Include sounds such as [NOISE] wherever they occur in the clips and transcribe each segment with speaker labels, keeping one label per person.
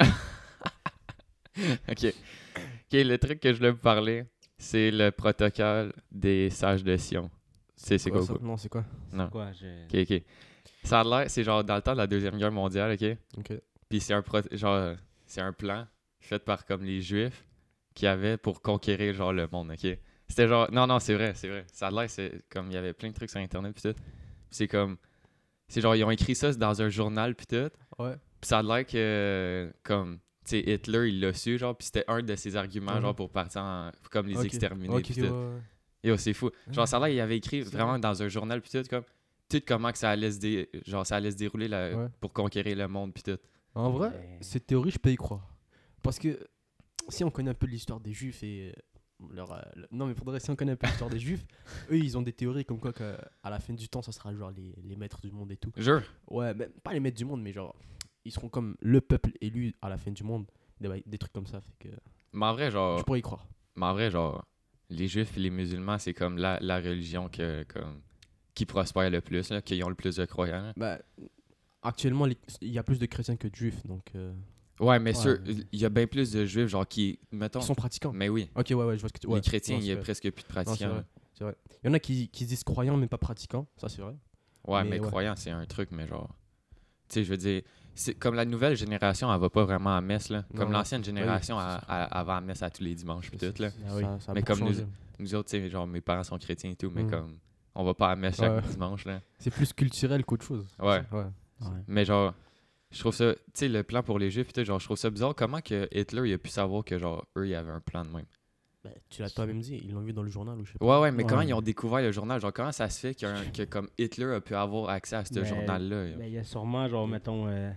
Speaker 1: [LAUGHS] OK. OK, le truc que je voulais vous parler, c'est le protocole des sages de Sion. C'est c'est quoi,
Speaker 2: ça?
Speaker 1: quoi?
Speaker 2: Non, c'est quoi
Speaker 1: Non.
Speaker 3: Quoi, je...
Speaker 1: OK, OK. Ça a l'air, c'est genre dans le temps de la Deuxième Guerre mondiale, OK?
Speaker 2: Ok.
Speaker 1: Puis c'est un, pro- genre, euh, c'est un plan fait par comme les Juifs qui avaient pour conquérir genre le monde, ok? C'était genre, non, non, c'est vrai, c'est vrai. Ça a l'air, c'est comme, il y avait plein de trucs sur Internet pis tout. Puis c'est comme, c'est genre, ils ont écrit ça dans un journal pis tout.
Speaker 2: Ouais.
Speaker 1: Pis ça a l'air que, euh, comme, tu sais, Hitler, il l'a su, genre, pis c'était un de ses arguments,
Speaker 2: Mhm.
Speaker 1: genre, pour partir en- comme les
Speaker 2: Ok.
Speaker 1: exterminer
Speaker 2: Ok,
Speaker 1: pis
Speaker 2: ouais,
Speaker 1: tout.
Speaker 2: ouais.
Speaker 1: Yo, c'est fou. Genre, ça a l'air, il avait écrit
Speaker 2: C'est
Speaker 1: vraiment dans un journal, puis tout, comme, tout comment que ça allait se, dé- genre, ça allait se dérouler là,
Speaker 2: Ouais.
Speaker 1: pour conquérir le monde, puis tout.
Speaker 2: En vrai,
Speaker 3: Ouais.
Speaker 2: cette théorie, je peux y croire. Parce que si on connaît un peu l'histoire des Juifs et euh, leur. euh, le- Non, mais pour de vrai, si on connaît un peu l'histoire
Speaker 1: [LAUGHS]
Speaker 2: des Juifs, eux, ils ont des théories comme quoi qu'à à la fin du temps, ça sera genre les, les maîtres du monde et tout.
Speaker 1: Jure.
Speaker 2: Ouais, mais pas les maîtres du monde, mais genre, ils seront comme le peuple élu à la fin du monde. Des, ba- des trucs comme ça, fait que
Speaker 1: Mais en vrai, genre,
Speaker 2: je pourrais y croire.
Speaker 1: mais en vrai, genre, les juifs et les musulmans, c'est comme la, la religion que, comme, qui prospère le plus, là, qui ont le plus de croyants. là.
Speaker 2: Bah, actuellement, les- il y a plus de chrétiens que de juifs, donc euh,
Speaker 1: Ouais, mais
Speaker 2: Ouais.
Speaker 1: sûr, il y a bien plus de juifs, genre, qui, mettons,
Speaker 2: ils sont pratiquants.
Speaker 1: mais oui,
Speaker 2: Ok, ouais, ouais, je vois ce que tu ouais.
Speaker 1: Mm. les chrétiens,
Speaker 2: Non,
Speaker 1: il
Speaker 2: c'est
Speaker 1: y a
Speaker 2: vrai.
Speaker 1: presque plus de
Speaker 2: Non, c'est
Speaker 1: praticiens.
Speaker 2: vrai,
Speaker 1: là.
Speaker 2: c'est vrai. Il y en a qui, qui se disent croyants mais pas pratiquants, ça c'est vrai.
Speaker 1: Ouais,
Speaker 2: Mais
Speaker 1: mais,
Speaker 2: ouais.
Speaker 1: croyants, c'est un truc, mais genre, tu sais, je veux dire, c'est comme la nouvelle génération, elle va pas vraiment à messe, là.
Speaker 2: Non,
Speaker 1: Comme
Speaker 2: non.
Speaker 1: l'ancienne génération,
Speaker 2: c'est
Speaker 1: elle,
Speaker 2: sûr.
Speaker 1: elle- elle va à messe à tous les dimanches, puis
Speaker 2: C'est-
Speaker 1: tout, là.
Speaker 2: c'est-
Speaker 3: Ah oui.
Speaker 2: ça- ça a
Speaker 1: Mais
Speaker 2: beaucoup
Speaker 1: comme nous-
Speaker 2: changé.
Speaker 1: Nous autres, tu sais, genre, mes parents sont chrétiens et tout, mais
Speaker 2: Mm.
Speaker 1: comme, on va pas à messe chaque
Speaker 2: Ouais.
Speaker 1: dimanche, là.
Speaker 2: C'est plus culturel qu'autre chose.
Speaker 1: Ouais.
Speaker 2: Ouais.
Speaker 3: Ouais.
Speaker 1: Mais genre, je trouve ça, tu sais, le plan pour les Juifs, pis tout, genre, je trouve ça bizarre comment que Hitler, il a pu savoir que, genre, eux, ils avaient un plan de même.
Speaker 2: Bah, tu l'as toi-même dit, ils l'ont vu dans le journal ou je sais pas.
Speaker 1: Ouais, ouais, mais comment
Speaker 3: Ouais.
Speaker 1: ils ont découvert le journal? Genre, comment ça se fait qu'il y a un- que, comme, Hitler a pu avoir accès à ce
Speaker 3: Mais-
Speaker 1: journal-là?
Speaker 2: hein.
Speaker 3: Ben, il y a sûrement, genre, mettons, euh,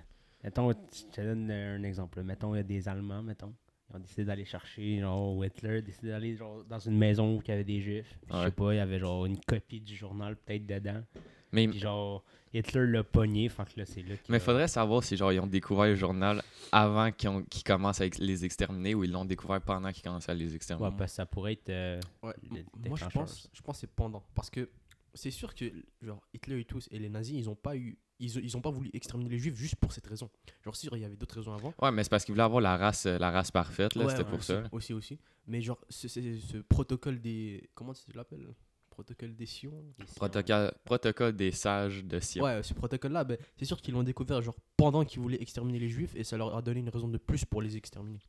Speaker 3: mettons, je te donne euh, un exemple. là. Mettons, il y a des Allemands, mettons. Ils ont décidé d'aller chercher, genre, Hitler, décidé d'aller genre, dans une maison où il y avait des Juifs. Puis, Je
Speaker 1: Ouais.
Speaker 3: sais pas, il y avait, genre, une copie du journal, peut-être, dedans.
Speaker 1: Mais,
Speaker 3: Puis, genre, Hitler l'a pogné, fait que euh, là, c'est là qu'il
Speaker 1: mais
Speaker 3: a-
Speaker 1: faudrait savoir si, genre, ils ont découvert le journal avant qu'ils ont- qu'ils commencent à ex- les exterminer ou ils l'ont découvert pendant qu'ils commençaient à les
Speaker 3: Ouais,
Speaker 1: exterminer.
Speaker 3: parce que ça pourrait être... euh,
Speaker 2: Ouais,
Speaker 3: le
Speaker 2: m- moi je
Speaker 3: déclencheur,
Speaker 2: pense,
Speaker 3: ça.
Speaker 2: je pense que c'est pendant parce que c'est sûr que genre Hitler et tous et les nazis, ils ont pas eu ils, ils ont pas voulu exterminer les juifs juste pour cette raison. Genre si il y avait d'autres raisons avant.
Speaker 1: Ouais, mais c'est parce qu'ils voulaient avoir la race, euh, la race parfaite, là,
Speaker 2: Ouais,
Speaker 1: c'était
Speaker 2: ouais,
Speaker 1: pour
Speaker 2: aussi,
Speaker 1: ça. là.
Speaker 2: Aussi aussi, mais genre ce, ce- ce protocole des comment tu l'appelles Protocole des Sions.
Speaker 1: Protocole, protocole des sages de Sion.
Speaker 2: Ouais, ce protocole-là, ben, c'est sûr qu'ils l'ont découvert genre pendant qu'ils voulaient exterminer les juifs et ça leur a donné une raison de plus pour les exterminer.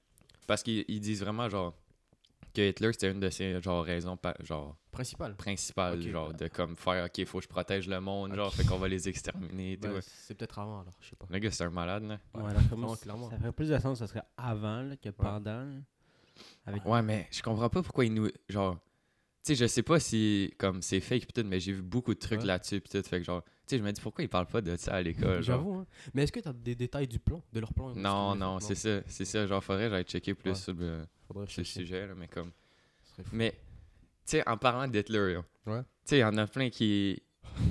Speaker 1: Parce qu'ils ils disent vraiment, genre, que Hitler, c'était une de ses, genre, raisons, pa- genre,
Speaker 2: Principal.
Speaker 1: principale,
Speaker 2: Ok.
Speaker 1: genre, de comme faire, ok, faut que je protège le monde,
Speaker 2: Ok.
Speaker 1: genre, fait qu'on va les exterminer et tout.
Speaker 2: Ben,
Speaker 1: ouais.
Speaker 2: c'est peut-être avant alors, je sais pas.
Speaker 1: Le gars, c'est un malade, là.
Speaker 3: Ouais,
Speaker 2: Ouais,
Speaker 3: alors que moi,
Speaker 2: non,
Speaker 3: c-
Speaker 2: clairement.
Speaker 3: Ça ferait plus de sens, ça serait avant là, que pendant. là. Avec...
Speaker 1: Ouais, mais je comprends pas pourquoi il nous. Genre, tu sais, je sais pas si, comme, c'est fake, peut-être, mais j'ai vu beaucoup de trucs
Speaker 2: Ouais.
Speaker 1: là-dessus, peut-être, fait que, genre, tu sais, je me dis pourquoi ils parlent pas de ça à l'école. genre.
Speaker 2: J'avoue, hein. mais est-ce que t'as des détails du plan, de leur plan est-ce qu'ils
Speaker 1: Non,
Speaker 2: l'ont
Speaker 1: non,
Speaker 2: fait
Speaker 1: c'est ça, c'est ça. Genre, faudrait j'aille checker plus
Speaker 2: Ouais.
Speaker 1: sur le,
Speaker 2: Faudrait
Speaker 1: sur le
Speaker 2: chercher.
Speaker 1: sujet, là, mais comme.
Speaker 2: Ce serait fou.
Speaker 1: Mais, tu sais, en parlant d'Hitler, là,
Speaker 2: Ouais.
Speaker 1: tu sais, il y en a plein qui.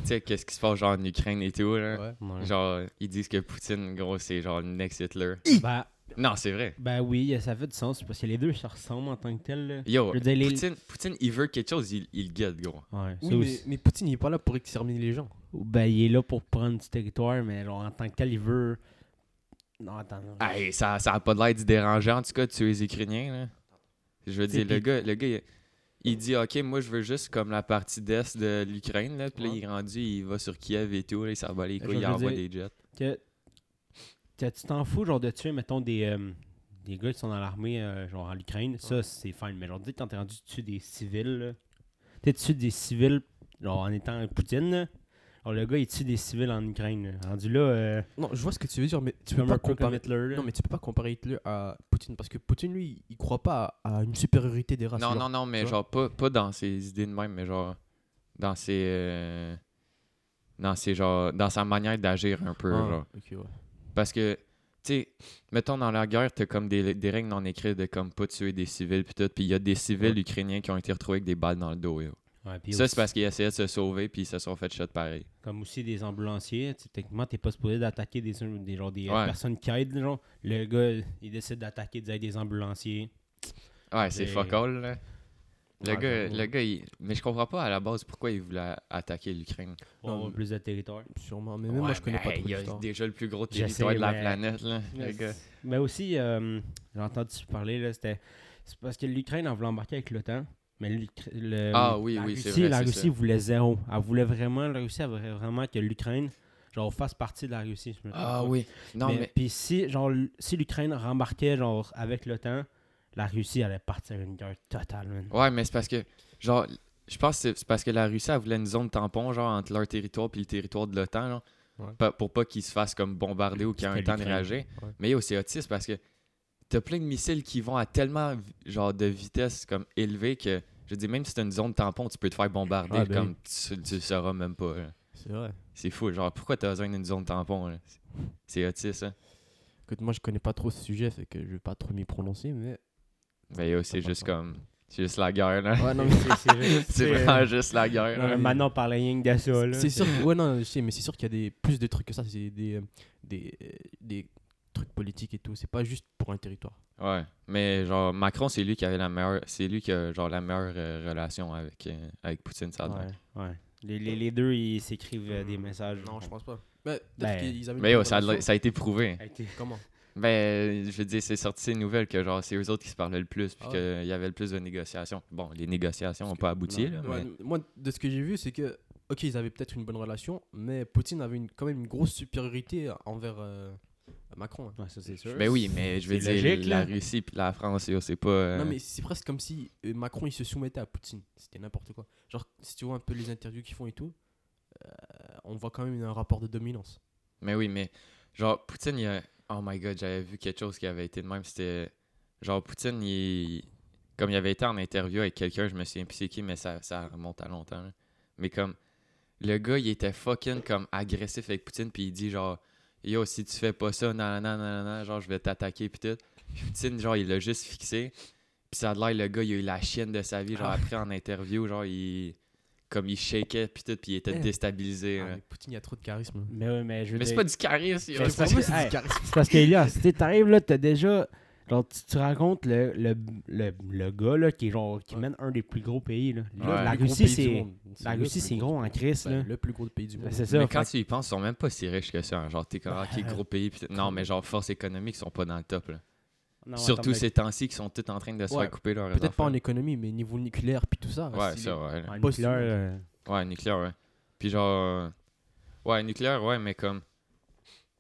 Speaker 1: Tu sais, qu'est-ce qui se passe, genre, en Ukraine et tout, là.
Speaker 2: Ouais.
Speaker 3: Ouais.
Speaker 1: Genre, ils disent que Poutine, gros, c'est genre le next Hitler.
Speaker 3: Ben,
Speaker 1: Non, c'est vrai.
Speaker 3: ben oui, ça fait du sens parce que les deux se ressemblent en tant que tels. là.
Speaker 1: Yo,
Speaker 3: Je veux dire, les-
Speaker 1: Poutine, Poutine, il veut quelque chose, il, il le guette, gros.
Speaker 3: Ouais, ça
Speaker 2: Oui, mais,
Speaker 3: aussi.
Speaker 2: mais Poutine, il est pas là pour exterminer les gens.
Speaker 3: Ben, il est là pour prendre du territoire, mais genre, en tant que tel, il veut. Non, attends. non.
Speaker 2: Ah.
Speaker 1: Hey, ça, ça a pas l'air d'y déranger, en tout cas, de tuer les Ukrainiens, là. Je veux
Speaker 3: T'sais,
Speaker 1: dire, le
Speaker 3: pis-
Speaker 1: gars, le gars, il, il dit, OK, moi, je veux juste comme la partie d'Est de l'Ukraine, là. Puis là,
Speaker 2: Ouais.
Speaker 1: il est rendu, il va sur Kiev et tout, là, il s'en bat les
Speaker 3: Je
Speaker 1: couilles, il
Speaker 3: veux
Speaker 1: envoie
Speaker 3: dire-
Speaker 1: des jets.
Speaker 3: Que... que tu t'en fous, genre, de tuer, mettons, des, euh, des gars qui sont dans l'armée, euh, genre, en Ukraine. Ça, c'est fine. Mais genre, dis que t'en t'es rendu, tu tues des civils, là. Tu sais, tu tues des civils, genre, en étant Poutine, là. Alors, le gars, il tue des civils en Ukraine. là. Rendu là, euh,
Speaker 2: Non, je vois ce que tu veux dire, mais tu peux
Speaker 3: comme un
Speaker 2: pas
Speaker 3: peu comme
Speaker 2: comparer.
Speaker 3: Hitler, là.
Speaker 2: Non, mais tu peux pas comparer Hitler à Poutine parce que Poutine, lui, il croit pas à, à une supériorité des races.
Speaker 1: non,
Speaker 2: genre.
Speaker 1: non, non, mais
Speaker 2: tu vois?
Speaker 1: genre, pas, pas dans ses idées de même, mais genre, dans ses. euh, dans ses, genre. Dans sa manière d'agir un peu,
Speaker 2: Ah,
Speaker 1: genre.
Speaker 2: ok, ouais.
Speaker 1: Parce que, tu sais, mettons dans la guerre, t'as comme des, des règles non écrites de comme pas tuer des civils pis tout, pis il y a des civils
Speaker 2: Ouais.
Speaker 1: ukrainiens qui ont été retrouvés avec des balles dans le dos. yo.
Speaker 3: Ouais, puis
Speaker 1: Ça,
Speaker 3: aussi-
Speaker 1: c'est parce qu'ils essayaient de se sauver puis ils se sont fait shot pareil.
Speaker 3: Comme aussi des ambulanciers, tu sais, techniquement, t'es pas supposé d'attaquer des, des, genre, des euh,
Speaker 1: Ouais.
Speaker 3: personnes qui aident. Genre. Le gars, il décide d'attaquer des, des ambulanciers.
Speaker 1: Ouais, c'est
Speaker 3: Mais-
Speaker 1: fuck all, là. Le
Speaker 2: Ouais,
Speaker 1: gars,
Speaker 2: j'avoue.
Speaker 1: le gars il- mais je comprends pas à la base pourquoi il voulait attaquer l'Ukraine.
Speaker 2: Non,
Speaker 3: On a
Speaker 2: mais-
Speaker 3: plus de territoire.
Speaker 2: Sûrement, mais même moi
Speaker 1: Ouais,
Speaker 2: je connais
Speaker 1: mais
Speaker 2: pas trop
Speaker 1: Il y a
Speaker 2: l'histoire.
Speaker 1: déjà le plus gros
Speaker 3: Je sais,
Speaker 1: territoire de la
Speaker 3: mais-
Speaker 1: planète, là, le gars.
Speaker 3: Mais aussi, euh, j'ai entendu parler, là, c'était. C'est parce que l'Ukraine, elle voulait embarquer avec l'OTAN. Mais l'Ukra- le,
Speaker 1: Ah oui,
Speaker 3: la
Speaker 1: oui, c'est
Speaker 3: Russie,
Speaker 1: vrai,
Speaker 3: la
Speaker 1: c'est
Speaker 3: Russie
Speaker 1: ça.
Speaker 3: voulait zéro. Elle voulait vraiment, la Russie, elle voulait vraiment que l'Ukraine, genre, fasse partie de la Russie. je me trompe
Speaker 1: Ah
Speaker 3: pas.
Speaker 1: oui. Non,
Speaker 3: mais,
Speaker 1: mais,
Speaker 3: Puis si, genre, l- si l'Ukraine rembarquait, genre, avec l'OTAN, la Russie allait partir une guerre totale, man.
Speaker 1: Ouais, mais c'est parce que, genre, je pense que c'est- c'est parce que la Russie, elle voulait une zone tampon, genre, entre leur territoire puis le territoire de l'OTAN, genre,
Speaker 2: Ouais.
Speaker 1: pa- pour pas qu'ils se fassent comme bombarder ou qu'il y ait un
Speaker 3: C'était
Speaker 1: temps de
Speaker 3: l'Ukraine.
Speaker 1: réagir.
Speaker 2: Ouais.
Speaker 1: Mais yo, c'est autiste parce que t'as plein de missiles qui vont à tellement, genre, de vitesse comme élevée que, je dis, même si t'as une zone tampon, tu peux te faire bombarder
Speaker 2: Ah, ben
Speaker 1: comme tu, tu le sauras même pas. là.
Speaker 2: C'est vrai.
Speaker 1: C'est fou, genre, pourquoi t'as besoin d'une zone tampon? là? C'est- C'est autiste, hein.
Speaker 2: Écoute, moi je connais pas trop ce sujet, fait que je vais pas trop m'y prononcer, mais.
Speaker 1: Mais yo, c'est
Speaker 2: pas
Speaker 1: juste
Speaker 2: ça.
Speaker 1: comme, c'est juste la guerre, là. [LAUGHS]
Speaker 2: Ouais, non, mais
Speaker 3: C'est- c'est juste-
Speaker 1: C'est
Speaker 3: euh,
Speaker 1: vraiment juste la guerre.
Speaker 3: euh,
Speaker 1: là.
Speaker 3: Manon parlait rien que de ça, là.
Speaker 2: C'est sûr, que- ouais, non, je sais, mais c'est sûr qu'il y a des, plus de trucs que ça, c'est des, euh, des, euh, des trucs politiques et tout, c'est pas juste pour un territoire.
Speaker 1: Ouais, mais genre Macron, c'est lui qui avait la meilleure, c'est lui qui a genre la meilleure euh, relation avec euh, avec Poutine, ça a l'air.
Speaker 3: Ouais. Les, les, les deux, ils s'écrivent euh, des messages.
Speaker 2: Mmh. Mm. pense pas. Mais peut-être
Speaker 3: Ben,
Speaker 2: Bah, qu'ils avaient une
Speaker 1: Mais yo,
Speaker 2: bonne
Speaker 1: ça, a l'air-
Speaker 2: relation.
Speaker 1: ça a été prouvé.
Speaker 3: Hey, t'es-
Speaker 2: Comment
Speaker 1: Ben, je veux dire, c'est sorti ces nouvelles que genre c'est eux autres qui se parlaient le plus, puis
Speaker 2: Ah ouais.
Speaker 1: qu'il y avait le plus de négociations. Bon, les négociations n'ont
Speaker 2: Parce que-
Speaker 1: pas abouti, là,
Speaker 3: non,
Speaker 1: mais-
Speaker 2: Ouais, Moi, de ce que j'ai vu, c'est que, ok, ils avaient peut-être une bonne relation, mais Poutine avait une, quand même une grosse supériorité envers euh, Macron. hein.
Speaker 3: Ouais, ça, c'est sûr.
Speaker 1: Ben oui, mais je veux
Speaker 3: C'est
Speaker 1: dire,
Speaker 3: logique,
Speaker 1: la
Speaker 3: là.
Speaker 1: Russie puis la France, yo, c'est pas... euh,
Speaker 2: Non, mais c'est presque comme si euh, Macron il se soumettait à Poutine. C'était n'importe quoi. Genre, si tu vois un peu les interviews qu'ils font et tout, euh, on voit quand même un rapport de dominance.
Speaker 1: Mais oui, mais genre, Poutine, il a... Oh my god, j'avais vu quelque chose qui avait été de même. C'était. Genre, Poutine, il. Comme il avait été en interview avec quelqu'un, je me souviens plus c'est qui, mais ça, ça remonte à longtemps. là. Mais comme. Le gars, il était fucking comme agressif avec Poutine, puis il dit genre. Yo, si tu fais pas ça, nan nan nan nan, genre, je vais t'attaquer, pis tout. Puis Poutine, genre, il l'a juste fixé. Puis ça a l'air, le gars, il a eu la chienne de sa vie, genre,
Speaker 2: Ah.
Speaker 1: après en interview, genre, il. Comme il shakeait, pis tout, puis il était
Speaker 2: Eh.
Speaker 1: déstabilisé.
Speaker 2: Ah,
Speaker 1: là.
Speaker 2: mais Poutine, il y a trop de charisme.
Speaker 3: Mais oui, mais je veux
Speaker 1: Mais c'est
Speaker 3: dire-
Speaker 1: pas du charisme, yo.
Speaker 3: Mais
Speaker 2: Pour
Speaker 3: parce
Speaker 2: moi,
Speaker 3: que-
Speaker 2: c'est du
Speaker 3: hey.
Speaker 2: charisme.
Speaker 3: C'est parce qu'Elias, tu t'arrives là, t'as déjà. Genre, tu, tu rencontres le, le, le, le gars là, qui, est genre, qui
Speaker 2: Ouais.
Speaker 3: mène un des plus gros pays. Là. Là,
Speaker 1: Ouais.
Speaker 3: La
Speaker 2: Le plus gros
Speaker 3: Russie,
Speaker 2: pays du
Speaker 3: c'est.
Speaker 2: monde.
Speaker 3: La
Speaker 2: le
Speaker 3: Russie,
Speaker 2: plus
Speaker 3: c'est
Speaker 2: gros
Speaker 3: gros en crise,
Speaker 2: Ben,
Speaker 3: là.
Speaker 2: le plus gros pays du
Speaker 3: Ben,
Speaker 2: monde.
Speaker 3: C'est ça.
Speaker 1: mais quand
Speaker 3: fait
Speaker 1: tu y penses, ils sont même pas si riches que ça. hein. Genre, t'es comme, ok, gros pays. pis t- non, mais genre, force économique, ils sont pas dans le top. là.
Speaker 3: que- non,
Speaker 1: Surtout
Speaker 3: attends,
Speaker 1: ces temps-ci qui sont tous en train de se
Speaker 2: Ouais,
Speaker 1: faire couper leur
Speaker 2: Peut-être pas en économie, mais niveau nucléaire puis tout ça.
Speaker 1: Ouais,
Speaker 2: c'est-
Speaker 1: ça, ouais.
Speaker 3: mais-
Speaker 1: là.
Speaker 3: en
Speaker 2: pas
Speaker 3: nucléaire,
Speaker 2: si-
Speaker 3: euh,
Speaker 1: Ouais, nucléaire, ouais. Puis genre. euh, Ouais, nucléaire, ouais, mais comme.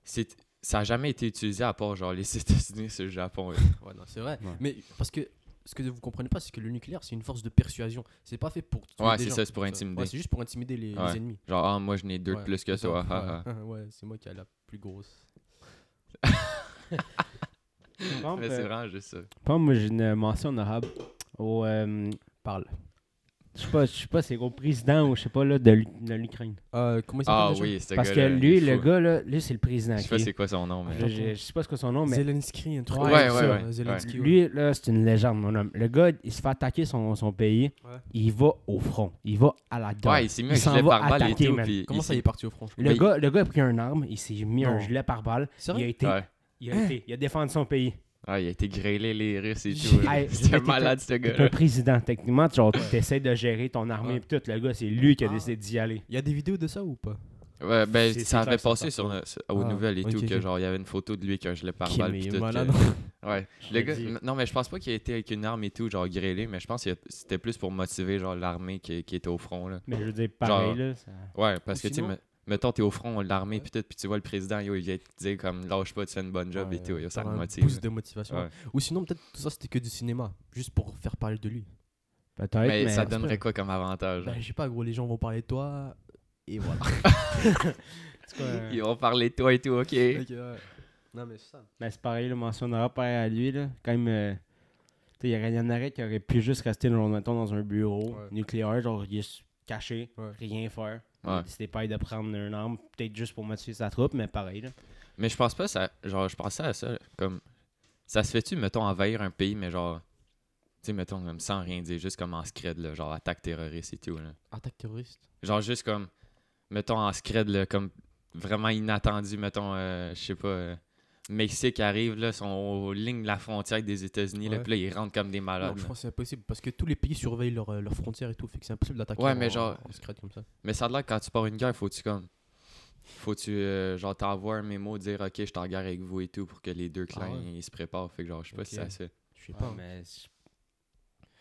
Speaker 1: c'est- Ça a jamais été utilisé à part, genre, les [LAUGHS] États-Unis sur le Japon. là.
Speaker 2: [LAUGHS] Ouais, non, c'est vrai.
Speaker 3: Ouais.
Speaker 2: Mais parce que ce que vous comprenez pas, c'est que le nucléaire, c'est une force de persuasion. C'est pas fait pour. tuer
Speaker 1: Ouais,
Speaker 2: des
Speaker 1: c'est
Speaker 2: gens,
Speaker 1: ça, c'est pour
Speaker 2: ça.
Speaker 1: intimider.
Speaker 2: Ouais, c'est juste pour intimider les, les
Speaker 1: Ouais.
Speaker 2: ennemis.
Speaker 1: Genre, ah, moi, je n'ai deux de
Speaker 2: Ouais,
Speaker 1: plus que
Speaker 2: c'est ça.
Speaker 1: toi. ah, ah,
Speaker 2: Ouais, [LAUGHS] ouais, c'est moi qui a la plus grosse.
Speaker 1: ah.
Speaker 3: Pompe,
Speaker 1: Mais c'est
Speaker 3: euh,
Speaker 1: vraiment juste ça.
Speaker 3: pompe, moi, j'ai une mention honorable au. euh,
Speaker 2: Parle.
Speaker 3: je sais pas, je sais pas, c'est au président ou je sais pas, là, de l'U- de l'Ukraine.
Speaker 2: Euh, comment il s'appelle
Speaker 1: Ah
Speaker 2: déjà
Speaker 1: oui, ce
Speaker 3: Parce que
Speaker 1: gars-là,
Speaker 3: lui,
Speaker 1: il est
Speaker 3: le
Speaker 1: fou.
Speaker 3: gars, là, lui, c'est le président.
Speaker 1: Je sais pas
Speaker 3: ok?
Speaker 1: c'est quoi son nom, mais.
Speaker 3: Je- je- je sais pas ce que son nom, mais.
Speaker 2: Zelensky, un truc
Speaker 3: Ouais,
Speaker 2: comme
Speaker 3: ouais,
Speaker 2: ça,
Speaker 1: ouais, ouais.
Speaker 2: Zelensky, ouais.
Speaker 3: Lui, là, c'est une légende, mon homme. Le gars, il se fait attaquer son, son pays.
Speaker 2: Ouais.
Speaker 3: Il va au front. Il va à la guerre.
Speaker 1: Ouais, il s'est mis un
Speaker 3: Il s'en
Speaker 1: gilet
Speaker 3: va
Speaker 1: pare-balles et
Speaker 3: attaquer,
Speaker 1: tout.
Speaker 3: man.
Speaker 1: puis
Speaker 2: Comment
Speaker 1: il
Speaker 2: ça,
Speaker 1: s'est-
Speaker 2: il est parti au front
Speaker 3: Le,
Speaker 1: Mais-
Speaker 3: gars, le gars a pris un arme. Il s'est mis un
Speaker 2: Non.
Speaker 3: gilet par balle. Il a
Speaker 2: Sérieux
Speaker 3: été.
Speaker 1: Ouais.
Speaker 3: Il a été. Il a défendu son pays.
Speaker 1: Ah, il a été grêlé les Russes et
Speaker 2: J'ai-
Speaker 1: tout. là.
Speaker 3: Hey,
Speaker 1: C'était
Speaker 3: mais t'es-
Speaker 1: malade, ce
Speaker 3: T'es
Speaker 2: [LAUGHS]
Speaker 3: un
Speaker 1: gars-là.
Speaker 3: président. Techniquement, tu essaies de gérer ton armée
Speaker 2: Ouais.
Speaker 3: et tout. Le gars, c'est lui qui a
Speaker 2: Ah.
Speaker 3: décidé d'y aller.
Speaker 2: Il y a des vidéos de ça ou pas
Speaker 1: Ouais, ben,
Speaker 3: C'est- c'est
Speaker 1: ça
Speaker 3: clair
Speaker 1: avait
Speaker 3: que ça
Speaker 1: passé
Speaker 3: sort
Speaker 1: sur
Speaker 3: pas.
Speaker 1: le- sur- aux
Speaker 2: Ah,
Speaker 1: nouvelles et
Speaker 2: ok,
Speaker 1: tout, que
Speaker 2: ok.
Speaker 1: genre, il y avait une photo de lui avec un gilet pare-balles.
Speaker 2: Ok, mais
Speaker 1: puis
Speaker 2: il est
Speaker 1: tout,
Speaker 2: malade. hein.
Speaker 1: euh, [LAUGHS] ouais.
Speaker 3: Je
Speaker 1: Le
Speaker 3: le
Speaker 1: gars,
Speaker 3: dis.
Speaker 1: n- non, mais je pense pas qu'il a été avec une arme et tout, genre grêlé, mais je pense que c'était plus pour motiver genre l'armée qui, qui était au front. Là.
Speaker 3: Mais je veux dire, pareil,
Speaker 1: Genre-
Speaker 3: là. ça-
Speaker 1: Ouais, parce
Speaker 2: Ou
Speaker 1: que, tu sais,
Speaker 2: sinon-
Speaker 1: me- mettons, t'es au front, l'armée,
Speaker 2: Ouais.
Speaker 1: puis tout, puis tu vois le président, yo, il vient te dire, comme, lâche pas, tu fais une bonne job et tout, yo, ça
Speaker 2: T'auras
Speaker 1: le
Speaker 2: un
Speaker 1: motive.
Speaker 2: boost de motivation.
Speaker 1: Ouais.
Speaker 2: Ou sinon, peut-être tout ça, c'était que du cinéma, juste pour faire parler de lui.
Speaker 3: Peut-être,
Speaker 1: Mais,
Speaker 3: mais.
Speaker 1: ça
Speaker 2: c'est
Speaker 1: donnerait
Speaker 2: vrai.
Speaker 1: quoi comme avantage?
Speaker 2: Ben, je sais pas, gros, les gens vont parler de toi. Et voilà.
Speaker 3: C'est quoi, euh,
Speaker 1: Ils vont parler de toi [LAUGHS] et tout, ok.
Speaker 2: Ok, ouais. Non, mais c'est ça.
Speaker 3: Ben, c'est pareil, le mention honorable pareil à lui. Là. Quand même, euh, tu sais, il y aurait- il y en aurait qui aurait pu juste rester dans, mettons, dans un bureau
Speaker 2: Ouais.
Speaker 3: nucléaire, genre juste caché,
Speaker 2: Ouais.
Speaker 3: rien faire.
Speaker 1: Ouais.
Speaker 3: C'était pas de prendre un arme, peut-être juste pour motiver sa troupe, mais pareil. Là.
Speaker 1: Mais je pense pas ça. Genre, je pensais à ça. Comme. Ça se fait-tu, mettons, envahir un pays, mais genre. Tu sais, mettons, comme sans rien dire, juste comme en scred, là, genre attaque terroriste et tout. Là.
Speaker 2: Attaque terroriste.
Speaker 1: Genre, juste comme. Mettons, en scred, là, comme vraiment inattendu, mettons, euh, je sais pas. euh, Mexique arrive, là, sont aux lignes de la frontière avec des États-Unis, là,
Speaker 2: Ouais.
Speaker 1: puis là, ils rentrent comme des
Speaker 2: Non,
Speaker 1: malades.
Speaker 2: je
Speaker 1: là.
Speaker 2: pense que c'est impossible parce que tous les pays surveillent leurs euh, leurs frontières et tout. Fait que c'est impossible d'attaquer
Speaker 1: Ouais, mais
Speaker 2: en-
Speaker 1: genre-
Speaker 2: en secret comme ça.
Speaker 1: Mais ça a l'air que quand tu pars une guerre, faut-tu comme. Faut-tu, euh, genre, t'envoies un mémo, dire OK, je suis en guerre avec vous et tout, pour que les deux clans
Speaker 2: Ah ouais.
Speaker 1: ils se préparent. Fait que, genre, je sais pas si
Speaker 2: Ok.
Speaker 1: ça se fait.
Speaker 2: Je sais pas.
Speaker 3: mais je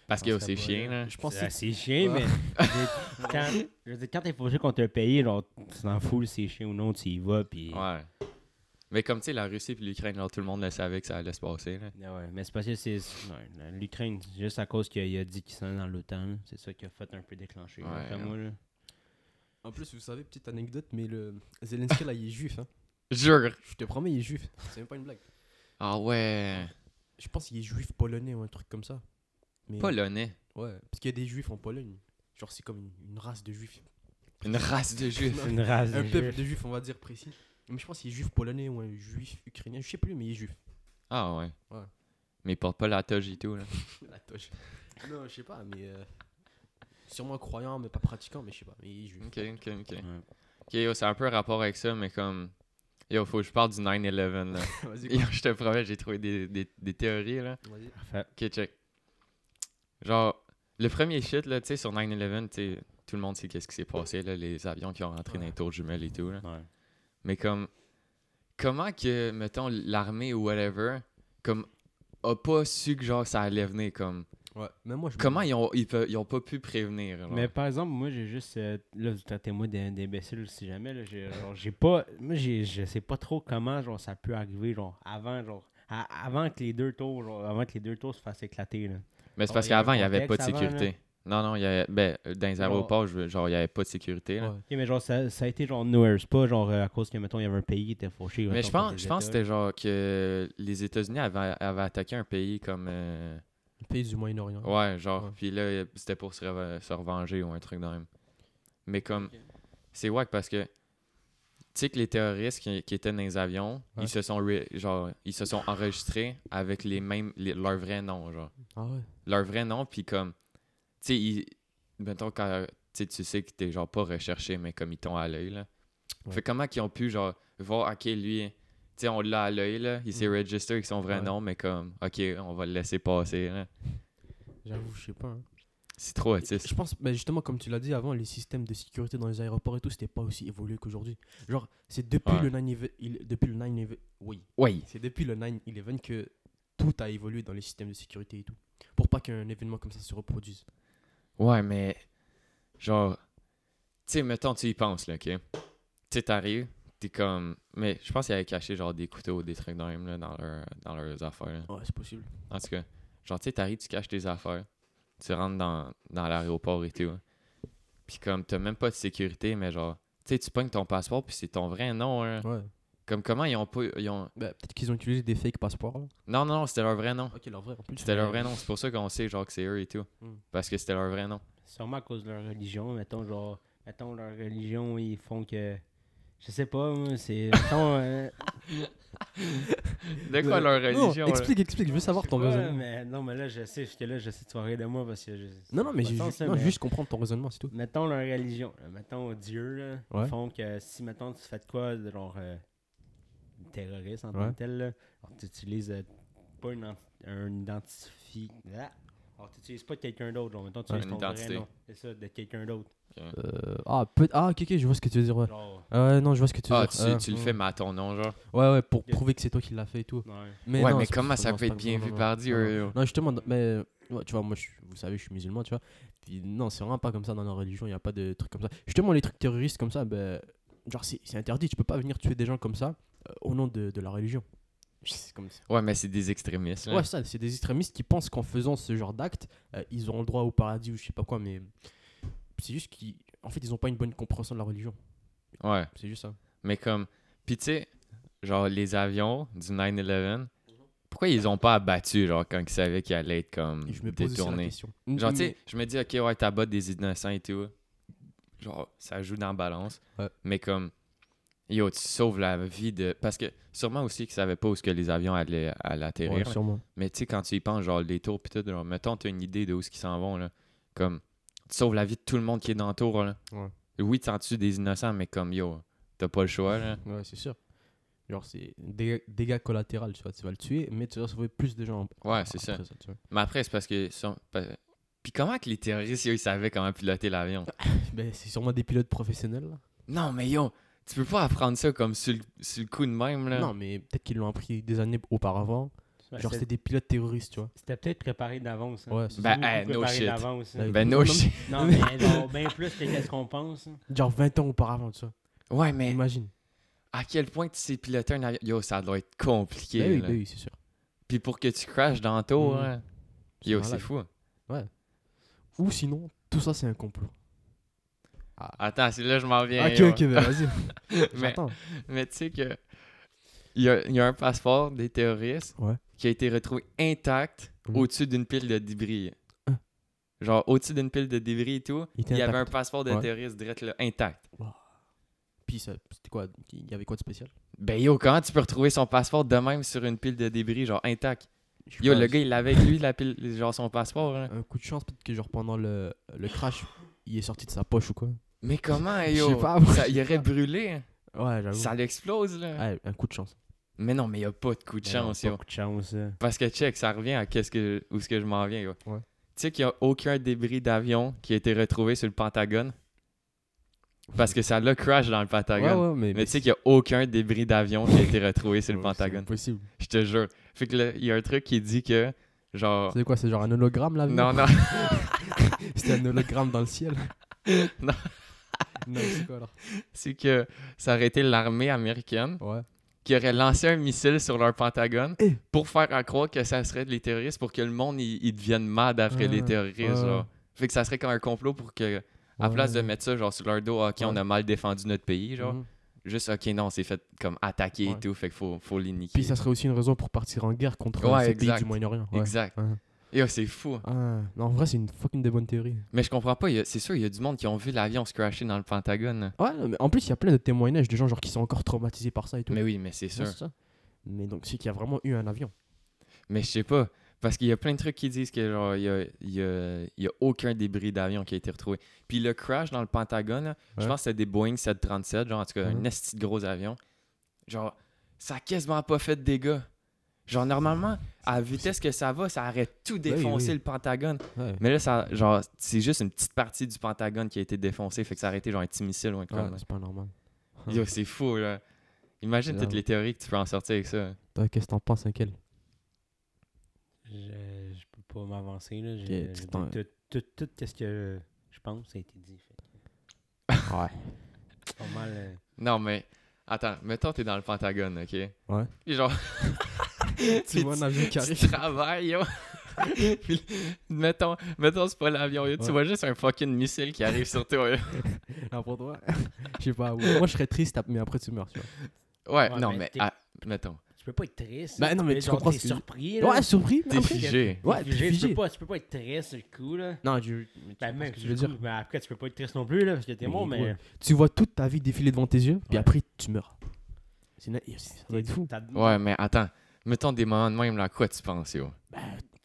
Speaker 1: Parce
Speaker 3: Je
Speaker 1: que
Speaker 3: pense
Speaker 1: c'est
Speaker 3: que ça
Speaker 1: chiant,
Speaker 3: va,
Speaker 1: là.
Speaker 2: Je pense que
Speaker 3: C'est
Speaker 2: c'est-
Speaker 3: c'est chiant,
Speaker 2: Ah.
Speaker 1: [LAUGHS]
Speaker 3: mais je veux dire, quand, je veux dire, quand t'es fauché contre un pays, genre, tu t'en fous, c'est chiant ou non, tu y vas, puis...
Speaker 1: Ouais. Mais comme, tu sais, la Russie puis l'Ukraine, genre, tout le monde le savait que ça allait se passer, là.
Speaker 3: Ouais, ouais, mais c'est parce que c'est... ouais, la- L'Ukraine, c'est juste à cause qu'il a dit qu'il s'en allait dans l'OTAN, là. c'est ça qui a fait un peu déclencher, là,
Speaker 1: Ouais,
Speaker 3: après
Speaker 1: ouais.
Speaker 3: moi, là.
Speaker 2: En plus, vous savez, petite anecdote, mais le Zelensky là, il est juif. Hein.
Speaker 1: Jure!
Speaker 2: Je te promets, il est juif. C'est même pas une blague.
Speaker 1: Ah ouais!
Speaker 2: Je pense qu'il est juif polonais ou un truc comme ça. Mais,
Speaker 1: Polonais.
Speaker 2: Ouais, parce qu'il y a des juifs en Pologne. Genre, c'est comme une, une race de juifs.
Speaker 1: Une race de juifs.
Speaker 3: C'est une race
Speaker 2: Un
Speaker 3: de
Speaker 2: peuple
Speaker 3: juifs.
Speaker 2: de juifs, on va dire précis. Mais je pense qu'il est juif polonais ou un juif ukrainien. Je sais plus, mais il est juif.
Speaker 1: Ah ouais.
Speaker 2: Ouais.
Speaker 1: Mais ils portent pas la toge et tout, là.
Speaker 2: [LAUGHS] La toche. Non, je sais pas, mais. euh, Sûrement croyant, mais pas pratiquant, mais je sais pas. Mais il est juif.
Speaker 1: Ok, ok, ok.
Speaker 3: Ouais.
Speaker 1: Ok, yo, c'est un peu un rapport avec ça, mais comme. Yo, faut que je parle du 9-11, là. [LAUGHS]
Speaker 2: Vas-y,
Speaker 1: Yo, je te promets, j'ai trouvé des, des, des théories, là.
Speaker 2: vas-y.
Speaker 3: Parfait.
Speaker 1: Ok, check. Genre, le premier shit, là, tu sais, sur 9-11, tu sais, tout le monde sait qu'est-ce qui s'est passé, là, les avions qui ont rentré dans les tours jumelles et tout, là.
Speaker 3: Ouais.
Speaker 1: Mais comme, comment que, mettons, l'armée ou whatever, comme, a pas su que, genre, ça allait venir, comme...
Speaker 2: Ouais, même moi, je. me-
Speaker 1: Comment ils ont, ils, pe- ils ont pas pu prévenir, genre?
Speaker 3: Mais par exemple, moi, j'ai juste... euh, là, vous traitez-moi d'im- d'imbécile si jamais, là. J'ai genre, j'ai pas... Moi, j'ai- je sais pas trop comment, genre, ça peut arriver, genre, avant, genre... à- avant que les deux tours, genre, avant que les deux tours se fassent éclater, là.
Speaker 1: Mais c'est
Speaker 3: Genre,
Speaker 1: parce
Speaker 3: il y a un
Speaker 1: qu'avant, il y avait pas de
Speaker 3: contexte avant,
Speaker 1: sécurité. Non, non, il y avait... Ben, euh, dans les
Speaker 3: Genre-
Speaker 1: aéroports, je veux- genre, il y avait pas de sécurité, là.
Speaker 2: Ouais.
Speaker 3: Ok, mais genre, ça, ça a été genre nowhere. C'est pas genre euh, à cause que, mettons, il y avait un pays qui était fauché.
Speaker 1: Mais je pense, je pense que c'était genre que les États-Unis avaient, avaient attaqué un pays comme. euh,
Speaker 2: Pays du Moyen-Orient.
Speaker 1: ouais, genre.
Speaker 2: Ouais.
Speaker 1: Puis là, c'était pour se, reve- se revenger ou un truc de même. Mais comme. C'est wack parce que. Tu sais que les terroristes qui, qui étaient dans les avions,
Speaker 2: Ouais.
Speaker 1: ils se sont re- genre ils se sont enregistrés avec les mêmes les- leur vrai nom genre
Speaker 2: Ah ouais.
Speaker 1: leur vrai nom puis comme tu sais ils- mettons quand tu sais, tu sais que t'es genre pas recherché mais comme ils t'ont à l'œil là
Speaker 2: Ouais.
Speaker 1: fait comment qu'ils ont pu genre voir ok lui tu sais on l'a à l'œil là il s'est
Speaker 2: Mm.
Speaker 1: register avec son vrai
Speaker 2: Ouais.
Speaker 1: nom mais comme ok on va le laisser passer là
Speaker 2: J'avoue, je sais pas. hein.
Speaker 1: c'est trop autiste
Speaker 2: Je pense, mais justement, comme tu l'as dit avant, les systèmes de sécurité dans les aéroports et tout, c'était pas aussi évolué qu'aujourd'hui. Genre, c'est depuis,
Speaker 1: Ouais.
Speaker 2: le 9 il- depuis le 9 Oui.
Speaker 1: oui
Speaker 2: C'est depuis le 9-11 que tout a évolué dans les systèmes de sécurité et tout. Pour pas qu'un événement comme ça se reproduise.
Speaker 1: ouais mais genre tu sais mettons tu y penses là ok tu sais t'arrives t'es comme mais je pense qu'ils avaient caché genre des couteaux des trucs de même là, dans leur dans leurs affaires là.
Speaker 2: Ouais, c'est possible.
Speaker 1: En tout cas, genre, tu sais, t'arrives, tu caches tes affaires, tu rentres dans, dans l'aéroport et tout. hein. Puis comme, t'as même pas de sécurité, mais genre, tu sais, tu pognes ton passeport, puis c'est ton vrai nom. hein.
Speaker 2: Ouais.
Speaker 1: Comme comment ils ont pas. Ils ont...
Speaker 2: Bah, peut-être qu'ils ont utilisé des fake passeports. là.
Speaker 1: Non, non, non, c'était leur vrai nom.
Speaker 2: Ok, leur vrai en plus.
Speaker 1: C'était leur vrai nom, c'est pour ça qu'on sait, genre, que c'est eux et tout.
Speaker 2: Mm.
Speaker 1: Parce que c'était leur vrai nom.
Speaker 3: Sûrement à cause de leur religion. Mettons, genre. Mettons, leur religion, ils font que. Je sais pas, moi, c'est. mettons. euh,
Speaker 1: De quoi leur religion?
Speaker 2: Non, explique, explique, je veux savoir
Speaker 3: je sais
Speaker 2: ton
Speaker 3: pas,
Speaker 2: raisonnement.
Speaker 3: mais Non, mais là, je sais, jusque là, je sais, tu vas rire de moi parce que. Je,
Speaker 2: Non, non, mais
Speaker 3: ça
Speaker 2: j'ai
Speaker 3: a pas de
Speaker 2: ju-
Speaker 3: sens, ça,
Speaker 2: non,
Speaker 3: mais
Speaker 2: juste comprendre ton raisonnement, c'est tout.
Speaker 3: Mettons leur religion. là, Mettons Dieu, là.
Speaker 2: Ouais.
Speaker 3: Ils font que si, mettons, tu fais de quoi, de genre. euh, terroriste en tant
Speaker 2: Ouais.
Speaker 3: que tel, là. Alors, tu utilises euh, pas une, ent- un identifi. Ah. Alors, tu utilises pas quelqu'un d'autre, genre. Mettons, tu
Speaker 1: Ouais,
Speaker 3: utilises
Speaker 1: une
Speaker 3: ton vrai
Speaker 1: identité.
Speaker 3: nom. C'est ça, de quelqu'un d'autre.
Speaker 2: Euh, ah, peut ah, ok, ok, je vois ce que tu veux dire. Ouais.
Speaker 3: Genre.
Speaker 2: Ah ouais, non, je vois ce que tu veux
Speaker 1: Ah,
Speaker 2: dire.
Speaker 1: tu,
Speaker 2: Ah,
Speaker 1: tu le
Speaker 2: ouais.
Speaker 1: fais, mais à ton nom, genre.
Speaker 2: Ouais, ouais, pour
Speaker 3: Yeah.
Speaker 2: prouver que c'est toi qui l'as fait et tout.
Speaker 3: Ouais.
Speaker 1: ouais,
Speaker 2: non,
Speaker 1: mais
Speaker 2: c'est
Speaker 1: comment
Speaker 2: pas-
Speaker 1: ça
Speaker 2: non,
Speaker 1: peut
Speaker 2: c'est
Speaker 1: être
Speaker 2: pas-
Speaker 1: bien
Speaker 2: non,
Speaker 1: vu
Speaker 2: non,
Speaker 1: par Dieu? euh,
Speaker 2: non,
Speaker 1: eux,
Speaker 2: non.
Speaker 1: eux.
Speaker 2: Non, justement, dans- mais ouais, tu vois, moi, je, suis- vous savez, je suis musulman, tu vois. Puis non, c'est vraiment pas comme ça dans nos religions, il n'y a pas de trucs comme ça. Justement, les trucs terroristes comme ça, ben, genre, c'est c'est interdit, tu peux pas venir tuer des gens comme ça euh, au nom de, de la religion. C'est comme ça.
Speaker 1: Ouais, mais c'est des extrémistes. là.
Speaker 2: Ouais, ça, c'est des extrémistes qui pensent qu'en faisant ce genre d'acte, euh, ils auront le droit au paradis ou je sais pas quoi, mais c'est juste qu'ils. En fait, ils ont pas une bonne compréhension de la religion.
Speaker 1: ouais.
Speaker 2: C'est juste ça.
Speaker 1: Mais comme. Puis tu sais, genre les avions du 9-11, pourquoi ils ont pas abattu, genre, quand ils savaient qu'ils allaient être comme
Speaker 2: Et je me pose aussi la
Speaker 1: détournés?
Speaker 2: question.
Speaker 1: Genre, tu
Speaker 2: Mais-
Speaker 1: sais, je me dis, ok, ouais, t'abattes des innocents et tout. Genre, ça joue dans la balance.
Speaker 2: Ouais.
Speaker 1: Mais comme. Yo, tu sauves la vie de. Parce que sûrement aussi qu'ils savaient pas où ce que les avions allaient, allaient atterrir.
Speaker 2: Ouais,
Speaker 1: là.
Speaker 2: sûrement.
Speaker 1: Mais tu sais, quand tu y penses, genre les tours, pis tout, genre, mettons, t'as une idée de où ce qu'ils s'en vont, là. Comme, tu sauves la vie de tout le monde qui est dans le tour, là.
Speaker 2: Ouais.
Speaker 1: Oui, t'en tues des innocents, mais comme, yo, t'as pas le choix, là.
Speaker 2: Ouais, c'est sûr. Genre, c'est dégâ- dégâts collatéraux, tu vois, tu vas le tuer, mais tu vas sauver plus de gens.
Speaker 1: Ouais, Ah, c'est ça.
Speaker 2: après tu vois.
Speaker 1: Mais après, c'est parce que. ça- pa- Puis comment que les terroristes, yo, ils savaient comment piloter l'avion?
Speaker 2: Ben, c'est sûrement des pilotes professionnels. là.
Speaker 1: Non, mais yo, tu peux pas apprendre ça comme sur le, sur le coup de même, là.
Speaker 2: Non, mais peut-être qu'ils l'ont appris des années auparavant. Genre, c'était des pilotes terroristes, tu vois.
Speaker 3: Ben, C'était peut-être préparé d'avance. hein.
Speaker 2: Ouais, c'est
Speaker 1: Ben,
Speaker 3: Beaucoup
Speaker 1: eh, no
Speaker 3: préparé
Speaker 1: shit.
Speaker 3: d'avance, hein.
Speaker 2: Ben,
Speaker 1: Ben, no
Speaker 2: Non, mais-
Speaker 1: shit.
Speaker 3: Non, mais genre, bien plus que qu'est-ce qu'on pense. hein.
Speaker 2: Genre 20 ans auparavant, tu vois.
Speaker 1: Ouais, mais
Speaker 2: Imagine.
Speaker 1: à quel point tu sais piloter un avion? Yo, ça doit être compliqué,
Speaker 2: Ben oui,
Speaker 1: là.
Speaker 2: ben oui, c'est sûr.
Speaker 1: Puis pour que tu crashes dans le tour,
Speaker 2: Mhm.
Speaker 1: hein. Yo, c'est
Speaker 2: malade.
Speaker 1: fou.
Speaker 2: Ou sinon, tout ça, c'est un complot.
Speaker 1: Attends, c'est là je m'en viens.
Speaker 2: Ah. ok,
Speaker 1: yo.
Speaker 2: ok,
Speaker 1: [LAUGHS]
Speaker 2: ben vas-y.
Speaker 1: Eh, mais
Speaker 2: J'attends.
Speaker 1: mais tu sais que. Il y, a, il y a un passeport des terroristes
Speaker 2: Ouais.
Speaker 1: qui a été retrouvé intact
Speaker 2: Mhm.
Speaker 1: au-dessus d'une pile de débris.
Speaker 2: Hein?
Speaker 1: Genre, au-dessus d'une pile de débris et tout, il
Speaker 2: Il était
Speaker 1: y avait un
Speaker 2: intact.
Speaker 1: passeport de
Speaker 2: Ouais.
Speaker 1: terroriste direct là, intact.
Speaker 2: Puis ça, c'était quoi Il y avait quoi de spécial
Speaker 1: Ben yo, comment tu peux retrouver son passeport de même sur une pile de débris, genre intact?
Speaker 2: Je sais
Speaker 1: Yo,
Speaker 2: pas,
Speaker 1: le gars, il avait avec lui, la pile, genre son passeport. hein.
Speaker 2: Un coup de chance, peut-être que genre pendant le, le crash, il est sorti de sa poche ou quoi.
Speaker 1: Mais comment,
Speaker 2: [LAUGHS] Je
Speaker 1: yo?
Speaker 2: sais pas, moi,
Speaker 1: Ça-
Speaker 2: je
Speaker 1: il
Speaker 2: sais
Speaker 1: aurait
Speaker 2: pas.
Speaker 1: brûlé. hein.
Speaker 2: Ouais, j'avoue.
Speaker 1: Ça l'explose, là.
Speaker 2: Ouais, un coup de chance.
Speaker 1: Mais non, mais il a pas de coup de
Speaker 2: Ben,
Speaker 3: Mais non,
Speaker 1: chance,
Speaker 3: Ben, pas
Speaker 1: yo.
Speaker 3: beaucoup de chance. hein.
Speaker 1: Parce que check, ça revient à qu'est-ce que où ce que je m'en viens. yo.
Speaker 2: Ouais.
Speaker 1: Tu sais qu'il n'y a aucun débris d'avion qui a été retrouvé sur le Pentagone. Parce que ça l'a crash dans le Pentagone.
Speaker 2: ouais, Oh, mais.
Speaker 1: Mais tu sais qu'il n'y a aucun débris d'avion qui a été retrouvé
Speaker 2: [LAUGHS]
Speaker 1: sur le
Speaker 2: Ouais,
Speaker 1: Pentagone.
Speaker 2: C'est possible.
Speaker 1: Je te jure. Fait que là, il y a un truc qui dit que genre.
Speaker 2: C'est quoi C'est genre un hologramme là [LAUGHS]
Speaker 1: Non, non. [LAUGHS]
Speaker 2: C'était un hologramme dans le ciel.
Speaker 1: Non.
Speaker 2: Non, c'est quoi alors
Speaker 1: C'est que ça aurait été l'armée américaine
Speaker 2: Ouais.
Speaker 1: qui aurait lancé un missile sur leur Pentagone
Speaker 2: Eh.
Speaker 1: pour faire à croire que ça serait les terroristes pour que le monde il, il devienne mad après
Speaker 2: Ah,
Speaker 1: les terroristes.
Speaker 2: ouais.
Speaker 1: genre. Fait que ça serait comme un complot pour que À
Speaker 2: Ouais.
Speaker 1: place de mettre ça genre sur leur dos, ok, on a mal défendu notre pays, genre.
Speaker 2: Mhm.
Speaker 1: Juste ok, non, c'est fait comme attaquer et
Speaker 2: Ouais.
Speaker 1: tout, fait qu'il faut, faut les niquer.
Speaker 2: Puis ça serait aussi une raison pour partir en guerre contre
Speaker 1: Ouais,
Speaker 2: ces pays
Speaker 1: exact.
Speaker 2: du Moyen-Orient. Ouais.
Speaker 1: Exact.
Speaker 2: Ouais.
Speaker 1: Yo, c'est fou.
Speaker 2: Ah, non, en vrai, c'est une fucking des bonnes théories.
Speaker 1: Mais je comprends pas, il y a- c'est sûr, il y a du monde qui ont vu l'avion se crasher dans le Pentagone.
Speaker 2: Ouais, non, mais en plus, il y a plein de témoignages de gens genre qui sont encore traumatisés par ça et tout.
Speaker 1: Mais oui, mais c'est sûr.
Speaker 2: Ouais, c'est ça. Mais donc, c'est qu'il y a vraiment eu un avion.
Speaker 1: Mais je sais pas. Parce qu'il y a plein de trucs qui disent que genre il y a, il y a- il y a aucun débris d'avion qui a été retrouvé. Puis le crash dans le Pentagone, là, je
Speaker 2: Ouais.
Speaker 1: pense que c'était des Boeing 737, genre en tout cas un
Speaker 2: Mhm.
Speaker 1: esti de gros avion. Genre, ça a quasiment pas fait de dégâts. Genre normalement, à la vitesse que ça va, ça aurait tout défoncé
Speaker 2: Ben oui.
Speaker 1: le Pentagone. Mais là, ça, genre, c'est juste une petite partie du Pentagone qui a été défoncée, fait que ça a été genre un petit missile ou un
Speaker 2: Ouais,
Speaker 1: connerie.
Speaker 2: c'est pas normal.
Speaker 1: Yo, c'est fou, là. Imagine
Speaker 2: C'est
Speaker 1: toutes
Speaker 2: dingue.
Speaker 1: les théories que tu peux en sortir avec ça.
Speaker 2: Toi, qu'est-ce que t'en penses, Inkel
Speaker 3: Je, je peux pas m'avancer. là. J'ai-
Speaker 2: Ok, tu
Speaker 3: j'ai
Speaker 2: t'en-
Speaker 3: dit Tout, tout, tout ce que je pense, ça a été dit. fait
Speaker 2: Ouais.
Speaker 3: que Pas mal. euh,
Speaker 1: Non, mais attends, mettons, t'es dans le Pentagone, ok?
Speaker 2: Ouais.
Speaker 1: Puis genre,
Speaker 2: [LAUGHS] tu vois
Speaker 1: [LAUGHS]
Speaker 2: un avion qui
Speaker 1: tu
Speaker 2: arrive.
Speaker 1: travailles,
Speaker 2: [LAUGHS]
Speaker 1: yo. Puis, mettons, mettons, c'est pas l'avion, yo. Tu
Speaker 2: Ouais.
Speaker 1: vois juste un fucking missile qui arrive sur toi, yo.
Speaker 2: Ah, pour toi [LAUGHS] Je sais pas. ouais. Moi, je serais triste, mais après, tu meurs, tu vois.
Speaker 1: Ouais,
Speaker 3: Ouais,
Speaker 1: non,
Speaker 3: mais
Speaker 1: mais,
Speaker 3: t'es-
Speaker 1: ah, mettons,
Speaker 3: Tu peux pas être triste.
Speaker 2: Ben non, mais tu
Speaker 3: genre,
Speaker 2: comprends
Speaker 3: t'es
Speaker 2: ce que-
Speaker 3: surpris. là.
Speaker 2: Ouais, surpris, mais
Speaker 1: t'es
Speaker 2: après-
Speaker 1: figé.
Speaker 2: Ouais, t'es
Speaker 3: Figé, tu, peux
Speaker 2: figé.
Speaker 3: pas, tu peux pas être triste sur le coup. Là.
Speaker 2: Non, je... mais tu
Speaker 3: Ben,
Speaker 2: comprends
Speaker 3: même,
Speaker 2: ce que
Speaker 3: je
Speaker 2: je veux dire.
Speaker 3: Mais après, tu peux pas être triste non plus, là, parce que t'es
Speaker 2: Mais
Speaker 3: mort, mais.
Speaker 2: gros, Tu vois toute ta vie défiler devant tes yeux, puis
Speaker 3: Ouais.
Speaker 2: après, tu meurs. C'est na- Ça doit être fou.
Speaker 3: t'as-
Speaker 1: Ouais, mais attends, mettons des moments de même, là, à quoi tu penses, yo?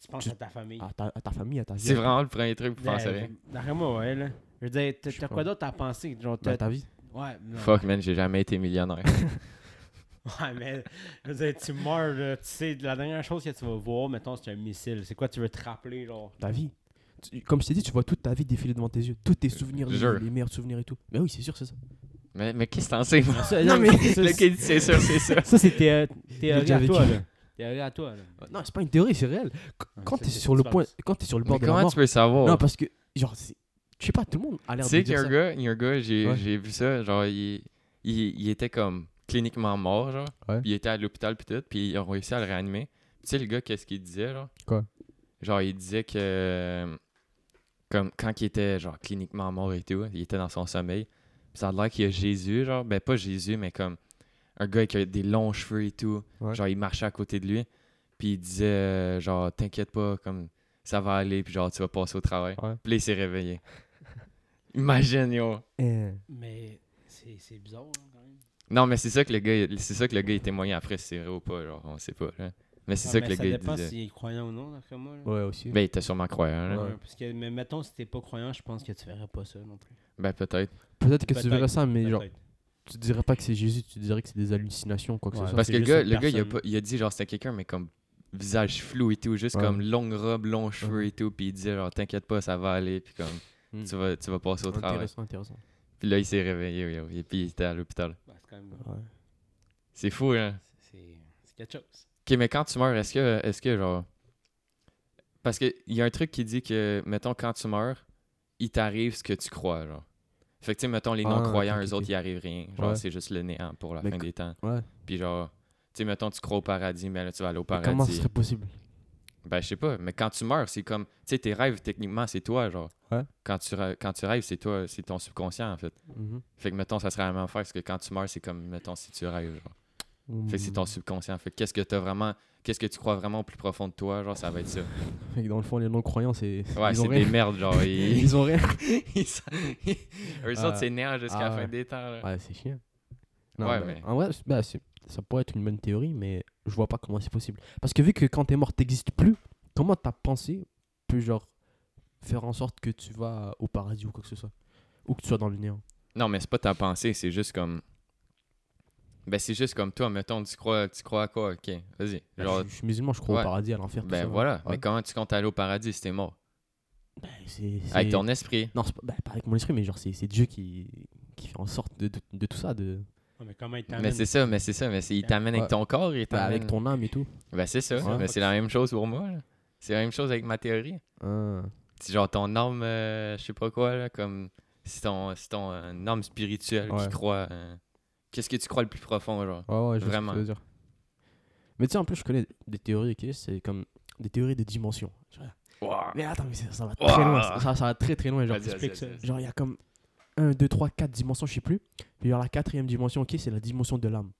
Speaker 3: Tu penses
Speaker 2: tu-
Speaker 3: à ta famille.
Speaker 2: À Ah, ta, à ta famille, à ta vie.
Speaker 1: C'est
Speaker 2: à-
Speaker 1: vraiment le premier truc pour
Speaker 3: Ben,
Speaker 1: penser à rien.
Speaker 3: D'après moi, ouais, là. Je veux dire, t'as-
Speaker 2: Je sais
Speaker 3: t'as
Speaker 2: pas.
Speaker 3: quoi d'autre à penser? Genre,
Speaker 2: à
Speaker 3: t'as-
Speaker 2: Bah, ta vie.
Speaker 3: Ouais, non.
Speaker 1: Fuck, man, j'ai jamais été
Speaker 2: [LAUGHS]
Speaker 1: millionnaire.
Speaker 3: [LAUGHS] Ouais, mais je veux dire, tu meurs, là, tu sais, la dernière chose que tu vas voir, mettons, c'est un missile. C'est quoi tu veux te rappeler, genre?
Speaker 2: Ta vie. Tu- Comme je t'ai dit, tu vois toute ta vie défiler devant tes yeux. Tous
Speaker 3: Euh,
Speaker 2: tes souvenirs,
Speaker 1: Jure.
Speaker 2: les, les meilleurs souvenirs et tout. Mais oui, c'est sûr, c'est ça.
Speaker 1: mais mais qu'est-ce que t'en sais, moi?
Speaker 3: Ça,
Speaker 2: Ah, Non,
Speaker 3: [LAUGHS]
Speaker 2: mais-
Speaker 3: ça,
Speaker 1: Le kid, c'est ça, c'est ça.
Speaker 3: [LAUGHS] ça, c'est thé- théorie
Speaker 2: déjà
Speaker 3: euh, à toi,
Speaker 2: vécu.
Speaker 3: là. Théorie à toi, là.
Speaker 2: Non, c'est pas une théorie, c'est réel. Qu-
Speaker 3: Ouais,
Speaker 2: Quand
Speaker 3: ça,
Speaker 2: t'es
Speaker 3: c'est-
Speaker 2: sur
Speaker 3: tu
Speaker 2: le
Speaker 3: parles
Speaker 2: point,
Speaker 3: de-
Speaker 2: quand t'es sur le
Speaker 1: Mais
Speaker 2: bord de la
Speaker 1: comment
Speaker 2: mort.
Speaker 1: tu peux savoir?
Speaker 2: Non, parce que, genre, c'est- je sais pas, tout le monde a l'air
Speaker 1: Tu
Speaker 2: de
Speaker 1: sais qu'il y
Speaker 2: dire
Speaker 1: a un
Speaker 2: ça.
Speaker 1: gars, il y a un gars, j'ai
Speaker 2: Ouais.
Speaker 1: j'ai vu ça, genre, il, il, il était comme cliniquement mort, genre.
Speaker 2: Ouais.
Speaker 1: Il était à l'hôpital, puis tout, puis ils ont réussi à le réanimer. Puis Tu sais, le gars, qu'est-ce qu'il disait, genre?
Speaker 2: Quoi?
Speaker 1: Genre, il disait que, euh, comme, quand il était, genre, cliniquement mort et tout, il était dans son sommeil, puis ça a l'air qu'il y a Jésus, genre, ben pas Jésus, mais comme un gars qui a des longs cheveux et tout.
Speaker 2: Ouais.
Speaker 1: Genre, il marchait à côté de lui, puis il disait, euh, genre, t'inquiète pas, comme, ça va aller, puis genre, tu vas passer au travail.
Speaker 2: Ouais.
Speaker 1: Puis là, il s'est réveillé. Imagine, yo.
Speaker 2: Eh,
Speaker 3: Mais c'est c'est bizarre, hein, quand même.
Speaker 1: Non, mais c'est ça que le gars, c'est ça que le gars il témoignait après si c'est vrai ou pas, genre, on sait pas. là. Mais c'est
Speaker 3: Ouais,
Speaker 1: ça
Speaker 3: Ah, mais
Speaker 1: que le
Speaker 3: ça
Speaker 1: gars il
Speaker 3: dépend
Speaker 1: disait.
Speaker 3: s'il est croyant ou non, d'après moi. là.
Speaker 2: Ouais, aussi.
Speaker 1: Ben, il était sûrement croyant, là.
Speaker 3: Ouais, Parce que, mais mettons, si t'es pas croyant, je pense que tu verrais pas ça non plus.
Speaker 1: Ben, peut-être.
Speaker 2: Peut-être que tu
Speaker 3: Peut-être,
Speaker 2: verrais ça, mais genre,
Speaker 3: Peut-être.
Speaker 2: Tu dirais pas que c'est Jésus, tu dirais que c'est des hallucinations, quoi que
Speaker 3: Ouais.
Speaker 2: ce soit.
Speaker 1: Parce
Speaker 3: c'est
Speaker 1: que le
Speaker 3: juste
Speaker 1: gars,
Speaker 3: une
Speaker 1: le gars, il a,
Speaker 3: personne.
Speaker 1: pas- il a dit genre c'était quelqu'un, mais comme visage flou et tout, juste
Speaker 2: Ouais.
Speaker 1: comme longue robe, longs cheveux et tout, puis il disait genre t'inquiète pas, ça va aller, puis comme
Speaker 2: Mm.
Speaker 1: tu, vas, tu vas passer au travail.
Speaker 2: Intéressant, intéressant.
Speaker 1: Puis là, il s'est réveillé, oui, oui, et puis il était à l'hôpital.
Speaker 3: c'est quand même.
Speaker 1: C'est fou, hein.
Speaker 3: C'est c'est quelque chose.
Speaker 1: Ok, mais quand tu meurs, est-ce que, est-ce que genre. Parce qu'il y a un truc qui dit que, mettons, quand tu meurs, il t'arrive ce que tu crois, genre. Fait que, tu sais, mettons, les
Speaker 2: Ah,
Speaker 1: non-croyants,
Speaker 2: ok,
Speaker 1: eux
Speaker 2: ok,
Speaker 1: autres,
Speaker 2: ok.
Speaker 1: il arrive rien. Genre,
Speaker 2: Ouais.
Speaker 1: c'est juste le néant pour la
Speaker 2: Mais
Speaker 1: fin
Speaker 2: co-
Speaker 1: des temps.
Speaker 2: Ouais.
Speaker 1: Puis genre, tu sais, mettons, tu crois au paradis, mais là, tu vas aller au
Speaker 2: Mais
Speaker 1: paradis.
Speaker 2: Comment ce serait possible
Speaker 1: Ben, je sais pas, mais quand tu meurs, c'est comme. Tu sais, tes rêves, techniquement, c'est toi, genre.
Speaker 2: Ouais.
Speaker 1: Quand tu, ra- quand tu rêves, c'est toi, c'est ton subconscient, en fait.
Speaker 2: Mhm.
Speaker 1: Fait que, mettons, ça serait la même affaire, parce que quand tu meurs, c'est comme, mettons, si tu rêves, genre. Fait que c'est ton subconscient. Fait que qu'est-ce que t'as vraiment. Qu'est-ce que tu crois vraiment au plus profond de toi, genre, ça va
Speaker 2: [LAUGHS]
Speaker 1: être ça.
Speaker 2: Fait que dans le fond, les non-croyants, c'est.
Speaker 1: Ouais,
Speaker 2: ils ont
Speaker 1: c'est
Speaker 2: rien.
Speaker 1: des merdes,
Speaker 2: [LAUGHS]
Speaker 1: genre. Ils,
Speaker 2: Ils ont rien.
Speaker 1: [LAUGHS] ils sont- Eux
Speaker 2: Ah.
Speaker 1: autres, c'est néant jusqu'à
Speaker 2: Ah
Speaker 1: la fin
Speaker 2: ouais.
Speaker 1: des temps, là.
Speaker 2: Ouais, c'est chiant.
Speaker 1: Ouais,
Speaker 2: ben,
Speaker 1: mais-
Speaker 2: En vrai, c'est- ben, c'est- ça pourrait être une bonne théorie, mais je vois pas comment c'est possible. Parce que vu que quand t'es mort, t'existes plus, comment ta pensée peut, genre, faire en sorte que tu vas au paradis ou quoi que ce soit Ou que tu sois dans le néant
Speaker 1: Non, mais c'est pas ta pensée, c'est juste comme. Ben, c'est juste comme toi, mettons, tu crois, tu crois à quoi, ok, vas-y.
Speaker 2: Ben,
Speaker 1: Genre,
Speaker 2: je, je suis musulman, je crois
Speaker 1: ouais.
Speaker 2: au paradis, à l'enfer. tout
Speaker 1: ben
Speaker 2: ça.
Speaker 1: voilà.
Speaker 2: Ouais.
Speaker 1: Mais comment tu comptes aller au paradis si t'es mort?
Speaker 2: Ben, c'est- c'est-
Speaker 1: Avec ton esprit.
Speaker 2: Non, c'est pas, ben, pas avec mon esprit, mais genre, c'est c'est Dieu qui, qui fait en sorte de, de- de tout ça, de...
Speaker 3: mais comment il
Speaker 1: Mais c'est ça, mais c'est ça, mais c'est- il t'amène
Speaker 2: Ouais.
Speaker 1: avec ton corps et
Speaker 2: ben, avec
Speaker 1: t'amène-
Speaker 2: ton âme et tout.
Speaker 1: Ben c'est ça,
Speaker 2: Ouais.
Speaker 1: mais c'est la même chose pour moi. là. C'est la même chose avec ma théorie.
Speaker 2: Ah.
Speaker 1: C'est genre ton âme, euh, je sais pas quoi, là, comme c'est ton, c'est ton euh, âme spirituelle
Speaker 2: Ouais.
Speaker 1: qui croit. euh, Qu'est-ce que tu crois le plus profond, genre?
Speaker 2: Ouais, ouais, je vois ce que
Speaker 1: Vraiment.
Speaker 2: tu veux dire. Mais tu sais, en plus, je connais des théories, ok, c'est comme des théories de dimension. Mais attends, mais ça, ça va très
Speaker 1: Ouah.
Speaker 2: loin. Ça, ça- ça va très très loin. Genre,
Speaker 1: Vas-y, vas-y,
Speaker 3: explique
Speaker 1: vas-y,
Speaker 3: ça.
Speaker 1: vas-y.
Speaker 2: genre, il y a comme 1, 2, 3, 4 dimensions, je sais plus. Puis genre, la quatrième dimension, ok, c'est la dimension de l'âme.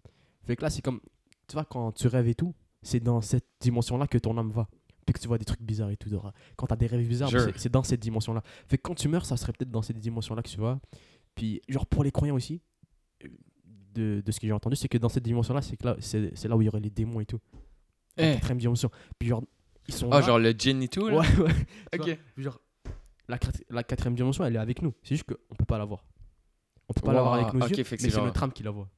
Speaker 2: Fait que là, c'est comme, tu vois, quand tu rêves et tout, c'est dans cette dimension-là que ton âme va. Puis que tu vois des trucs bizarres et tout. genre, Quand t'as des rêves bizarres,
Speaker 1: Sure.
Speaker 2: c'est- c'est dans cette dimension-là. Fait que quand tu meurs, ça serait peut-être dans cette dimension-là que tu vas. Puis, genre, pour les croyants aussi, euh, de, de ce que j'ai entendu, c'est que dans cette dimension-là, c'est que là, c'est c'est là où il y aurait les démons et tout. La
Speaker 1: Eh.
Speaker 2: quatrième dimension. Puis genre, ils sont
Speaker 1: Ah,
Speaker 2: là.
Speaker 1: genre le djinn et tout, là?
Speaker 2: Ouais, ouais.
Speaker 1: Ok.
Speaker 2: Tu vois, genre, la, quatri- la quatrième dimension, elle est avec nous. C'est juste qu'on peut pas la voir. On peut pas la voir
Speaker 1: Wow,
Speaker 2: avec nos
Speaker 1: ok,
Speaker 2: yeux,
Speaker 1: fait que
Speaker 2: mais
Speaker 1: c'est
Speaker 2: c'est
Speaker 1: genre-
Speaker 2: notre âme qui la voit.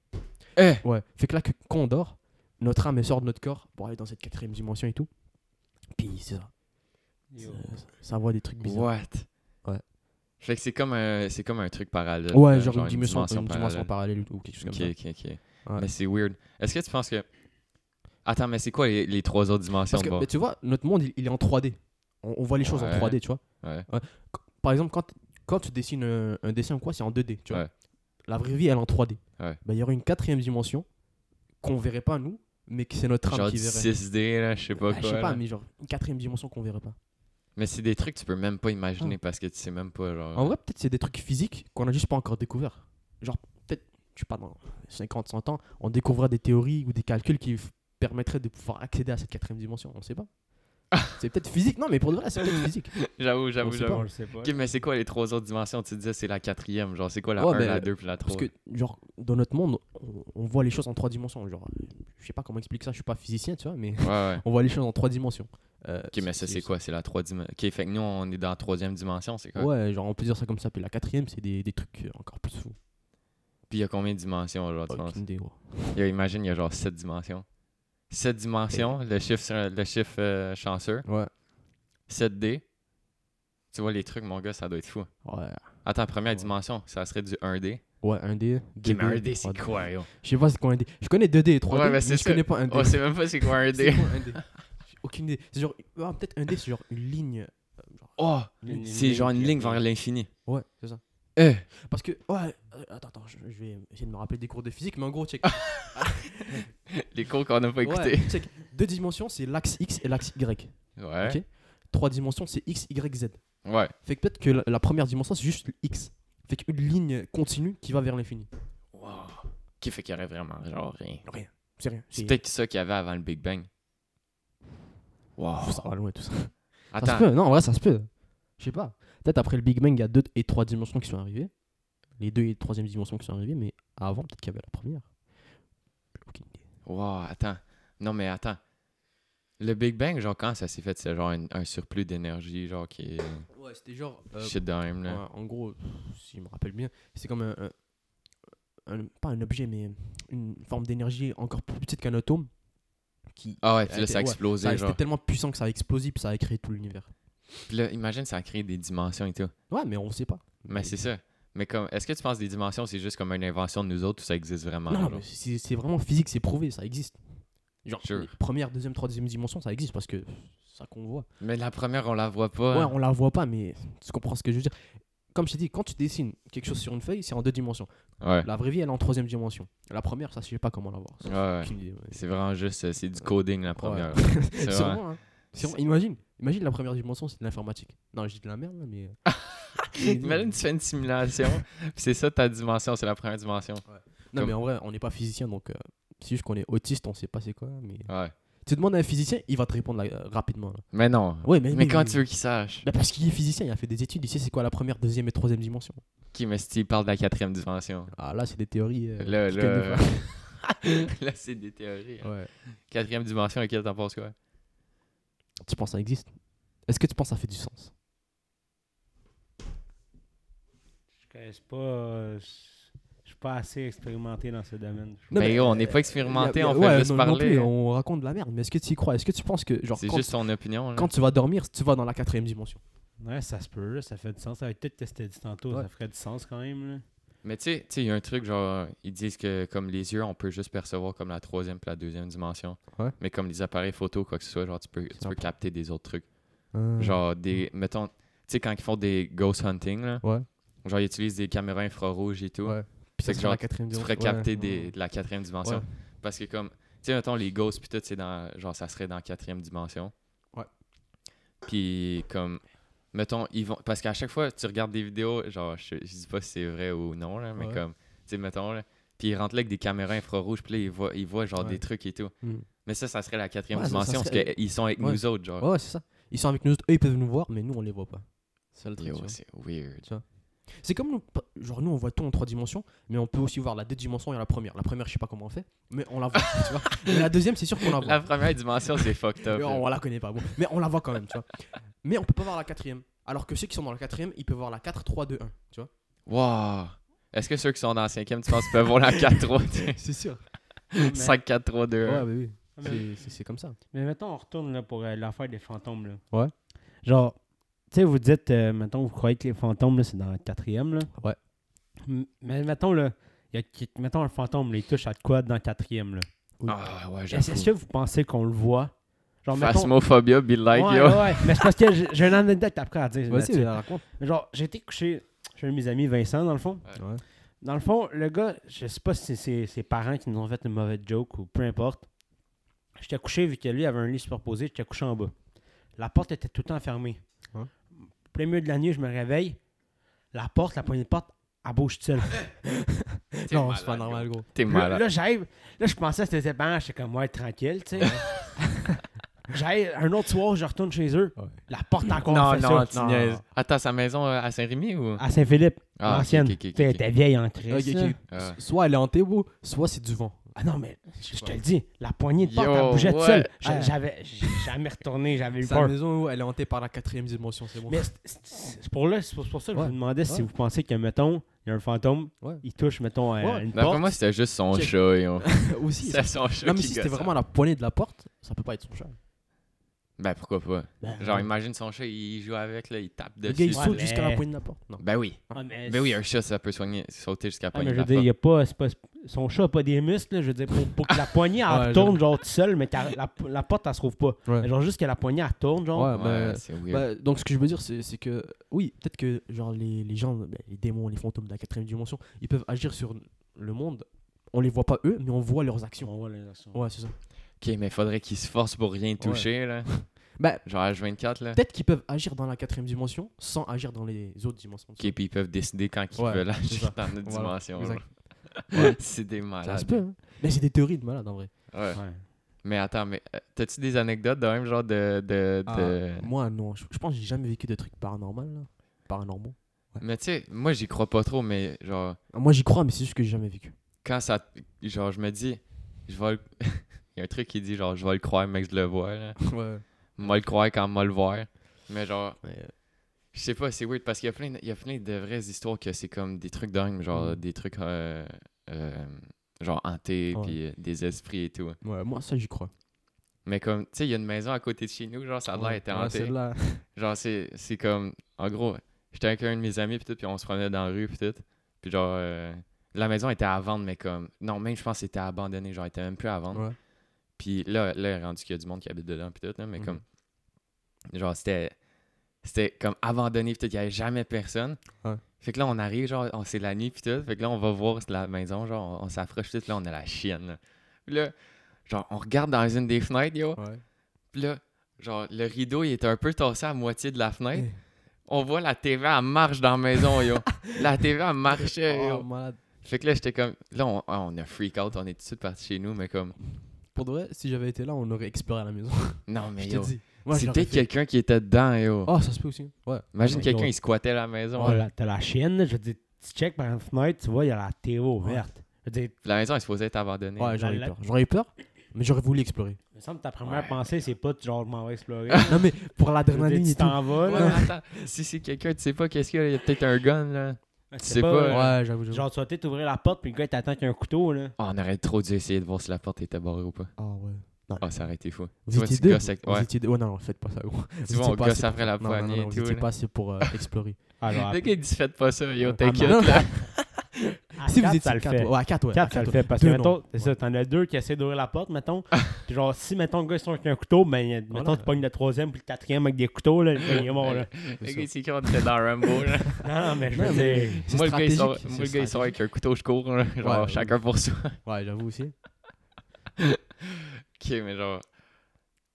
Speaker 1: Eh!
Speaker 2: Ouais. Fait que là, que- quand on dort, notre âme, elle sort de notre corps pour aller dans cette quatrième dimension et tout. Puis c'est ça. Ça, ça voit des trucs bizarres.
Speaker 1: What?
Speaker 2: Ouais.
Speaker 1: Fait que c'est comme un, c'est comme un truc parallèle. euh,
Speaker 2: Ouais,
Speaker 1: là,
Speaker 2: genre, une dimension, une
Speaker 1: parallèle.
Speaker 2: dimension parallèle ou quelque chose comme
Speaker 1: Ok,
Speaker 2: ça.
Speaker 1: ok, ok.
Speaker 2: Ouais.
Speaker 1: Mais c'est weird. Est-ce que tu penses que. Attends, mais c'est quoi les, les trois autres dimensions
Speaker 2: Parce que
Speaker 1: bon?
Speaker 2: mais tu vois, notre monde, il, il est en 3D. On, on voit les choses
Speaker 1: Ouais.
Speaker 2: en 3D, tu vois.
Speaker 1: Ouais.
Speaker 2: Qu- Par exemple, quand, quand tu dessines un, un dessin ou quoi, c'est en 2D, tu vois.
Speaker 1: Ouais.
Speaker 2: La vraie vie, elle est en 3D.
Speaker 1: Ouais.
Speaker 2: Bah, il y aurait une quatrième dimension qu'on verrait pas, nous, mais que c'est notre âme
Speaker 1: Genre
Speaker 2: qui
Speaker 1: du
Speaker 2: verrait.
Speaker 1: 6D, là, je sais pas
Speaker 2: Bah,
Speaker 1: quoi.
Speaker 2: je sais pas,
Speaker 1: là.
Speaker 2: mais genre une quatrième dimension qu'on verrait pas.
Speaker 1: Mais c'est des trucs que tu peux même pas imaginer
Speaker 2: Ah.
Speaker 1: parce que tu sais même pas. Genre...
Speaker 2: En vrai, peut-être c'est des trucs physiques qu'on a juste pas encore découvert. Genre, peut-être, je sais pas, dans 50, 100 ans, on découvrira des théories ou des calculs qui f- permettraient de pouvoir accéder à cette quatrième dimension. On
Speaker 1: [LAUGHS]
Speaker 2: sait pas. c'est peut-être physique. Non, mais pour de vrai, c'est peut-être physique.
Speaker 1: [LAUGHS] J'avoue, j'avoue,
Speaker 2: sait
Speaker 1: j'avoue.
Speaker 3: On le sait pas.
Speaker 1: Ok, mais c'est quoi les trois autres dimensions Tu disais c'est la quatrième. Genre, c'est quoi la
Speaker 2: Ouais,
Speaker 1: 1,
Speaker 2: mais-
Speaker 1: la 2 puis la 3
Speaker 2: Parce que, genre, dans notre monde, on, on voit les choses en trois dimensions. Genre, je sais pas comment expliquer ça, je suis pas physicien, tu vois, mais [LAUGHS]
Speaker 1: Ouais, ouais.
Speaker 2: on voit les choses en trois dimensions. Euh,
Speaker 1: Ok, mais ça, c'est quoi C'est la 3 dimension. Ok, fait que nous, on est dans la troisième dimension, c'est quoi
Speaker 2: Ouais, genre, on peut dire ça comme ça. Puis la quatrième, c'est des, des trucs euh, encore plus fous.
Speaker 1: Puis il y a combien de dimensions, genre, tu penses
Speaker 2: Aucune idée, gros.
Speaker 1: Il y a- Imagine, il y a genre 7 dimensions. 7 dimensions, le chiffre, sur- le chiffre euh, chanceux.
Speaker 2: Ouais.
Speaker 1: 7D. Tu vois les trucs, mon gars, ça doit être fou.
Speaker 2: Ouais.
Speaker 1: Attends, première
Speaker 2: Ouais.
Speaker 1: dimension, ça serait du 1D.
Speaker 2: Ouais, 1D. 2D,
Speaker 1: [LAUGHS]
Speaker 2: 3D.
Speaker 1: yo?
Speaker 2: Je sais pas c'est quoi 1D. Je connais 2D et 3D,
Speaker 1: Ouais, mais
Speaker 2: mais,
Speaker 1: c'est
Speaker 2: je
Speaker 1: ça.
Speaker 2: connais pas 1D.
Speaker 1: On sait même pas Oh, c'est quoi un
Speaker 2: C'est
Speaker 1: 1D.
Speaker 2: quoi 1D J'ai Aucune idée. C'est genre, ah, peut-être 1D, c'est genre une ligne. euh, genre-
Speaker 1: Oh!
Speaker 3: Une-
Speaker 1: C'est genre une
Speaker 3: qui-
Speaker 1: ligne vers l'infini.
Speaker 2: Ouais, c'est ça.
Speaker 1: Eh!
Speaker 2: Parce que, ouais, euh, attends, attends, je, je vais essayer de me rappeler des cours de physique, mais en gros, check.
Speaker 1: Les cours qu'on n'a pas
Speaker 2: Ouais,
Speaker 1: écoutés.
Speaker 2: check. Deux dimensions, c'est l'axe X et l'axe Y.
Speaker 1: Ouais.
Speaker 2: Ok. Trois dimensions, c'est X, Y, Z.
Speaker 1: Ouais.
Speaker 2: Fait que peut-être que la, la première dimension, c'est juste le X. Fait qu'une ligne continue qui va vers l'infini.
Speaker 1: Wow. Qui fait qu'il y aurait vraiment genre rien.
Speaker 2: Rien. C'est rien.
Speaker 1: C'est peut-être ça qu'il y avait avant le Big Bang. Wow.
Speaker 2: Pff, Oh, Ça va loin tout ça. Ça se
Speaker 1: Attends.
Speaker 2: peut. Non, en vrai, ça se peut. Je sais pas. Peut-être après le Big Bang, il y a deux et trois dimensions qui sont arrivées. Les deux et troisième dimensions qui sont arrivées, mais avant, peut-être qu'il y avait la première. Aucune idée.
Speaker 1: Wow, attends. Non mais attends. Le Big Bang, genre quand ça s'est fait, c'est genre un, un surplus d'énergie, genre qui est
Speaker 2: Euh, Ouais, c'était genre.
Speaker 1: shit de même là.
Speaker 2: en gros, si je me rappelle bien, c'est comme un, un- pas un objet, mais une forme d'énergie encore plus petite qu'un atome. Qui,
Speaker 1: Ah ouais, puis
Speaker 2: Ouais,
Speaker 1: là, ça a
Speaker 2: ouais,
Speaker 1: explosé.
Speaker 2: ça a-
Speaker 1: genre.
Speaker 2: C'était tellement puissant que ça a explosé puis ça a créé tout l'univers.
Speaker 1: Puis là, imagine, ça a créé des dimensions et tout.
Speaker 2: Ouais, mais on sait pas.
Speaker 1: Mais c'est ça. Mais comme, est-ce que tu penses des dimensions, c'est juste comme une invention de nous autres ou ça existe vraiment?
Speaker 2: Non,
Speaker 1: genre?
Speaker 2: mais c'est c'est vraiment physique, c'est prouvé, ça existe. Genre,
Speaker 1: Sure.
Speaker 2: les première, deuxième, troisième dimension, ça existe parce que ça qu'on voit.
Speaker 1: Mais la première, on la voit pas.
Speaker 2: Ouais, on la voit pas, mais tu comprends ce que je veux dire. Comme je t'ai dit, quand tu dessines quelque chose sur une feuille, c'est en deux dimensions.
Speaker 1: Ouais.
Speaker 2: La vraie vie, elle est en troisième dimension. La première, ça, je sais pas comment la voir. Ça,
Speaker 1: Ouais, ouais.
Speaker 2: aucune idée, ouais.
Speaker 1: C'est vraiment juste, euh, c'est du coding la première. C'est
Speaker 2: [LAUGHS] C'est
Speaker 1: vrai.
Speaker 2: vraiment, hein. C'est vraiment- Imagine, imagine la première dimension, c'est de l'informatique. Non, je dis de la merde, là,
Speaker 1: [LAUGHS]
Speaker 2: mais. mais non.
Speaker 1: Imagine, tu fais une simulation, [LAUGHS] puis c'est ça ta dimension, c'est la première dimension.
Speaker 2: Non, mais en vrai, on n'est pas physicien, donc euh, c'est juste qu'on est autiste, on sait pas c'est quoi. Mais...
Speaker 1: Ouais.
Speaker 2: Tu demandes à un physicien, il va te répondre là, euh, rapidement. là.
Speaker 1: Mais non.
Speaker 2: Ouais, mais,
Speaker 1: mais, quand tu veux qu'ils sachent.
Speaker 2: Là, parce qu'il est physicien, il a fait des études, il sait c'est quoi la première, deuxième et troisième dimension.
Speaker 1: Qui me style parle de la quatrième dimension?
Speaker 2: Ah là, c'est des théories. euh,
Speaker 1: Là,
Speaker 2: qui connaissent
Speaker 1: là. [LAUGHS]
Speaker 2: pas.
Speaker 1: là, c'est des théories.
Speaker 2: [LAUGHS]
Speaker 1: hein.
Speaker 2: Ouais.
Speaker 1: Quatrième dimension, ok, t'en penses quoi?
Speaker 2: Tu penses ça existe Est-ce que tu penses ça fait du sens
Speaker 3: Je connais pas. euh, je- je suis pas assez expérimenté dans ce domaine. Je-
Speaker 2: Non,
Speaker 1: mais
Speaker 2: mais,
Speaker 1: gros, on n'est
Speaker 2: euh,
Speaker 1: pas expérimenté,
Speaker 2: Y a- y a-
Speaker 1: on fait
Speaker 2: ouais,
Speaker 1: juste
Speaker 2: non- non
Speaker 1: parler. hein.
Speaker 2: plus, on raconte de la merde, mais est-ce que tu y crois Est-ce que tu penses que, genre,
Speaker 1: C'est
Speaker 2: quand,
Speaker 1: juste son opinion. là.
Speaker 2: quand tu vas dormir, tu vas dans la quatrième dimension
Speaker 3: Ouais, ça se peut, là, ça fait du sens. Avec tout ce que t'as dit tantôt,
Speaker 2: Ouais.
Speaker 3: ça ferait du sens quand même. [LAUGHS] là.
Speaker 1: Mais tu sais- tu sais, il y a un truc, genre, ils disent que comme les yeux, on peut juste percevoir comme la troisième puis la deuxième dimension.
Speaker 2: Ouais.
Speaker 1: Mais comme les appareils photo, quoi que ce soit, genre, tu peux, tu
Speaker 2: un
Speaker 1: peux
Speaker 2: peu-
Speaker 1: capter des autres trucs.
Speaker 2: Hmm.
Speaker 1: Genre, des. Mettons, tu sais, quand ils font des ghost hunting, là.
Speaker 2: Ouais.
Speaker 1: Genre, ils utilisent des caméras infrarouges et tout.
Speaker 2: Ouais. Puis
Speaker 1: fait
Speaker 2: ça
Speaker 1: que
Speaker 2: serait la
Speaker 1: genre,
Speaker 2: quatrième
Speaker 1: Tu
Speaker 2: dimension.
Speaker 1: pourrais capter
Speaker 2: Ouais,
Speaker 1: des,
Speaker 2: ouais.
Speaker 1: de la quatrième dimension.
Speaker 2: Ouais.
Speaker 1: Parce que, comme, tu sais, mettons, les ghosts, puis tout, c'est dans. Genre, ça serait dans la quatrième dimension.
Speaker 2: Ouais.
Speaker 1: Puis, comme. Mettons, ils vont. Parce qu'à chaque fois, tu regardes des vidéos, genre, je, je dis pas si c'est vrai ou non, là, mais
Speaker 2: Ouais.
Speaker 1: comme. Tu sais, mettons, là. Puis ils rentrent là avec des caméras infrarouges, puis là, ils voient, ils voient genre
Speaker 2: Ouais.
Speaker 1: des trucs et tout.
Speaker 2: Mm.
Speaker 1: Mais ça, ça serait la quatrième
Speaker 2: Ouais, ça- ça
Speaker 1: dimension,
Speaker 2: serait-
Speaker 1: parce qu'ils sont avec
Speaker 2: Ouais.
Speaker 1: nous autres, genre.
Speaker 2: Ouais, ouais, c'est ça. Ils sont avec nous, autres, eux ils peuvent nous voir, mais nous on les voit pas. C'est le truc,
Speaker 1: Yo,
Speaker 2: tu vois.
Speaker 1: c'est weird.
Speaker 2: C'est comme nous, pa- genre nous on voit tout en trois dimensions, mais on peut aussi voir la deux dimensions et la première. La première, je sais pas comment on fait, mais on la voit, tu [LAUGHS] vois. Mais la deuxième, c'est sûr qu'on la voit.
Speaker 1: La première dimension, c'est fucked up.
Speaker 2: [LAUGHS] Mais
Speaker 1: là.
Speaker 2: on, la connaît pas, bon. mais on la voit quand même, tu vois. Mais on peut pas voir la quatrième. Alors que ceux qui sont dans la quatrième, ils peuvent voir la 4, 3, 2, 1, tu vois.
Speaker 1: Wow! Est-ce que ceux qui sont dans la cinquième, tu penses qu'ils peuvent voir la
Speaker 2: [LAUGHS]
Speaker 1: 4-3?
Speaker 2: [LAUGHS] C'est sûr.
Speaker 1: 5, 4, 3, 2,
Speaker 2: Ouais,
Speaker 1: 1.
Speaker 2: bah oui.
Speaker 3: Ah, mais-
Speaker 2: C'est- C'est c'est comme ça.
Speaker 3: Mais mettons, on retourne là, pour euh, l'affaire des fantômes. Là.
Speaker 2: Ouais.
Speaker 3: Genre, tu sais, vous dites, euh, mettons, vous croyez que les fantômes, là, c'est dans le quatrième. Là.
Speaker 2: Ouais.
Speaker 3: M- mais mettons, là, y a, qui- mettons, un fantôme, là, il touche à de quoi dans le quatrième. Là.
Speaker 1: Ah
Speaker 2: Eh,
Speaker 1: ouais,
Speaker 3: Est-ce est-ce que
Speaker 1: j'avoue.
Speaker 3: vous pensez qu'on le voit? Genre, mettons...
Speaker 1: Phasmophobia, be like,
Speaker 3: ouais,
Speaker 1: yo.
Speaker 3: ouais, ouais. mais c'est parce que j'ai- j'ai une anecdote après à dire. là-dessus.
Speaker 2: Vas-y, raconte.
Speaker 3: Mais Genre, j'ai été couché chez un de mes amis, Vincent, dans le fond.
Speaker 2: Ouais.
Speaker 3: Dans le fond, le gars, je sais pas si c'est ses- ses parents qui nous ont fait une mauvaise joke ou peu importe. J'étais couché, vu que lui avait un lit superposé, j'étais couché en bas. La porte était tout le temps fermée.
Speaker 2: Ouais.
Speaker 3: Plein milieu de la nuit, je me réveille. La porte, la poignée de porte, elle bouge
Speaker 1: [LAUGHS]
Speaker 3: toute seule.
Speaker 1: T'es
Speaker 2: Non,
Speaker 1: malade,
Speaker 2: c'est pas normal,
Speaker 1: yo.
Speaker 2: gros.
Speaker 1: T'es
Speaker 3: Là,
Speaker 1: malade.
Speaker 3: là, j'arrive. Là, je pensais que c'était ses parents. J'étais comme, ouais, tranquille,
Speaker 2: [LAUGHS]
Speaker 3: tu sais. j'arrive. Un autre soir, je retourne chez eux.
Speaker 2: Ouais.
Speaker 3: La porte est encore
Speaker 1: Non,
Speaker 3: fait
Speaker 1: non,
Speaker 3: ça.
Speaker 1: tu niaises. Attends, sa maison euh, à Saint-Rémy ou?
Speaker 3: À Saint-Philippe,
Speaker 1: Ah, ok,
Speaker 3: l'ancienne.
Speaker 1: ok, ok, ok.
Speaker 3: T'es- T'es vieille en crise.
Speaker 2: Ok, ok.
Speaker 1: Ah.
Speaker 2: Soit elle est hantée, bro, soit c'est du vent.
Speaker 3: Ah non, mais je je te
Speaker 2: pas.
Speaker 3: le dis, la poignée de porte,
Speaker 1: Yo,
Speaker 3: elle bougeait toute
Speaker 1: ouais.
Speaker 3: seule.
Speaker 2: Ouais.
Speaker 3: J'a- J'avais j'ai jamais retourné, j'avais eu
Speaker 2: Sa
Speaker 3: peur.
Speaker 2: maison, elle est hantée par la quatrième dimension, c'est bon.
Speaker 3: Mais c'est- c'est c'est pour, là- c'est pour- c'est pour ça que
Speaker 2: Ouais.
Speaker 3: je vous demandais si
Speaker 2: Ouais.
Speaker 3: vous pensez que, mettons, il y a un fantôme,
Speaker 2: Ouais.
Speaker 3: il touche, mettons, à
Speaker 2: Ouais.
Speaker 3: une
Speaker 1: D'après
Speaker 3: porte.
Speaker 1: Ben, moi, c'était juste son
Speaker 2: Check.
Speaker 1: chat, yo.
Speaker 2: [LAUGHS]
Speaker 1: [LAUGHS]
Speaker 2: aussi.
Speaker 1: C'était son chat
Speaker 2: Non, mais
Speaker 1: qui
Speaker 2: si c'était
Speaker 1: gosse,
Speaker 2: vraiment
Speaker 1: hein.
Speaker 2: la poignée de la porte, ça peut pas être son chat.
Speaker 1: Ben, pourquoi pas?
Speaker 3: Ben,
Speaker 1: Genre, imagine son chat, il joue avec, là, il tape
Speaker 2: Ah, Le gars,
Speaker 1: dessus.
Speaker 2: il saute
Speaker 3: Ouais,
Speaker 2: jusqu'à la
Speaker 3: mais-
Speaker 2: poignée de la porte. Non.
Speaker 1: Ben oui.
Speaker 3: ah, mais
Speaker 1: Ben oui, un chat, ça peut soigner, sauter jusqu'à la
Speaker 3: ah, mais
Speaker 1: poignée
Speaker 3: je
Speaker 1: de
Speaker 3: veux
Speaker 1: la
Speaker 3: dire, il y
Speaker 1: porte.
Speaker 3: a pas, c'est pas- son chat n'a pas des muscles, là, je veux dire, pour, pour que la poignée, elle
Speaker 2: [LAUGHS] Ouais,
Speaker 3: tourne, genre, toute seule, mais qu'elle- la, la porte, elle se trouve pas.
Speaker 2: Ouais.
Speaker 3: Mais genre, juste que la poignée, elle tourne, genre.
Speaker 2: Ouais, mais-
Speaker 1: Ouais, c'est weird.
Speaker 2: Bah, donc ce que je veux dire c'est c'est que oui peut-être que genre les, les gens bah, les démons les fantômes de la quatrième dimension ils peuvent agir sur le monde on les voit pas eux mais on voit leurs actions
Speaker 3: On voit les actions.
Speaker 2: ouais c'est ça ben-
Speaker 1: Ok, mais faudrait qu'il se force pour rien toucher, là.
Speaker 2: bah,
Speaker 1: Genre, H24, là.
Speaker 2: peut-être qu'ils peuvent agir dans la quatrième dimension sans agir dans les autres dimensions
Speaker 1: Ok, puis ils peuvent décider quand ils
Speaker 2: Ouais,
Speaker 1: veulent
Speaker 2: c'est
Speaker 1: agir
Speaker 2: ça.
Speaker 1: dans notre
Speaker 2: [LAUGHS] Voilà,
Speaker 1: dimension. [LAUGHS]
Speaker 2: exact.
Speaker 1: genre.
Speaker 2: Ouais.
Speaker 1: C'est des
Speaker 2: ça se
Speaker 1: malades.
Speaker 2: peut hein. mais c'est des théories de malade en vrai
Speaker 1: Ouais.
Speaker 3: Ouais.
Speaker 1: Mais attends, mais euh, t'as-tu des anecdotes de même genre de. de, de-
Speaker 2: Ah, moi non je, je pense que j'ai jamais vécu de trucs paranormal là. paranormaux
Speaker 1: Mais tu sais, moi j'y crois pas trop, mais genre,
Speaker 2: Ah, moi j'y crois mais c'est juste que j'ai jamais vécu
Speaker 1: quand ça. Genre, je me dis, je vais le- [LAUGHS] Il y a un truc qui dit genre, je vais le croire, mais que je le vois. Là.
Speaker 2: ouais
Speaker 1: Moi le croire quand moi le voir. Mais genre, je sais pas, c'est weird parce qu'il y a plein, de- il y a plein de vraies histoires que c'est comme des trucs dingues, genre
Speaker 2: Mm.
Speaker 1: des trucs. euh, euh, genre hantés,
Speaker 2: Ouais.
Speaker 1: puis euh, des esprits et tout.
Speaker 2: Ouais, moi, ça, j'y crois.
Speaker 1: Mais comme, tu sais, il y a une maison à côté de chez nous, genre, ça a l'air d'être
Speaker 2: Ouais, Ah,
Speaker 1: hanté.
Speaker 2: celle-là.
Speaker 1: Genre, c'est, c'est comme. En gros, j'étais avec un de mes amis, puis tout, puis on se promenait dans la rue, puis tout. Puis genre, euh, la maison était à vendre, mais comme. Non, même je pense que c'était abandonné, genre, elle était même plus à vendre.
Speaker 2: Ouais.
Speaker 1: Puis là, là, il est rendu qu'il y a du monde qui habite dedans, puis tout, là, mais
Speaker 2: Mhm.
Speaker 1: comme. Genre, c'était. C'était comme abandonné, puis tout, il n'y avait jamais personne.
Speaker 2: Ouais.
Speaker 1: Fait que là, on arrive, genre, on, c'est la nuit, puis tout. Fait que là, on va voir la maison, genre, on, on s'approche, tout, là, on a la chienne, là. Puis là, genre, on regarde dans une des fenêtres, yo.
Speaker 2: Ouais.
Speaker 1: Puis là, genre, le rideau, il est un peu tassé à moitié de la fenêtre. On voit la TV, elle marche dans la maison,
Speaker 2: [LAUGHS]
Speaker 1: yo. la TV, elle marchait,
Speaker 2: Oh,
Speaker 1: yo.
Speaker 2: malade.
Speaker 1: Fait que là, j'étais comme... Là, on, ah, on a freak out, on est tout de suite parti chez nous, mais comme...
Speaker 2: Pour de vrai, si j'avais été là, on aurait exploré à la maison. [LAUGHS]
Speaker 1: Non, mais
Speaker 2: Je te
Speaker 1: yo,
Speaker 2: dis. Moi, je
Speaker 1: c'est
Speaker 2: l'aurais
Speaker 1: peut-être
Speaker 2: fait.
Speaker 1: quelqu'un qui était dedans, yo.
Speaker 2: Oh, ça se peut aussi. Ouais.
Speaker 1: Imagine
Speaker 3: Ouais,
Speaker 1: quelqu'un,
Speaker 3: yo.
Speaker 1: il squattait la maison.
Speaker 3: Oh, là, T'as la chienne, je veux dire, tu check par une fenêtre, tu vois, il y a la TV ouverte. Je veux dire,
Speaker 1: La maison, elle se posait être abandonnée.
Speaker 2: Ouais,
Speaker 3: la-
Speaker 2: j'aurais eu
Speaker 3: la-
Speaker 2: peur. J'aurais eu peur, mais j'aurais voulu explorer.
Speaker 3: il me semble que ta première
Speaker 1: Ouais.
Speaker 3: pensée, c'est pas de genre, je m'en vais explorer.
Speaker 2: non, mais pour
Speaker 3: Je veux dire,
Speaker 2: l'adrénaline
Speaker 3: tu
Speaker 2: et tout.
Speaker 3: t'en vas,
Speaker 1: Ouais,
Speaker 3: là.
Speaker 1: mais
Speaker 2: [LAUGHS]
Speaker 1: attends, si c'est quelqu'un, tu sais pas qu'est-ce qu'il y a, il y a peut-être un gun, là.
Speaker 3: Tu
Speaker 1: sais pas,
Speaker 3: euh,
Speaker 2: Ouais, j'avoue, j'avoue.
Speaker 3: Genre, tu vas peut-être ouvrir la porte, puis le gars, il t'attend avec un couteau, là.
Speaker 1: Oh, on aurait trop dû essayer de voir si la porte était barrée ou pas.
Speaker 2: Ah ouais.
Speaker 1: Oh, ça aurait été fou. Tu
Speaker 2: Vous
Speaker 1: vois,
Speaker 2: étiez
Speaker 1: tu
Speaker 2: deux.
Speaker 1: gosses avec-
Speaker 2: vous- Vous
Speaker 1: ouais.
Speaker 2: étiez deux. Ouais, non, non, faites pas ça, gros.
Speaker 1: Tu vois,
Speaker 2: Vous étiez
Speaker 1: on
Speaker 2: pas
Speaker 1: gosse
Speaker 2: assez
Speaker 1: après la
Speaker 2: pour- non, non, non,
Speaker 1: poignée
Speaker 2: non,
Speaker 1: et
Speaker 2: vous
Speaker 1: tout,
Speaker 2: étiez
Speaker 1: là.
Speaker 2: pas assez
Speaker 1: [LAUGHS]
Speaker 2: pour euh, explorer.
Speaker 3: Alors,
Speaker 1: Le gars, il dit, faites pas ça, yo,
Speaker 3: Ah,
Speaker 1: t'inquiète,
Speaker 3: mais-
Speaker 1: là.
Speaker 2: Si vous
Speaker 3: étiez
Speaker 2: étiez quatre, ouais, à quatre, ouais. à
Speaker 3: 4, ça le
Speaker 2: quatre,
Speaker 3: fait.
Speaker 2: ouais.
Speaker 3: Parce
Speaker 2: Deux,
Speaker 3: que, mettons,
Speaker 2: non.
Speaker 3: c'est ça, t'en as deux qui essaient d'ouvrir la porte, mettons. Puis genre, si, mettons, le gars, ils sont avec un couteau, ben, il y a- mettons,
Speaker 2: Voilà.
Speaker 3: tu pognes le troisième, puis le quatrième avec des couteaux, là, il est mort, là.
Speaker 1: Le
Speaker 2: C'est
Speaker 1: gars, c'est quand était dans Rambo, là.
Speaker 3: [LAUGHS] Non, non, mais je veux
Speaker 2: Non, mais-
Speaker 3: dire. ben,
Speaker 2: C'est
Speaker 1: Moi, le gars, il sort,
Speaker 2: stratégique,
Speaker 1: moi,
Speaker 2: c'est
Speaker 1: le gars, il sort
Speaker 2: stratégique.
Speaker 1: avec un couteau, je cours. là. Genre,
Speaker 2: Ouais, ouais.
Speaker 1: chacun pour
Speaker 2: [LAUGHS]
Speaker 1: soi. ok,
Speaker 2: Ouais, j'avoue aussi.
Speaker 1: mais genre.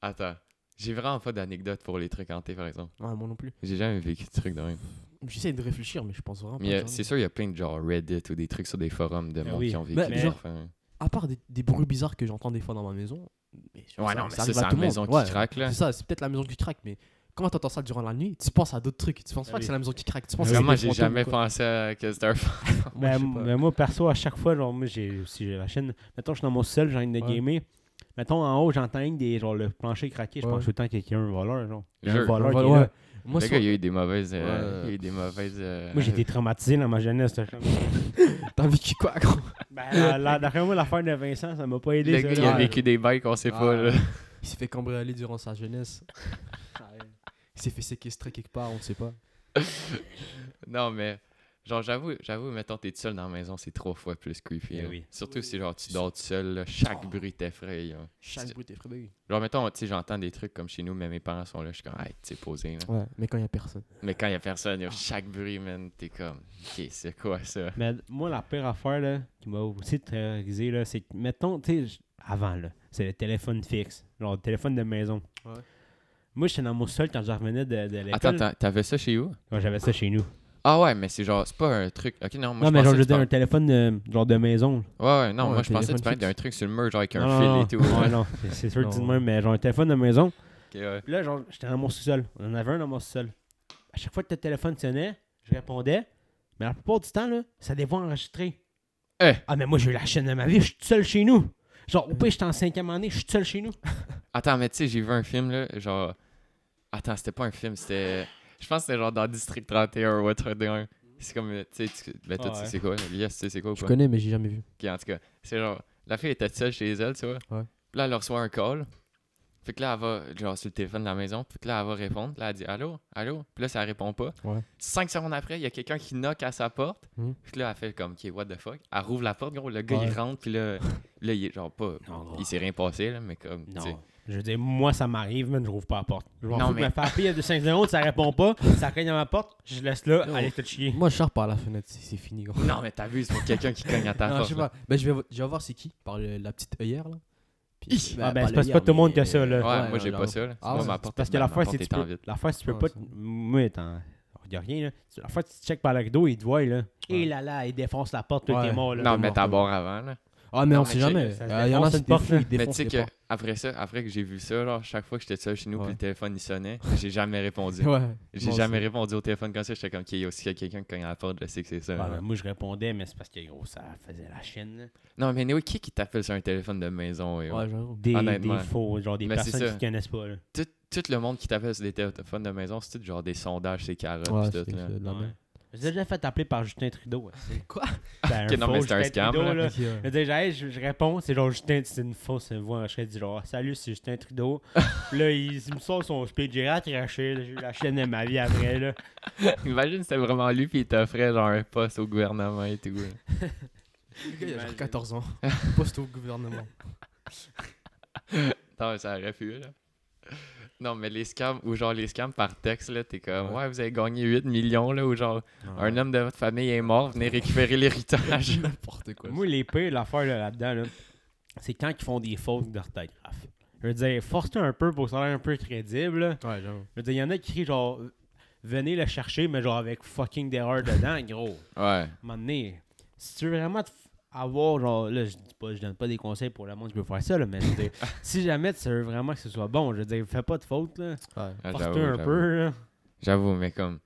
Speaker 1: Attends. J'ai vraiment pas d'anecdote pour les trucs hantés, par exemple.
Speaker 2: Ouais, moi non plus.
Speaker 1: J'ai jamais vécu de trucs de même.
Speaker 2: J'essaie de réfléchir, mais je pense vraiment
Speaker 1: Mais euh,
Speaker 2: pas.
Speaker 1: c'est
Speaker 2: genre-
Speaker 1: sûr, il y a plein de genre Reddit ou des trucs sur des forums de
Speaker 2: Eh
Speaker 3: Ah
Speaker 1: monde
Speaker 3: oui.
Speaker 1: qui ont vécu.
Speaker 2: Mais
Speaker 1: des
Speaker 3: genre-
Speaker 1: affaires.
Speaker 2: À part des, des bruits bizarres que j'entends des fois dans ma maison. mais
Speaker 1: Ouais, non, mais ça,
Speaker 2: arrive
Speaker 1: c'est
Speaker 2: à
Speaker 1: la
Speaker 2: tout le monde.
Speaker 1: maison
Speaker 2: Ouais.
Speaker 1: qui craque, là.
Speaker 2: C'est ça, c'est peut-être la maison qui craque, mais comment t'entends ça durant la nuit Tu penses à d'autres trucs. Tu penses
Speaker 3: Ah
Speaker 2: pas que
Speaker 3: oui.
Speaker 2: c'est la maison qui craque. Tu penses que c'est
Speaker 1: Vraiment,
Speaker 2: des
Speaker 1: j'ai
Speaker 2: fantômes
Speaker 1: jamais
Speaker 2: ou quoi.
Speaker 1: pensé à que c'était un fan.
Speaker 2: Moi, je
Speaker 3: Ben,
Speaker 2: sais
Speaker 3: moi,
Speaker 2: pas.
Speaker 3: ben, moi, perso, à chaque fois, genre, moi, j'ai aussi j'ai la chaîne. Mettons, je suis dans mon sol, j'ai envie de
Speaker 2: Ouais.
Speaker 3: gamer. Mettons, en haut, j'entends des, genre, le plancher craquer. Je
Speaker 2: Ouais.
Speaker 3: pense tout le temps qu'il y a un voleur, genre. Il y a
Speaker 1: Jure.
Speaker 3: un voleur qui
Speaker 2: Ouais,
Speaker 3: est là.
Speaker 2: ouais. Moi,
Speaker 1: le
Speaker 2: sur-
Speaker 1: gars, il y a eu des mauvaises. euh,
Speaker 2: Ouais.
Speaker 1: il y a eu des mauvaises. euh,
Speaker 3: Moi, j'ai été traumatisé dans ma jeunesse.
Speaker 2: [LAUGHS]
Speaker 3: là.
Speaker 2: t'as vécu quoi, gros
Speaker 3: Ben, la- la- derrière moi, l'affaire de Vincent, ça m'a pas aidé.
Speaker 1: Le
Speaker 3: ça,
Speaker 1: gars, il
Speaker 3: là.
Speaker 1: a vécu des bikes, on sait pas,
Speaker 2: Ah.
Speaker 1: là.
Speaker 2: Il s'est fait cambrioler durant sa jeunesse. Ah il s'est fait séquestrer quelque part, on ne sait pas.
Speaker 1: [LAUGHS] Non, mais genre, j'avoue, j'avoue, mettons, t'es tout seul dans la maison, c'est trois fois plus creepy.
Speaker 3: Eh
Speaker 1: là.
Speaker 3: oui. Oh.
Speaker 1: Surtout si genre tu dors tout seul, là, chaque bruit t'effraie. là.
Speaker 2: Chaque bruit est frais, bah
Speaker 1: Genre, mettons, tu sais, j'entends des trucs comme chez nous, mais mes parents sont là, je suis comme, hey, t'es posé. là.
Speaker 2: Ouais, mais quand il n'y a personne.
Speaker 1: Mais quand il y a personne,
Speaker 3: Ah.
Speaker 1: y a chaque bruit, man, t'es comme, ok, c'est quoi ça?
Speaker 3: Mais moi, la pire affaire là, qui m'a aussi terrorisé, là, c'est que, mettons, tu sais, j- avant, là, c'est le téléphone fixe, genre le téléphone de maison.
Speaker 2: Ouais.
Speaker 3: Moi, j'étais dans mon sol quand je revenais de, de l'école.
Speaker 1: Attends, t'as- t'avais ça chez vous?
Speaker 3: Ouais, J'avais ça chez nous.
Speaker 1: Ah ouais, mais c'est genre, c'est pas un truc. Ok, non, moi
Speaker 3: non, mais
Speaker 1: je
Speaker 3: genre,
Speaker 1: pensais.
Speaker 3: je
Speaker 1: que
Speaker 3: veux
Speaker 1: tu
Speaker 3: dire, un
Speaker 1: parles-
Speaker 3: téléphone euh, genre de maison.
Speaker 1: Ouais, ouais, non,
Speaker 2: Ouais,
Speaker 1: moi
Speaker 2: un
Speaker 1: je pensais que tu
Speaker 2: téléphone
Speaker 1: parlais d'un
Speaker 2: fixe.
Speaker 1: truc sur le mur, genre avec
Speaker 3: non,
Speaker 1: un
Speaker 3: non,
Speaker 1: fil
Speaker 3: non,
Speaker 1: et tout.
Speaker 3: non,
Speaker 1: ouais.
Speaker 3: non, c'est- c'est sûr,
Speaker 2: Non.
Speaker 3: dis de même, mais genre, un téléphone de maison.
Speaker 1: [LAUGHS] Ok, ouais.
Speaker 3: Puis là, genre, j'étais dans mon sous-sol. On en avait un dans mon sous-sol. À chaque fois que le téléphone sonnait, je répondais. Mais la plupart du temps, là, ça des voix enregistrées.
Speaker 1: Eh!
Speaker 3: Ah, mais moi, j'ai eu la chaîne de ma vie. Je suis tout seul chez nous. Genre, au pire, j'étais en cinquième année. Je suis tout seul chez nous.
Speaker 1: Attends, mais tu sais, j'ai vu un film, là, genre. Attends, c'était pas un film, c'était. Je pense que c'était genre dans District 31 ou autre D1. C'est comme, euh, tu sais, tu- ben, toi,
Speaker 3: Ah
Speaker 1: tu sais
Speaker 3: ouais.
Speaker 1: c'est quoi, là? Elias, tu sais c'est quoi ou
Speaker 2: Je
Speaker 1: pas?
Speaker 2: connais, mais j'ai jamais vu.
Speaker 1: Ok, en tout cas, c'est genre, la fille était seule chez elle, tu vois.
Speaker 2: Ouais.
Speaker 1: Puis là, elle reçoit un call. Fait que là, elle va, genre, sur le téléphone de la maison. Puis que là, elle va répondre. Là, elle dit Allô, allô. Puis là, ça répond pas.
Speaker 2: Ouais.
Speaker 1: Cinq secondes après, il y a quelqu'un qui knock à sa porte.
Speaker 2: Mhm.
Speaker 1: Puis que là, elle fait comme, OK, what the fuck. Elle rouvre la porte, gros. Le gars,
Speaker 2: Ouais.
Speaker 1: il rentre. Puis là, là, il est genre pas.
Speaker 3: Non,
Speaker 1: Il s'est rien passé, là, mais comme. tu sais.
Speaker 3: non. Je veux dire, moi, ça m'arrive, mais je rouvre pas la porte. Je m'en
Speaker 1: Non,
Speaker 3: fous de
Speaker 1: mais-
Speaker 3: me faire payer de 5 euros, ça répond pas, ça cogne à ma porte, je laisse là,
Speaker 2: Non.
Speaker 3: allez te chier.
Speaker 2: Moi, je sors par la fenêtre, c'est- c'est fini, gros.
Speaker 1: Non, mais t'abuses pour quelqu'un qui cogne à hein. ta
Speaker 2: [LAUGHS] Non,
Speaker 1: porte.
Speaker 2: je sais
Speaker 1: là.
Speaker 2: pas. Ben, je, vais, vo- je vais voir c'est qui, par le- la petite œillère, là. Puis, bah,
Speaker 3: Ah, ben,
Speaker 2: par
Speaker 3: c'est parce que
Speaker 2: l'œillère,
Speaker 3: pas tout le monde
Speaker 2: mais-
Speaker 3: qui a ça, là.
Speaker 1: Ouais,
Speaker 2: Ouais,
Speaker 1: moi,
Speaker 2: non,
Speaker 1: j'ai
Speaker 2: non.
Speaker 1: pas ça, là.
Speaker 2: Ah
Speaker 1: Moi,
Speaker 2: ouais,
Speaker 1: ma
Speaker 2: c'est
Speaker 1: porte,
Speaker 3: Parce que
Speaker 1: ma- ma
Speaker 3: l'affaire,
Speaker 1: porte
Speaker 3: c'est que
Speaker 1: est
Speaker 3: tu
Speaker 1: en
Speaker 3: peux-
Speaker 1: vide.
Speaker 3: l'affaire, si tu peux
Speaker 2: Ouais,
Speaker 3: pas.
Speaker 2: ça.
Speaker 3: t- Moi, attends, on dit rien, là. L'affaire, si tu checkes par le rideau, il te voit, là.
Speaker 2: Ouais.
Speaker 3: Et là, là, il défonce la porte, toi,
Speaker 2: Ouais.
Speaker 3: t'es mort, là.
Speaker 1: Non,
Speaker 2: t'es
Speaker 1: mais
Speaker 2: mort,
Speaker 1: t'as
Speaker 2: toi.
Speaker 1: bord avant, là.
Speaker 2: Ah, mais
Speaker 1: Non,
Speaker 2: on
Speaker 1: mais
Speaker 2: sait
Speaker 1: check,
Speaker 2: jamais.
Speaker 3: ça se
Speaker 2: Euh, Il y en a,
Speaker 3: défonce
Speaker 2: c'est
Speaker 3: une
Speaker 2: des
Speaker 3: porte,
Speaker 2: fous,
Speaker 3: là.
Speaker 2: ils
Speaker 1: Mais tu
Speaker 2: défoncent
Speaker 1: sais
Speaker 2: les
Speaker 1: que
Speaker 2: portes.
Speaker 1: après ça, après que j'ai vu ça, genre chaque fois que j'étais seul chez nous, puis
Speaker 2: Ouais.
Speaker 1: le téléphone il sonnait, j'ai jamais
Speaker 2: [LAUGHS]
Speaker 1: répondu.
Speaker 2: Ouais.
Speaker 1: J'ai
Speaker 2: Moi aussi.
Speaker 1: jamais répondu au téléphone comme ça, j'étais comme qu'il y a aussi quelqu'un qui cogne à la porte, je sais que c'est ça.
Speaker 3: Ah,
Speaker 1: là.
Speaker 3: ben, moi, je répondais, mais c'est parce que, gros, ça faisait la chaîne, là.
Speaker 1: Non mais Néo, qui qui t'appelle sur un téléphone de maison et
Speaker 2: Ouais, j'avoue.
Speaker 3: Des,
Speaker 1: Honnêtement.
Speaker 3: des faux, genre des
Speaker 1: Mais c'est
Speaker 3: personnes
Speaker 1: ça.
Speaker 3: qui connaissent pas, là.
Speaker 1: tout, tout le monde qui t'appelle sur des téléphones de maison, c'est tout genre des sondages, c'est carottes
Speaker 2: Ouais,
Speaker 1: pis
Speaker 2: c'est
Speaker 1: tout. là.
Speaker 2: c'est de la
Speaker 3: Ouais.
Speaker 2: merde.
Speaker 3: J'ai déjà fait appeler par Justin Trudeau. hein.
Speaker 2: Quoi
Speaker 3: Ben,
Speaker 1: Ok, non,
Speaker 3: faux
Speaker 1: mais c'était un
Speaker 3: Justin
Speaker 1: scam,
Speaker 3: Trudeau,
Speaker 1: là.
Speaker 3: là.
Speaker 2: Ok, ouais.
Speaker 3: Je, veux dire, j'arrive, je, je réponds, c'est genre Justin, c'est une fausse voix. Je dis genre, salut, c'est Justin
Speaker 1: [LAUGHS]
Speaker 3: Trudeau. là, il, il me sort son speed, j'ai rattraché, là, j'ai eu la chaîne de ma vie après. Là.
Speaker 1: Imagine c'était vraiment lui puis il t'offrait genre un poste au gouvernement et tout. là.
Speaker 2: Le gars, il a genre
Speaker 3: Imagine.
Speaker 1: [LAUGHS]
Speaker 2: 14 ans. Poste au gouvernement.
Speaker 1: Non, mais ça aurait pu, là. Non, mais les scams, ou genre les scams par texte, là, t'es comme, ouais, vous avez gagné 8 millions, là, ou genre, un homme de votre famille est mort, venez récupérer l'héritage.
Speaker 2: N'importe quoi.
Speaker 3: Moi, les pires, l'affaire là, là-dedans, là, c'est quand ils font des fautes d'orthographe. Je veux dire, force-toi un peu pour que ça a l'air un peu crédible. là.
Speaker 2: Ouais, j'avoue.
Speaker 3: Je veux dire, il y en a qui crient genre, venez le chercher, mais genre avec fucking d'erreur dedans, [LAUGHS]
Speaker 1: [LAUGHS]
Speaker 3: gros.
Speaker 1: ouais. ah,
Speaker 3: un moment donné, si tu veux vraiment te f- avoir, genre, là, je dis pas, je donne pas des conseils pour le monde qui peut faire ça, là, mais je veux
Speaker 1: [LAUGHS]
Speaker 3: dire, si jamais tu veux vraiment que ce soit bon, je veux dire, fais pas de faute, là.
Speaker 2: Ouais.
Speaker 1: Ah,
Speaker 3: Force-toi
Speaker 1: j'avoue,
Speaker 3: un peu, là.
Speaker 1: J'avoue, mais comme.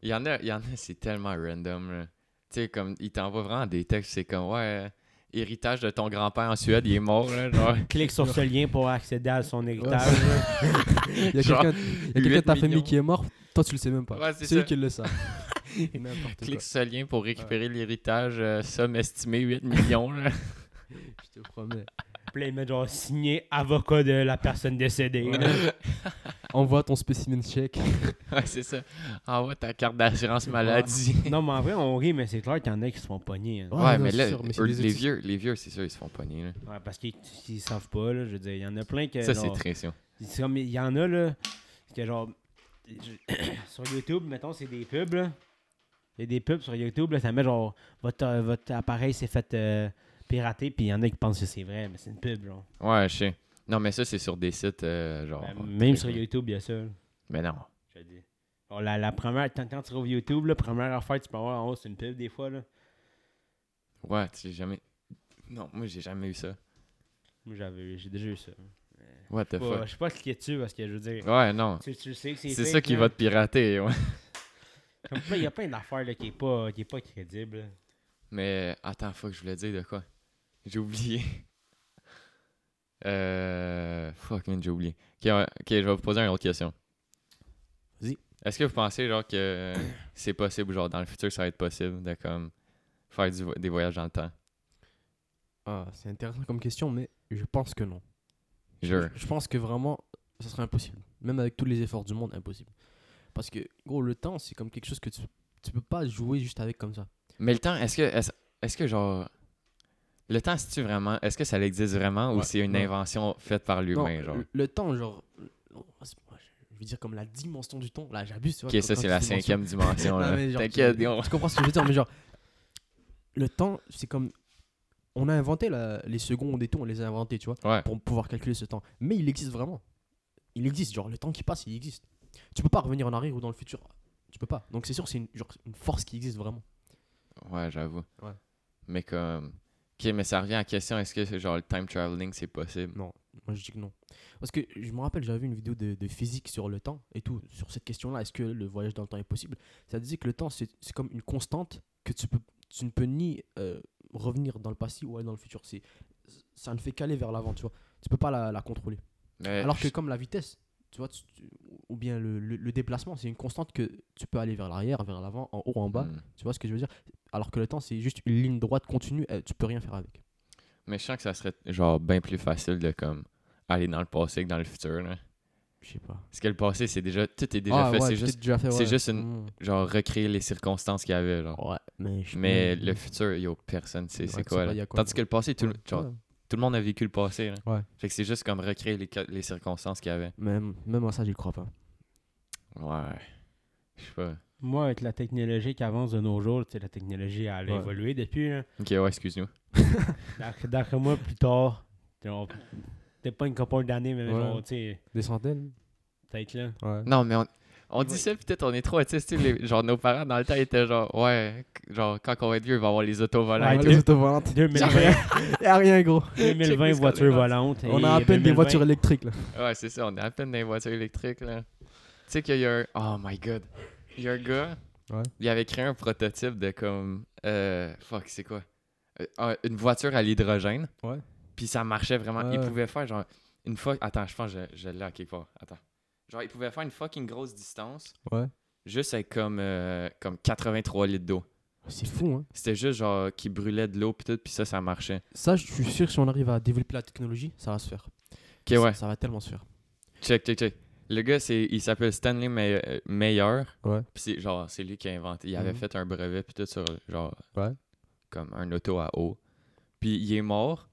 Speaker 1: Il y en a, il y en a c'est tellement random. là. Tu sais, comme, il t'envoie vraiment des textes, c'est comme, ouais, euh, héritage de ton grand-père en Suède, il est mort, [LAUGHS] là, genre.
Speaker 3: Clique sur ce lien pour accéder à
Speaker 2: [LAUGHS]
Speaker 3: son héritage. là.
Speaker 2: Il y a
Speaker 1: Genre,
Speaker 2: quelqu'un il y a quelqu'un de ta
Speaker 1: 8
Speaker 2: famille
Speaker 1: millions.
Speaker 2: qui est mort, toi tu le sais même pas.
Speaker 1: Ouais, c'est
Speaker 2: c'est eux
Speaker 1: ça. [LAUGHS]
Speaker 2: qui le savent. [LAUGHS] N'importe quoi.
Speaker 1: Clique sur ce lien pour récupérer l'héritage, euh, somme estimée 8 millions, là.
Speaker 2: Je te promets.
Speaker 3: Puis là, il met genre signé avocat de la personne décédée. là.
Speaker 2: Envoie ton spécimen check.
Speaker 1: [LAUGHS] ouais, c'est ça. Envoie ta carte d'assurance maladie.
Speaker 3: Non, mais en vrai, on rit, mais c'est clair qu'il y en a qui se font pogner. hein.
Speaker 1: Ouais,
Speaker 2: Ouais, non,
Speaker 1: mais
Speaker 2: c'est
Speaker 1: là,
Speaker 2: sûr, mais c'est
Speaker 1: eux,
Speaker 2: des
Speaker 1: les
Speaker 2: autistes.
Speaker 1: vieux, les vieux, c'est sûr, ils se font pogner, là.
Speaker 3: Ouais, parce qu'ils ils savent pas, là. Je veux dire, il y en a plein qui.
Speaker 1: Ça, c'est triste. hein.
Speaker 3: C'est comme, il y en a, là, que genre, [COUGHS] sur YouTube, mettons, c'est des pubs, là. Il y a des pubs sur YouTube, là, ça met genre, votre, euh, votre appareil s'est fait euh, pirater, puis il y en a qui pensent que c'est vrai, mais c'est une pub, genre.
Speaker 1: Ouais, je sais. Non, mais ça, c'est sur des sites, euh, genre.
Speaker 3: Ben,
Speaker 1: euh,
Speaker 3: même
Speaker 1: trucs,
Speaker 3: sur
Speaker 1: là.
Speaker 3: YouTube, il y a ça, là,
Speaker 1: Mais non.
Speaker 3: je te dis. Genre, la, la première, quand, quand tu trouves YouTube, la première affaire, tu peux avoir en haut, c'est une pub, des fois, là.
Speaker 1: Ouais, tu sais, jamais. Non, moi, j'ai jamais eu ça.
Speaker 3: Moi, j'avais, j'ai déjà eu ça.
Speaker 1: What the
Speaker 3: Faut-
Speaker 1: fuck?
Speaker 3: Je sais pas cliquer dessus, parce que je veux dire,
Speaker 1: Ouais, non.
Speaker 3: tu, tu sais que c'est
Speaker 1: Ah. C'est
Speaker 3: fake,
Speaker 1: ça qui
Speaker 3: là.
Speaker 1: va te pirater, ouais.
Speaker 3: Comme plein- Il y a plein d'affaires, là, qui est pas, qui est pas crédible, là.
Speaker 1: Mais attends, fuck, je voulais dire de quoi? J'ai oublié. [LAUGHS] Euh. Fuck, man, j'ai oublié. Ok, ouais, ok, je vais vous poser une autre question.
Speaker 2: Vas-y.
Speaker 1: Est-ce que vous pensez, genre, que c'est possible, genre, dans le futur, ça va être possible de, comme, faire du vo- des voyages dans le temps?
Speaker 2: Ah, c'est intéressant comme question, mais je pense que non.
Speaker 1: Jure.
Speaker 2: Je pense que vraiment, ça serait impossible. Même avec tous les efforts du monde, impossible. Parce que, gros, le temps, c'est comme quelque chose que tu, tu peux pas jouer juste avec comme ça.
Speaker 1: Mais le temps, est-ce que, est-ce, est-ce que, genre. Le temps, c'est-tu vraiment. Est-ce que ça existe vraiment ou
Speaker 2: Ouais,
Speaker 1: c'est une
Speaker 2: non.
Speaker 1: invention faite par l'humain,
Speaker 2: Non, euh,
Speaker 1: genre?
Speaker 2: le- Le temps, genre. non, c'est- moi, je- Je veux dire, comme la dimension du temps. Là, j'abuse. tu vois,
Speaker 1: Ok,
Speaker 2: quand-
Speaker 1: ça,
Speaker 2: quand
Speaker 1: c'est
Speaker 2: tu
Speaker 1: la
Speaker 2: dis mention. [LAUGHS]
Speaker 1: cinquième dimension,
Speaker 2: Non,
Speaker 1: là.
Speaker 2: mais genre,
Speaker 1: T'inquiète,
Speaker 2: tu,
Speaker 1: on-
Speaker 2: tu comprends ce que je veux dire, mais genre, le temps, c'est comme. On a inventé la- les secondes et tout, on les a inventés, tu vois,
Speaker 1: Ouais.
Speaker 2: pour pouvoir calculer ce temps. Mais il existe vraiment. Il existe, genre, le temps qui passe, il existe. Tu peux pas revenir en arrière ou dans le futur. Tu peux pas. Donc c'est sûr, c'est une, genre, une force qui existe vraiment.
Speaker 1: Ouais, j'avoue.
Speaker 2: Ouais.
Speaker 1: Mais comme. Ok, mais ça revient à la question est-ce que c'est genre le time traveling c'est possible
Speaker 2: Non, moi je dis que non. Parce que je me rappelle, j'avais vu une vidéo de, de physique sur le temps et tout, sur cette question-là, est-ce que le voyage dans le temps est possible Ça disait que le temps, c'est c'est comme une constante que tu, peux, tu ne peux ni euh, revenir dans le passé ou aller dans le futur. C'est- Ça ne fait qu'aller vers l'avant, tu vois. Tu peux pas la, la contrôler.
Speaker 1: Mais
Speaker 2: Alors que
Speaker 1: je-
Speaker 2: comme la vitesse, tu vois, tu- tu- ou bien le, le- le déplacement, c'est une constante que tu peux aller vers l'arrière, vers l'avant, en haut, en bas.
Speaker 1: Hmm.
Speaker 2: Tu vois ce que je veux dire Alors que le temps, c'est juste une ligne droite continue, euh, tu peux rien faire avec.
Speaker 1: Mais je sens que ça serait genre bien plus facile de comme aller dans le passé que dans le futur. Là.
Speaker 2: Je sais pas.
Speaker 1: Parce que le passé c'est déjà. Tout est déjà
Speaker 2: Ah,
Speaker 1: fait.
Speaker 2: ouais,
Speaker 1: c'est
Speaker 2: peut-être
Speaker 1: juste
Speaker 2: déjà fait,
Speaker 1: c'est
Speaker 2: ouais.
Speaker 1: juste une-
Speaker 2: Hmm.
Speaker 1: genre recréer les circonstances qu'il y avait. Genre.
Speaker 2: Ouais, mais Oh, je
Speaker 1: Mais le futur, yo, personne sait
Speaker 2: Ouais,
Speaker 1: c'est
Speaker 2: tu sais
Speaker 1: quoi,
Speaker 2: pas,
Speaker 1: là.
Speaker 2: y a quoi,
Speaker 1: Tandis que le passé, tout, le- genre,
Speaker 2: Ouais.
Speaker 1: tout le monde a vécu le passé. Là.
Speaker 2: Ouais.
Speaker 1: Fait que c'est juste comme recréer les, ca- les circonstances qu'il y avait.
Speaker 2: Même, même à ça, j'y crois pas.
Speaker 1: Ouais. Je sais pas.
Speaker 3: Moi, avec la technologie qui avance de nos jours, tu sais, la technologie elle a
Speaker 2: Ouais.
Speaker 3: évolué depuis. là.
Speaker 1: Ok, ouais, excuse-nous.
Speaker 3: D'après- D'après moi, plus tard, genre, peut-être pas une couple d'années, mais
Speaker 2: Ouais.
Speaker 3: genre, tu sais,
Speaker 2: Des centaines
Speaker 3: peut-être là.
Speaker 2: Ouais.
Speaker 1: Non, mais on, on
Speaker 3: Il
Speaker 1: dit
Speaker 3: va-
Speaker 1: ça, peut-être on est trop autistes. tu sais, les- genre, nos parents, dans le temps, étaient genre, ouais, c- genre, quand on va être vieux, il va avoir les autos volants.
Speaker 3: Ouais,
Speaker 1: et tout.
Speaker 3: deux-
Speaker 2: autovolantes. [LAUGHS]
Speaker 3: 2020,
Speaker 2: Y'a rien, gros.
Speaker 3: 2020
Speaker 1: Check this
Speaker 3: voitures volantes.
Speaker 2: On
Speaker 3: et
Speaker 2: a à peine des
Speaker 3: 2020
Speaker 2: voitures électriques, là.
Speaker 1: Ouais, c'est ça, on est à peine dans les voitures électriques. là. Tu sais qu'il y a un. Oh my god. Il y a un gars,
Speaker 2: Ouais.
Speaker 1: il avait créé un prototype de comme. euh, fuck, c'est quoi Euh, un- Une voiture à l'hydrogène.
Speaker 2: Ouais.
Speaker 1: Puis ça marchait vraiment.
Speaker 2: Ouais,
Speaker 1: Il
Speaker 2: ouais.
Speaker 1: pouvait faire genre. Une fois. Attends, je pense que je, je l'ai à quelque part. Attends. Genre, il pouvait faire une fucking grosse distance.
Speaker 2: Ouais.
Speaker 1: juste avec comme, euh, comme 83 litres d'eau.
Speaker 2: C'est fou, hein.
Speaker 1: C'était juste genre qui brûlait de l'eau puis tout, puis ça, ça marchait.
Speaker 2: Ça, je suis sûr que si on arrive à développer la technologie, ça va se faire.
Speaker 1: Ok,
Speaker 2: ça,
Speaker 1: ouais.
Speaker 2: ça va tellement se faire.
Speaker 1: Check, check, check. Le gars, c'est, il s'appelle Stanley May- euh, Mayer.
Speaker 2: Ouais.
Speaker 1: Puis c'est genre, c'est lui qui a inventé. Il avait
Speaker 2: Mhm.
Speaker 1: fait un brevet puis tout sur genre,
Speaker 2: Ouais.
Speaker 1: comme un auto à eau. Puis il est mort.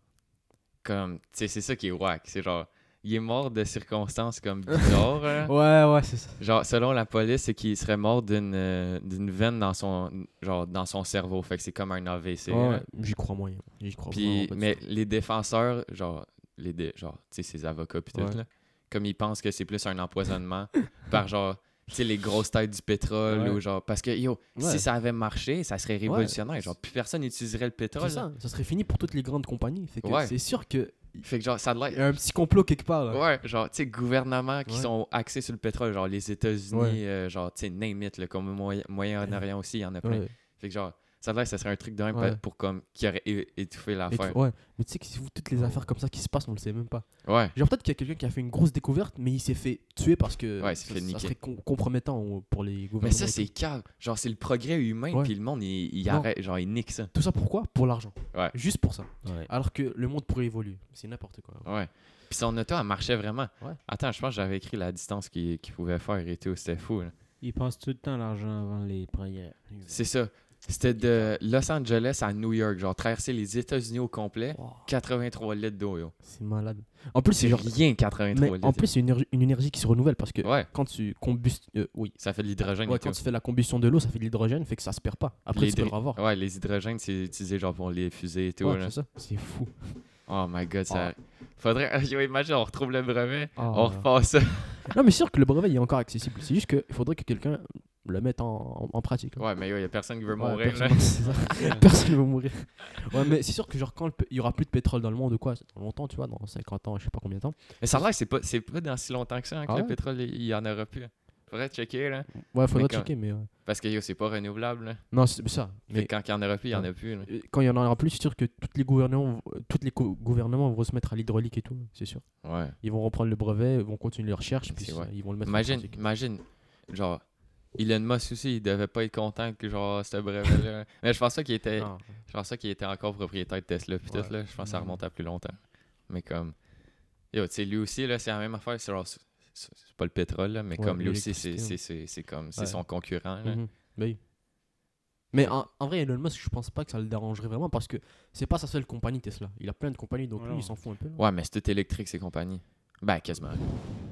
Speaker 1: Comme, tu sais, c'est ça qui est wack. C'est genre, il est mort de circonstances
Speaker 2: [LAUGHS]
Speaker 1: comme bizarres. hein.
Speaker 2: Ouais, ouais, c'est ça.
Speaker 1: Genre, selon la police, c'est qu'il serait mort d'une euh, d'une veine dans son genre dans son cerveau. Fait que c'est comme un AVC.
Speaker 2: Ouais,
Speaker 1: hein.
Speaker 2: ouais, J'y crois moyen. J'y crois
Speaker 1: Puis,
Speaker 2: vraiment pas du
Speaker 1: mais
Speaker 2: tout.
Speaker 1: les défenseurs, genre, les dé- genre, tu sais, ces avocats pis tout,
Speaker 2: Ouais.
Speaker 1: là, comme ils pensent que c'est plus un empoisonnement [LAUGHS] par genre, tu sais, les grosses têtes du pétrole
Speaker 3: Ouais.
Speaker 1: ou genre, parce que yo,
Speaker 2: Ouais.
Speaker 1: si ça avait marché, ça serait révolutionnaire. Genre, plus personne n'utiliserait le pétrole.
Speaker 2: C'est ça, ça serait fini pour toutes les grandes compagnies. Fait que
Speaker 1: Ouais.
Speaker 2: c'est sûr que
Speaker 1: là. Fait que genre, ça a
Speaker 2: Il
Speaker 1: l'air.
Speaker 2: y a un petit complot quelque part. Là.
Speaker 1: Ouais, genre, tu sais, gouvernements qui
Speaker 2: Ouais.
Speaker 1: sont axés sur le pétrole, genre les États-Unis,
Speaker 2: Ouais.
Speaker 1: euh, genre, tu sais, name it, là, comme au Moyen- Moyen-Orient aussi, il y en a plein.
Speaker 2: Ouais.
Speaker 1: Fait que genre, ça a l'air, ça serait un truc de même
Speaker 2: Ouais.
Speaker 1: pa- pour comme, qui aurait é- étouffé
Speaker 2: Et
Speaker 1: l'affaire.
Speaker 2: tout- ouais. Mais tu sais que si vous- toutes les affaires comme ça qui se passent, on le sait même pas.
Speaker 1: Ouais,
Speaker 2: Genre peut-être qu'il y a quelqu'un qui a fait une grosse découverte, mais il s'est fait tuer parce que
Speaker 1: Ouais, il s'est
Speaker 2: ça,
Speaker 1: fait
Speaker 2: ça
Speaker 1: niquer.
Speaker 2: serait com- compromettant euh, pour les gouvernements.
Speaker 1: Mais ça,
Speaker 2: et
Speaker 1: c'est
Speaker 2: tout.
Speaker 1: cave. Genre, c'est le progrès humain,
Speaker 2: Ouais.
Speaker 1: puis le monde, il, il
Speaker 2: Non.
Speaker 1: arrête, genre, il nique ça.
Speaker 2: Tout ça pourquoi Pour l'argent.
Speaker 1: Ouais.
Speaker 2: Juste pour ça.
Speaker 3: Ouais.
Speaker 2: Alors que le monde pourrait évoluer. C'est n'importe quoi.
Speaker 1: Ouais. Puis son auto, elle marchait vraiment.
Speaker 2: Ouais.
Speaker 1: Attends, je pense que j'avais écrit la distance qu'il qu'il pouvait faire et tout. C'était fou. là.
Speaker 3: Ils pensent tout le temps à l'argent avant les prières.
Speaker 1: C'est ça. C'était de Los Angeles à New York. Genre, traverser les États-Unis au complet.
Speaker 2: Wow,
Speaker 1: 83 litres d'eau, yo.
Speaker 2: c'est malade. En plus, c'est
Speaker 1: C'est
Speaker 2: genre.
Speaker 1: rien,
Speaker 2: mais
Speaker 1: 83 litres.
Speaker 2: en plus, c'est une, énergie- une énergie qui se renouvelle parce que
Speaker 1: ouais,
Speaker 2: quand tu combustes. euh, oui.
Speaker 1: ça fait de l'hydrogène
Speaker 2: Ouais,
Speaker 1: et tout.
Speaker 2: quand tu fais la combustion de l'eau, ça fait de l'hydrogène, fait que ça se perd pas. Après,
Speaker 1: Les
Speaker 2: tu peux le
Speaker 1: hydri-
Speaker 2: revoir.
Speaker 1: Ouais, les hydrogènes, c'est utilisé genre pour les fusées et tout.
Speaker 2: Ouais,
Speaker 1: là.
Speaker 2: Oh, c'est ça. C'est fou.
Speaker 1: Oh my god, ça. Faudrait. [LAUGHS] Yo, imagine, on retrouve le brevet. on
Speaker 2: Ah.
Speaker 1: repasse ça.
Speaker 2: Non, mais c'est sûr que le brevet il est encore accessible. C'est juste qu'il faudrait que quelqu'un le mette en, en- en pratique. là.
Speaker 1: Ouais, mais yo, y a personne qui veut
Speaker 2: Ouais,
Speaker 1: mourir. là.
Speaker 2: personne- [LAUGHS] c'est
Speaker 1: [LAUGHS]
Speaker 2: ça. Personne ne va mourir. Ouais, mais c'est sûr que genre quand le pe- il y aura plus de pétrole dans le monde ou quoi, dans longtemps, tu vois, dans 50 ans, je sais pas combien de temps.
Speaker 1: Mais ça a l'air que c'est pas, c'est pas dans si longtemps que ça hein, que
Speaker 2: Ah
Speaker 1: le
Speaker 2: ouais?
Speaker 1: pétrole, il il y en aura plus. hein. Faudrait checker, là.
Speaker 2: Ouais, faudrait
Speaker 1: Mais quand-
Speaker 2: checker, mais euh,
Speaker 1: Parce que yo, c'est pas renouvelable, là.
Speaker 2: non, c'est ça.
Speaker 1: Mais
Speaker 2: Mais
Speaker 1: quand il y en aura plus, il y en a plus, là.
Speaker 2: euh, quand il y en aura plus, c'est sûr que toutes les gouvernements, vont- euh, toutes les co- gouvernements vont se mettre à l'hydraulique et tout. C'est sûr.
Speaker 1: Ouais.
Speaker 2: Ils vont reprendre le brevet, ils vont continuer les recherches, puis
Speaker 1: C'est vrai.
Speaker 2: euh, ils vont le mettre. en
Speaker 1: Imagine,
Speaker 2: pratique.
Speaker 1: imagine, genre, Elon Musk aussi, il devait pas être content que, genre, ce
Speaker 2: [LAUGHS]
Speaker 1: brevet-là. Mais je pense pas qu'il était,
Speaker 2: Non.
Speaker 1: je pense pas qu'il était encore propriétaire de Tesla, puis
Speaker 2: Ouais.
Speaker 1: tout, là. Je pense que ça
Speaker 2: Mhm.
Speaker 1: remonte à plus longtemps. Mais comme. Yo, tu sais, lui aussi, là, c'est la même affaire. C'est genre, c'est- c'est c'est pas le pétrole, là, mais
Speaker 2: Ouais,
Speaker 1: comme lui aussi, c'est
Speaker 2: l'électricité,
Speaker 1: c'est- c'est- c'est comme. C'est
Speaker 2: Ouais.
Speaker 1: son concurrent, là.
Speaker 2: Mhm. Ben oui. Mais en, en vrai, Elon Musk, je pense pas que ça le dérangerait vraiment parce que c'est pas sa seule compagnie Tesla. Il a plein de compagnies donc
Speaker 3: Ouais,
Speaker 2: lui,
Speaker 3: non.
Speaker 2: il s'en fout un peu. là.
Speaker 1: Ouais, mais c'est tout électrique, ces compagnies. Ben, quasiment.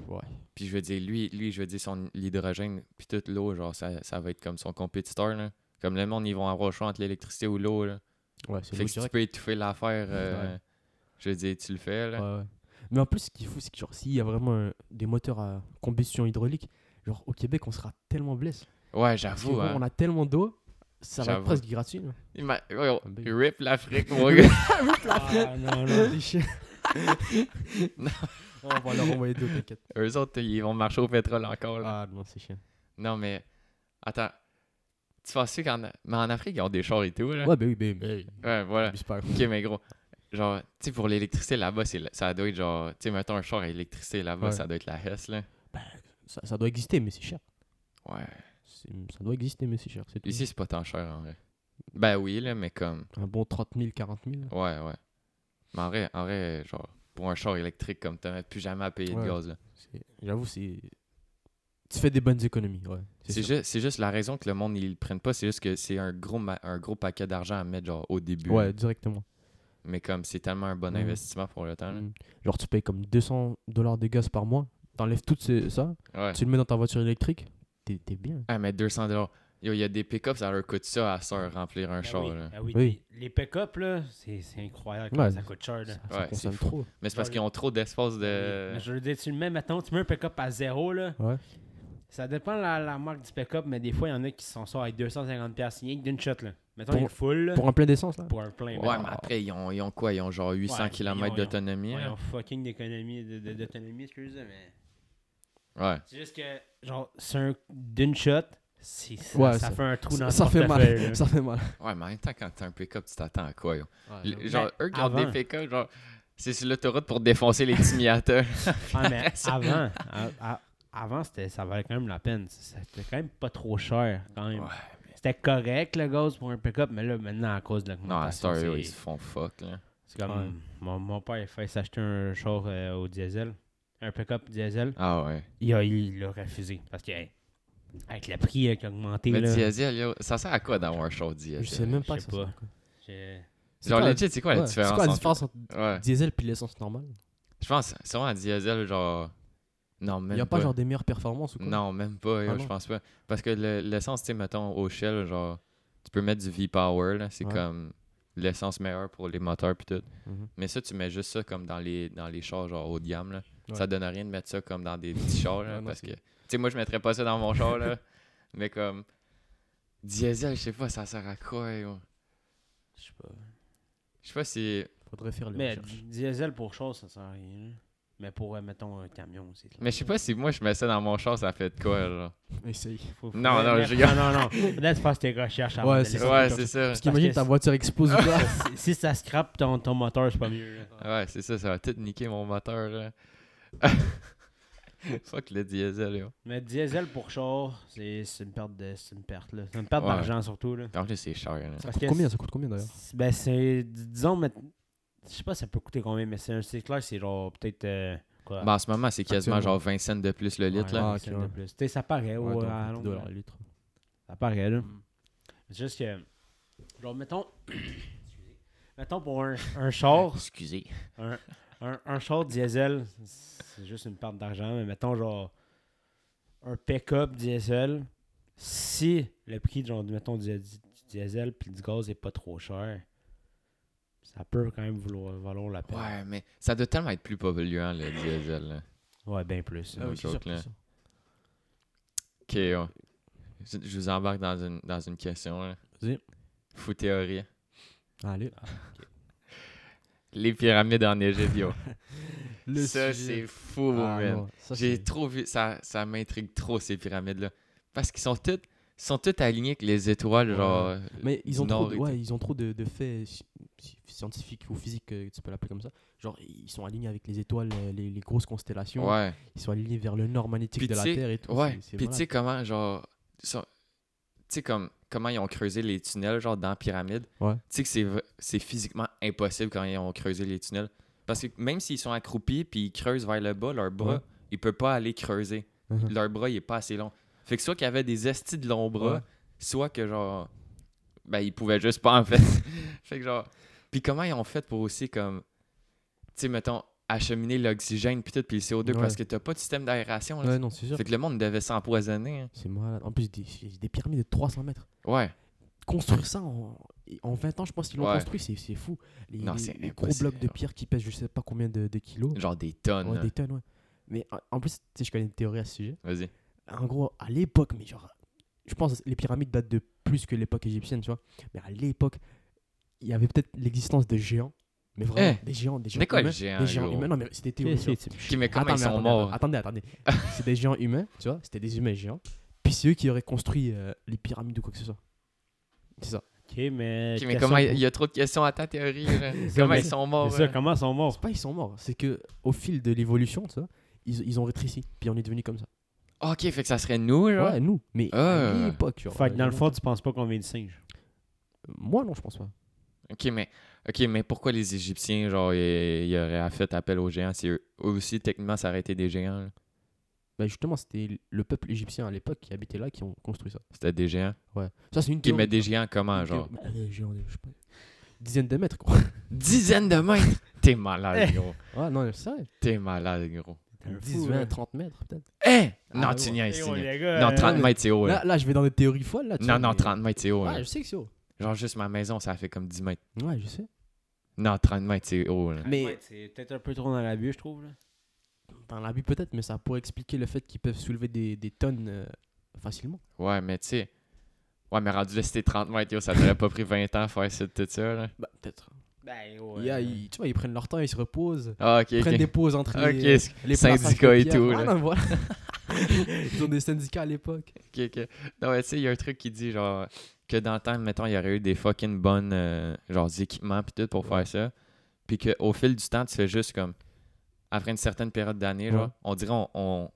Speaker 2: Ouais.
Speaker 1: Puis je veux dire, lui, lui je veux dire, son l'hydrogène, puis toute l'eau, genre, ça, ça va être comme son compétiteur, là. Comme le monde, ils vont avoir le choix entre l'électricité ou l'eau, là.
Speaker 2: Ouais, c'est
Speaker 1: Fait
Speaker 2: le
Speaker 1: que si tu
Speaker 2: direct.
Speaker 1: peux étouffer l'affaire, euh, je veux dire, tu le fais, là.
Speaker 2: Ouais, ouais. Mais en plus, ce qui est fou, c'est que genre, s'il y a vraiment euh, des moteurs à combustion hydraulique, genre au Québec, on sera tellement blessé.
Speaker 1: Ouais,
Speaker 2: Parce que,
Speaker 1: j'avoue,
Speaker 2: gros,
Speaker 1: hein.
Speaker 2: On a tellement d'eau, ça va être
Speaker 1: J'avoue.
Speaker 2: presque gratuit. là.
Speaker 1: Il m'a- ouais, on-
Speaker 2: Ah, ben.
Speaker 1: Rip l'Afrique,
Speaker 2: [LAUGHS]
Speaker 1: mon gars.
Speaker 3: Ah, non, non.
Speaker 2: Les [LAUGHS] chiens. on va leur envoyer d'eau, t'inquiète.
Speaker 1: Eux autres, ils vont marcher au pétrole encore, là.
Speaker 2: Ah non, c'est chiant.
Speaker 1: Non, mais... Attends. Tu penses qu'en... Mais en Afrique, ils ont des chars et tout, là.
Speaker 2: Ouais, ben oui, ben oui.
Speaker 1: Ouais, voilà.
Speaker 2: Abuse pas.
Speaker 1: Ok, mais gros... Genre, tu sais, pour l'électricité là-bas, c'est la- ça doit être genre, tu sais, mettons un char à électricité là-bas,
Speaker 2: Ouais.
Speaker 1: ça doit être la Hess, là.
Speaker 2: Ça, ça doit exister, mais c'est cher.
Speaker 1: Ouais.
Speaker 2: C'est- Ça doit exister, mais c'est cher. c'est tout.
Speaker 1: Ici, c'est pas tant cher en vrai. Ben oui, là, mais comme.
Speaker 2: un bon 30 000, 40 000. là.
Speaker 1: Ouais, ouais. Mais en vrai, en vrai genre, pour un char électrique comme t'as plus jamais à payer de
Speaker 2: Ouais.
Speaker 1: gaz. là.
Speaker 2: C'est- J'avoue, c'est. Tu fais des bonnes économies, ouais.
Speaker 1: C'est
Speaker 2: sûr.
Speaker 1: juste, c'est juste la raison que le monde, ils le prennent pas, c'est juste que c'est un gros, ma- un gros paquet d'argent à mettre, genre, au début.
Speaker 2: Ouais, directement.
Speaker 1: Mais comme c'est tellement un bon
Speaker 2: Mhm.
Speaker 1: investissement pour le temps. là.
Speaker 2: Mm. Genre, tu payes comme 200 dollars de gaz par mois, t'enlèves tout ce- ça,
Speaker 1: Ouais.
Speaker 2: tu le mets dans ta voiture électrique, t'es t'es bien.
Speaker 1: Ah, mais 200 dollars. Yo, il y a des pick-up, ça leur coûte ça à ça, remplir un
Speaker 3: Ah
Speaker 1: char.
Speaker 3: oui,
Speaker 1: là.
Speaker 3: ah oui,
Speaker 2: Ben Oui.
Speaker 3: Les, les pick-up, là, c'est c'est incroyable. comment
Speaker 2: Ouais.
Speaker 3: Ça coûte cher, là.
Speaker 2: Ça
Speaker 1: Ouais,
Speaker 2: consomme
Speaker 1: c'est fou.
Speaker 2: trop.
Speaker 1: Mais c'est parce
Speaker 3: Genre,
Speaker 1: qu'ils ont trop d'espace de.
Speaker 3: Mais Je veux dire, tu le mets, mettons, tu mets un pick-up à zéro, là.
Speaker 2: Ouais.
Speaker 3: Ça dépend la, la marque du pick-up, mais des fois, il y en a qui s'en sortent avec 250$ rien que d'une shot, là. Mettons,
Speaker 2: Pour-
Speaker 3: une full, là, pour,
Speaker 2: Pour un plein d'essence, là
Speaker 3: un plein.
Speaker 1: Ouais,
Speaker 3: mettons.
Speaker 1: mais après, ils ont, ils ont quoi Ils ont genre 800
Speaker 3: Ouais, ils
Speaker 1: km
Speaker 3: ont-
Speaker 1: d'autonomie.
Speaker 3: Ouais,
Speaker 1: là.
Speaker 3: en fucking d'économie, de- de- d'autonomie, excusez, mais...
Speaker 1: Ouais.
Speaker 3: C'est juste que, genre, c'est un d'une shot, c'est- ça,
Speaker 2: Ouais,
Speaker 3: ça
Speaker 2: ça-
Speaker 3: fait un trou dans
Speaker 2: Ça,
Speaker 3: le
Speaker 2: ça fait
Speaker 3: portefeuille, là.
Speaker 2: mal. Ça fait mal.
Speaker 1: Ouais, mais en même temps, quand t'as un pick-up, tu t'attends à quoi, yo? Les-
Speaker 3: Ah, mais
Speaker 1: genre, eux qui ont
Speaker 3: avant.
Speaker 1: des pick-up,
Speaker 3: [LAUGHS]
Speaker 1: genre, c'est sur l'autoroute pour défoncer les petits Miata.
Speaker 3: Ah, mais avant, à- à- avant, c'était, ça valait quand même la peine. C'était quand même pas trop cher, quand même.
Speaker 1: Ouais,
Speaker 3: C'était correct, le gaz, pour un pick-up, mais là, maintenant, à cause de
Speaker 1: Non, à
Speaker 3: l'augmentation,
Speaker 1: Star,
Speaker 3: c'est-
Speaker 1: ils se font fuck, là.
Speaker 3: c'est comme...
Speaker 2: Ouais.
Speaker 3: Mon, mon père, il fait s'acheter un char euh, au diesel, un pick-up diesel.
Speaker 1: Ah ouais.
Speaker 3: Il a, il l'a refusé, parce que, hey, avec le prix euh, qui a augmenté,
Speaker 1: Mais
Speaker 3: là...
Speaker 1: diesel, yo, ça sert à quoi d'avoir un show diesel?
Speaker 2: Je sais même pas
Speaker 3: je
Speaker 2: que
Speaker 3: sais
Speaker 2: ça sert à
Speaker 3: pas.
Speaker 2: quoi.
Speaker 3: j'ai-
Speaker 2: C'est
Speaker 1: Genre,
Speaker 2: quoi la-
Speaker 1: legit, c'est quoi la
Speaker 2: ouais,
Speaker 1: différence?
Speaker 2: C'est quoi la
Speaker 1: entre-
Speaker 2: différence entre
Speaker 1: Ouais.
Speaker 2: diesel puis l'essence normale
Speaker 1: Je pense, sûrement à diesel, genre. Non,
Speaker 2: Il
Speaker 1: même
Speaker 2: n'y a pas genre des meilleures performances ou quoi
Speaker 1: Non, même pas, yo,
Speaker 2: Ah non?
Speaker 1: je pense pas. Parce que le- l'essence, tu sais, mettons, au Shell, genre, tu peux mettre du V-Power, là, c'est
Speaker 2: Ouais.
Speaker 1: comme l'essence meilleure pour les moteurs puis tout.
Speaker 2: Mhm.
Speaker 1: Mais ça, tu mets juste ça comme dans les, dans les chars, genre, haut de gamme, là.
Speaker 2: Ouais.
Speaker 1: Ça donne à rien de mettre ça comme dans des petits chars, là,
Speaker 2: Ouais, [LAUGHS] non,
Speaker 1: parce que...
Speaker 2: c'est-
Speaker 1: Tu sais, moi, je mettrais pas ça dans mon char,
Speaker 2: [LAUGHS]
Speaker 1: là. Mais comme... Diesel, je sais pas, ça sert à quoi, yo.
Speaker 2: Je sais pas.
Speaker 1: Je sais pas si...
Speaker 2: Faudrait faire les
Speaker 3: Mais
Speaker 2: recherches.
Speaker 3: du diesel pour chose, ça sert à rien. là. Mais pour, euh, mettons, un camion, c'est...
Speaker 1: Mais je sais pas si moi, je mets ça dans mon char, ça fait de quoi, genre.
Speaker 2: Essaye.
Speaker 3: Faut- faut-
Speaker 1: Non,
Speaker 3: mais-
Speaker 1: non,
Speaker 3: mais-
Speaker 1: je
Speaker 3: [LAUGHS] non,
Speaker 1: rigole.
Speaker 3: non, non. Laisse faire tes recherches avant
Speaker 2: Ouais,
Speaker 3: de
Speaker 2: c'est
Speaker 3: laisser-
Speaker 2: ça.
Speaker 1: Ouais, c'est ça.
Speaker 2: Parce qu'imagine
Speaker 3: que
Speaker 2: ta
Speaker 3: c'est-
Speaker 2: voiture explose ou quoi
Speaker 3: [LAUGHS] si, si ça scrape ton, ton moteur, c'est pas mieux. là.
Speaker 1: Ah Ouais, c'est ça, ça va tout niquer mon moteur, là. [LAUGHS] Fuck le diesel, yo.
Speaker 3: Mais diesel pour char, c'est c'est une perte de c'est une perte là. C'est une perte
Speaker 1: Ouais.
Speaker 3: d'argent surtout là.
Speaker 1: En plus, c'est cher, là.
Speaker 3: Parce
Speaker 2: Coûte
Speaker 3: que
Speaker 2: Combien Ça coûte combien d'ailleurs
Speaker 3: c'est- ben c'est disons mais je sais pas ça peut coûter combien mais c'est c'est clair c'est genre peut-être euh, quoi.
Speaker 1: Ben, en ce moment, c'est quasiment
Speaker 2: Actuellement.
Speaker 1: genre 20 cents de plus le litre.
Speaker 3: Ouais,
Speaker 1: là.
Speaker 2: Ah,
Speaker 3: c'est
Speaker 2: ok,
Speaker 3: de
Speaker 2: ouais.
Speaker 3: plus. Tu sais, ça paraît au-
Speaker 2: donc,
Speaker 3: à Hmm.
Speaker 2: 10
Speaker 3: longue-
Speaker 2: dollars le litre.
Speaker 3: Ça paraît
Speaker 1: Hmm.
Speaker 3: là.
Speaker 2: Mm.
Speaker 3: C'est juste que genre mettons [COUGHS] excusez. mettons pour un, un char,
Speaker 1: Excusez.
Speaker 3: un, un, un char diesel, c'est juste une perte d'argent, mais mettons genre un pick-up diesel, si le prix genre, mettons, du, du diesel puis du gaz est pas trop cher, ça peut quand même vouloir, valoir la peine.
Speaker 1: Ouais, mais ça doit tellement être plus polluant, le diesel. Là.
Speaker 3: Ouais, bien plus.
Speaker 1: Ah
Speaker 2: Ah
Speaker 1: oui,
Speaker 2: oui,
Speaker 1: c'est sûr, c'est Ok, ouais. je, je vous embarque dans une, dans une question. là.
Speaker 2: Vas-y.
Speaker 1: Fou théorie.
Speaker 2: Allez.
Speaker 1: Les pyramides en Égypte,
Speaker 2: [LAUGHS]
Speaker 1: yo. ça, c'est fou,
Speaker 2: Ah,
Speaker 1: man.
Speaker 2: non, ça,
Speaker 1: J'ai
Speaker 2: c'est-
Speaker 1: trop vu, ça, ça m'intrigue trop ces pyramides-là. Parce qu'ils sont toutes, sont toutes alignées avec les étoiles,
Speaker 2: Ouais.
Speaker 1: genre.
Speaker 2: Mais ils ont,
Speaker 1: du
Speaker 2: trop,
Speaker 1: Nord
Speaker 2: de-
Speaker 1: et
Speaker 2: ouais, ils ont trop de, de faits sci- sci- scientifiques ou physiques, euh, tu peux l'appeler comme ça. Genre, ils sont alignés avec les étoiles, euh, les, les grosses constellations.
Speaker 1: Ouais.
Speaker 2: Ils sont alignés vers le nord magnétique
Speaker 1: Puis
Speaker 2: de la
Speaker 1: tu sais-
Speaker 2: Terre et tout.
Speaker 1: Ouais.
Speaker 2: c'est- c'est
Speaker 1: Puis tu sais comment,
Speaker 2: malade.
Speaker 1: genre. sont- Tu sais, comme, comment ils ont creusé les tunnels, genre, dans la pyramide.
Speaker 2: Ouais.
Speaker 1: Tu sais que c'est v- c'est physiquement impossible quand ils ont creusé les tunnels. Parce que même s'ils sont accroupis puis ils creusent vers le bas, leur bras,
Speaker 2: Ouais.
Speaker 1: ils peuvent pas aller creuser.
Speaker 2: Mhm.
Speaker 1: Leur bras, il est pas assez long. Fait que soit qu'il y avait des estis de long bras,
Speaker 2: Ouais.
Speaker 1: soit que, genre. Ben, ils pouvaient juste pas, en fait. [LAUGHS] fait que, genre. Puis comment ils ont fait pour aussi, comme. Tu sais, mettons, acheminer l'oxygène puis tout, puis le CO2,
Speaker 2: Ouais.
Speaker 1: parce que t'as pas de système d'aération. là.
Speaker 2: Ouais, non, c'est sûr.
Speaker 1: Fait que le monde devait s'empoisonner. hein.
Speaker 2: C'est malade. En plus, des, des pyramides de 300 mètres.
Speaker 1: Ouais.
Speaker 2: Construire ça en, en 20 ans, je pense qu'ils l'ont
Speaker 1: Ouais.
Speaker 2: construit, c'est c'est fou. Les,
Speaker 1: Non,
Speaker 2: les-
Speaker 1: c'est
Speaker 2: les gros
Speaker 1: impossible.
Speaker 2: blocs de pierre qui pèsent je sais pas combien de, de kilos.
Speaker 1: Genre des tonnes.
Speaker 2: Ouais,
Speaker 1: hein.
Speaker 2: des tonnes, ouais. Mais en- en plus, tu sais, je connais une théorie à ce sujet.
Speaker 1: Vas-y.
Speaker 2: en gros, à l'époque, mais genre, je pense que les pyramides datent de plus que l'époque égyptienne, tu vois. Mais à l'époque, il y avait peut-être l'existence de géants, mais vraiment des géants, des géants
Speaker 1: Mais Eh, quoi, le
Speaker 2: humains,
Speaker 1: géant,
Speaker 2: des géants
Speaker 1: gros?
Speaker 2: humains. Non, mais c'était théorique. hein.
Speaker 3: C'est- c'est-
Speaker 1: Qui, mais comment
Speaker 2: Attends,
Speaker 1: ils
Speaker 2: mais
Speaker 1: sont
Speaker 2: attendez,
Speaker 1: morts?
Speaker 2: Attendez, attendez. [LAUGHS] c'est des géants humains, tu vois. C'était des humains géants. Puis c'est eux qui auraient construit euh, les pyramides ou quoi que ce soit. C'est ça.
Speaker 3: Ok, mais.
Speaker 1: Qui, mais
Speaker 3: question
Speaker 1: comment il
Speaker 3: pour-
Speaker 1: y a Oh, trop de questions à ta théorie? là.
Speaker 3: C'est ça,
Speaker 1: comment
Speaker 3: mais-
Speaker 1: ils sont
Speaker 3: C'est
Speaker 1: morts? hein?
Speaker 3: ça,
Speaker 1: là?
Speaker 3: comment ils sont morts?
Speaker 2: C'est pas ils sont morts, c'est que au fil de l'évolution, tu vois, ils, ils ont rétréci. Puis on est devenu comme ça.
Speaker 1: Ok, fait que ça serait nous, genre.
Speaker 2: Ouais, nous. Mais
Speaker 1: Ah.
Speaker 2: à l'époque, genre.
Speaker 3: Fait que
Speaker 2: euh,
Speaker 3: dans le fond, tu penses pas qu'on vient de singe.
Speaker 2: Moi, non, je pense pas.
Speaker 1: Ok, mais. Ok, mais pourquoi les Égyptiens, genre, ils ils auraient fait appel aux géants si eux eux aussi, techniquement, ça aurait été des géants? là?
Speaker 2: Bah justement, c'était le peuple égyptien à l'époque qui habitait là qui ont construit ça.
Speaker 1: C'était des géants?
Speaker 2: Ouais. Ça, c'est une
Speaker 1: Qui
Speaker 2: théorie.
Speaker 1: mais des géants comment,
Speaker 2: Une
Speaker 1: genre?
Speaker 2: théorie- Bah, des géants, des- je sais pas. Dizaines de mètres,
Speaker 1: [LAUGHS]
Speaker 2: quoi.
Speaker 1: Dizaines de mètres! T'es malade, gros.
Speaker 2: Ouais, non, c'est vrai.
Speaker 1: T'es malade, gros.
Speaker 3: T'es un fou,
Speaker 2: 10,
Speaker 3: hein.
Speaker 2: 20, 30 mètres, peut-être.
Speaker 1: Hein? Non,
Speaker 2: Ah,
Speaker 1: tu
Speaker 2: ouais.
Speaker 1: niaises,
Speaker 3: Eh
Speaker 1: tu
Speaker 3: ouais,
Speaker 1: niaises.
Speaker 3: les gars,
Speaker 1: Non,
Speaker 3: euh,
Speaker 1: 30 mètres, c'est haut, là.
Speaker 2: Là, là, je vais dans des théories folles, là. tu
Speaker 1: Non,
Speaker 2: vois,
Speaker 1: non,
Speaker 2: mais-
Speaker 1: 30 mètres, c'est haut, là.
Speaker 2: Ouais, je sais que c'est haut.
Speaker 1: Genre, juste ma maison, ça fait comme 10 mètres.
Speaker 2: Ouais, je sais.
Speaker 1: Non, 30 mètres, c'est haut, là.
Speaker 2: Mais-
Speaker 3: Ouais, c'est peut-être un peu trop dans l'abus, je trouve. Là.
Speaker 2: Dans l'abus, peut-être, mais ça pourrait expliquer le fait qu'ils peuvent soulever des, des tonnes euh, facilement.
Speaker 1: Ouais, mais tu sais. Ouais, mais rendu là, c'était 30 mètres, yo, ça t'aurait pas pris 20 ans faire ça, tout ça, là.
Speaker 2: Bah, peut-être.
Speaker 3: Ben, ouais.
Speaker 2: Il y a- ils- tu vois, ils prennent leur temps, ils se reposent.
Speaker 1: Ah, ok,
Speaker 2: Ils prennent des
Speaker 1: ok.
Speaker 2: pauses entre
Speaker 1: Ok,
Speaker 2: les,
Speaker 1: c'est-
Speaker 2: les
Speaker 1: syndicats
Speaker 2: plaçages de
Speaker 1: et
Speaker 2: pierres.
Speaker 1: tout,
Speaker 2: Ah,
Speaker 1: là. [LAUGHS]
Speaker 2: non, voilà. ils ont des syndicats à l'époque.
Speaker 1: ok, ok. Non, mais tu sais, il y a un truc qui dit, genre, que dans le temps, mettons, il y aurait eu des fucking bonnes, euh, genre, des équipements, pis tout, pour faire ça. Puis qu'au fil du temps, tu fais juste comme. Après une certaine période d'année, genre,
Speaker 2: Ouais.
Speaker 1: on dirait, on, on,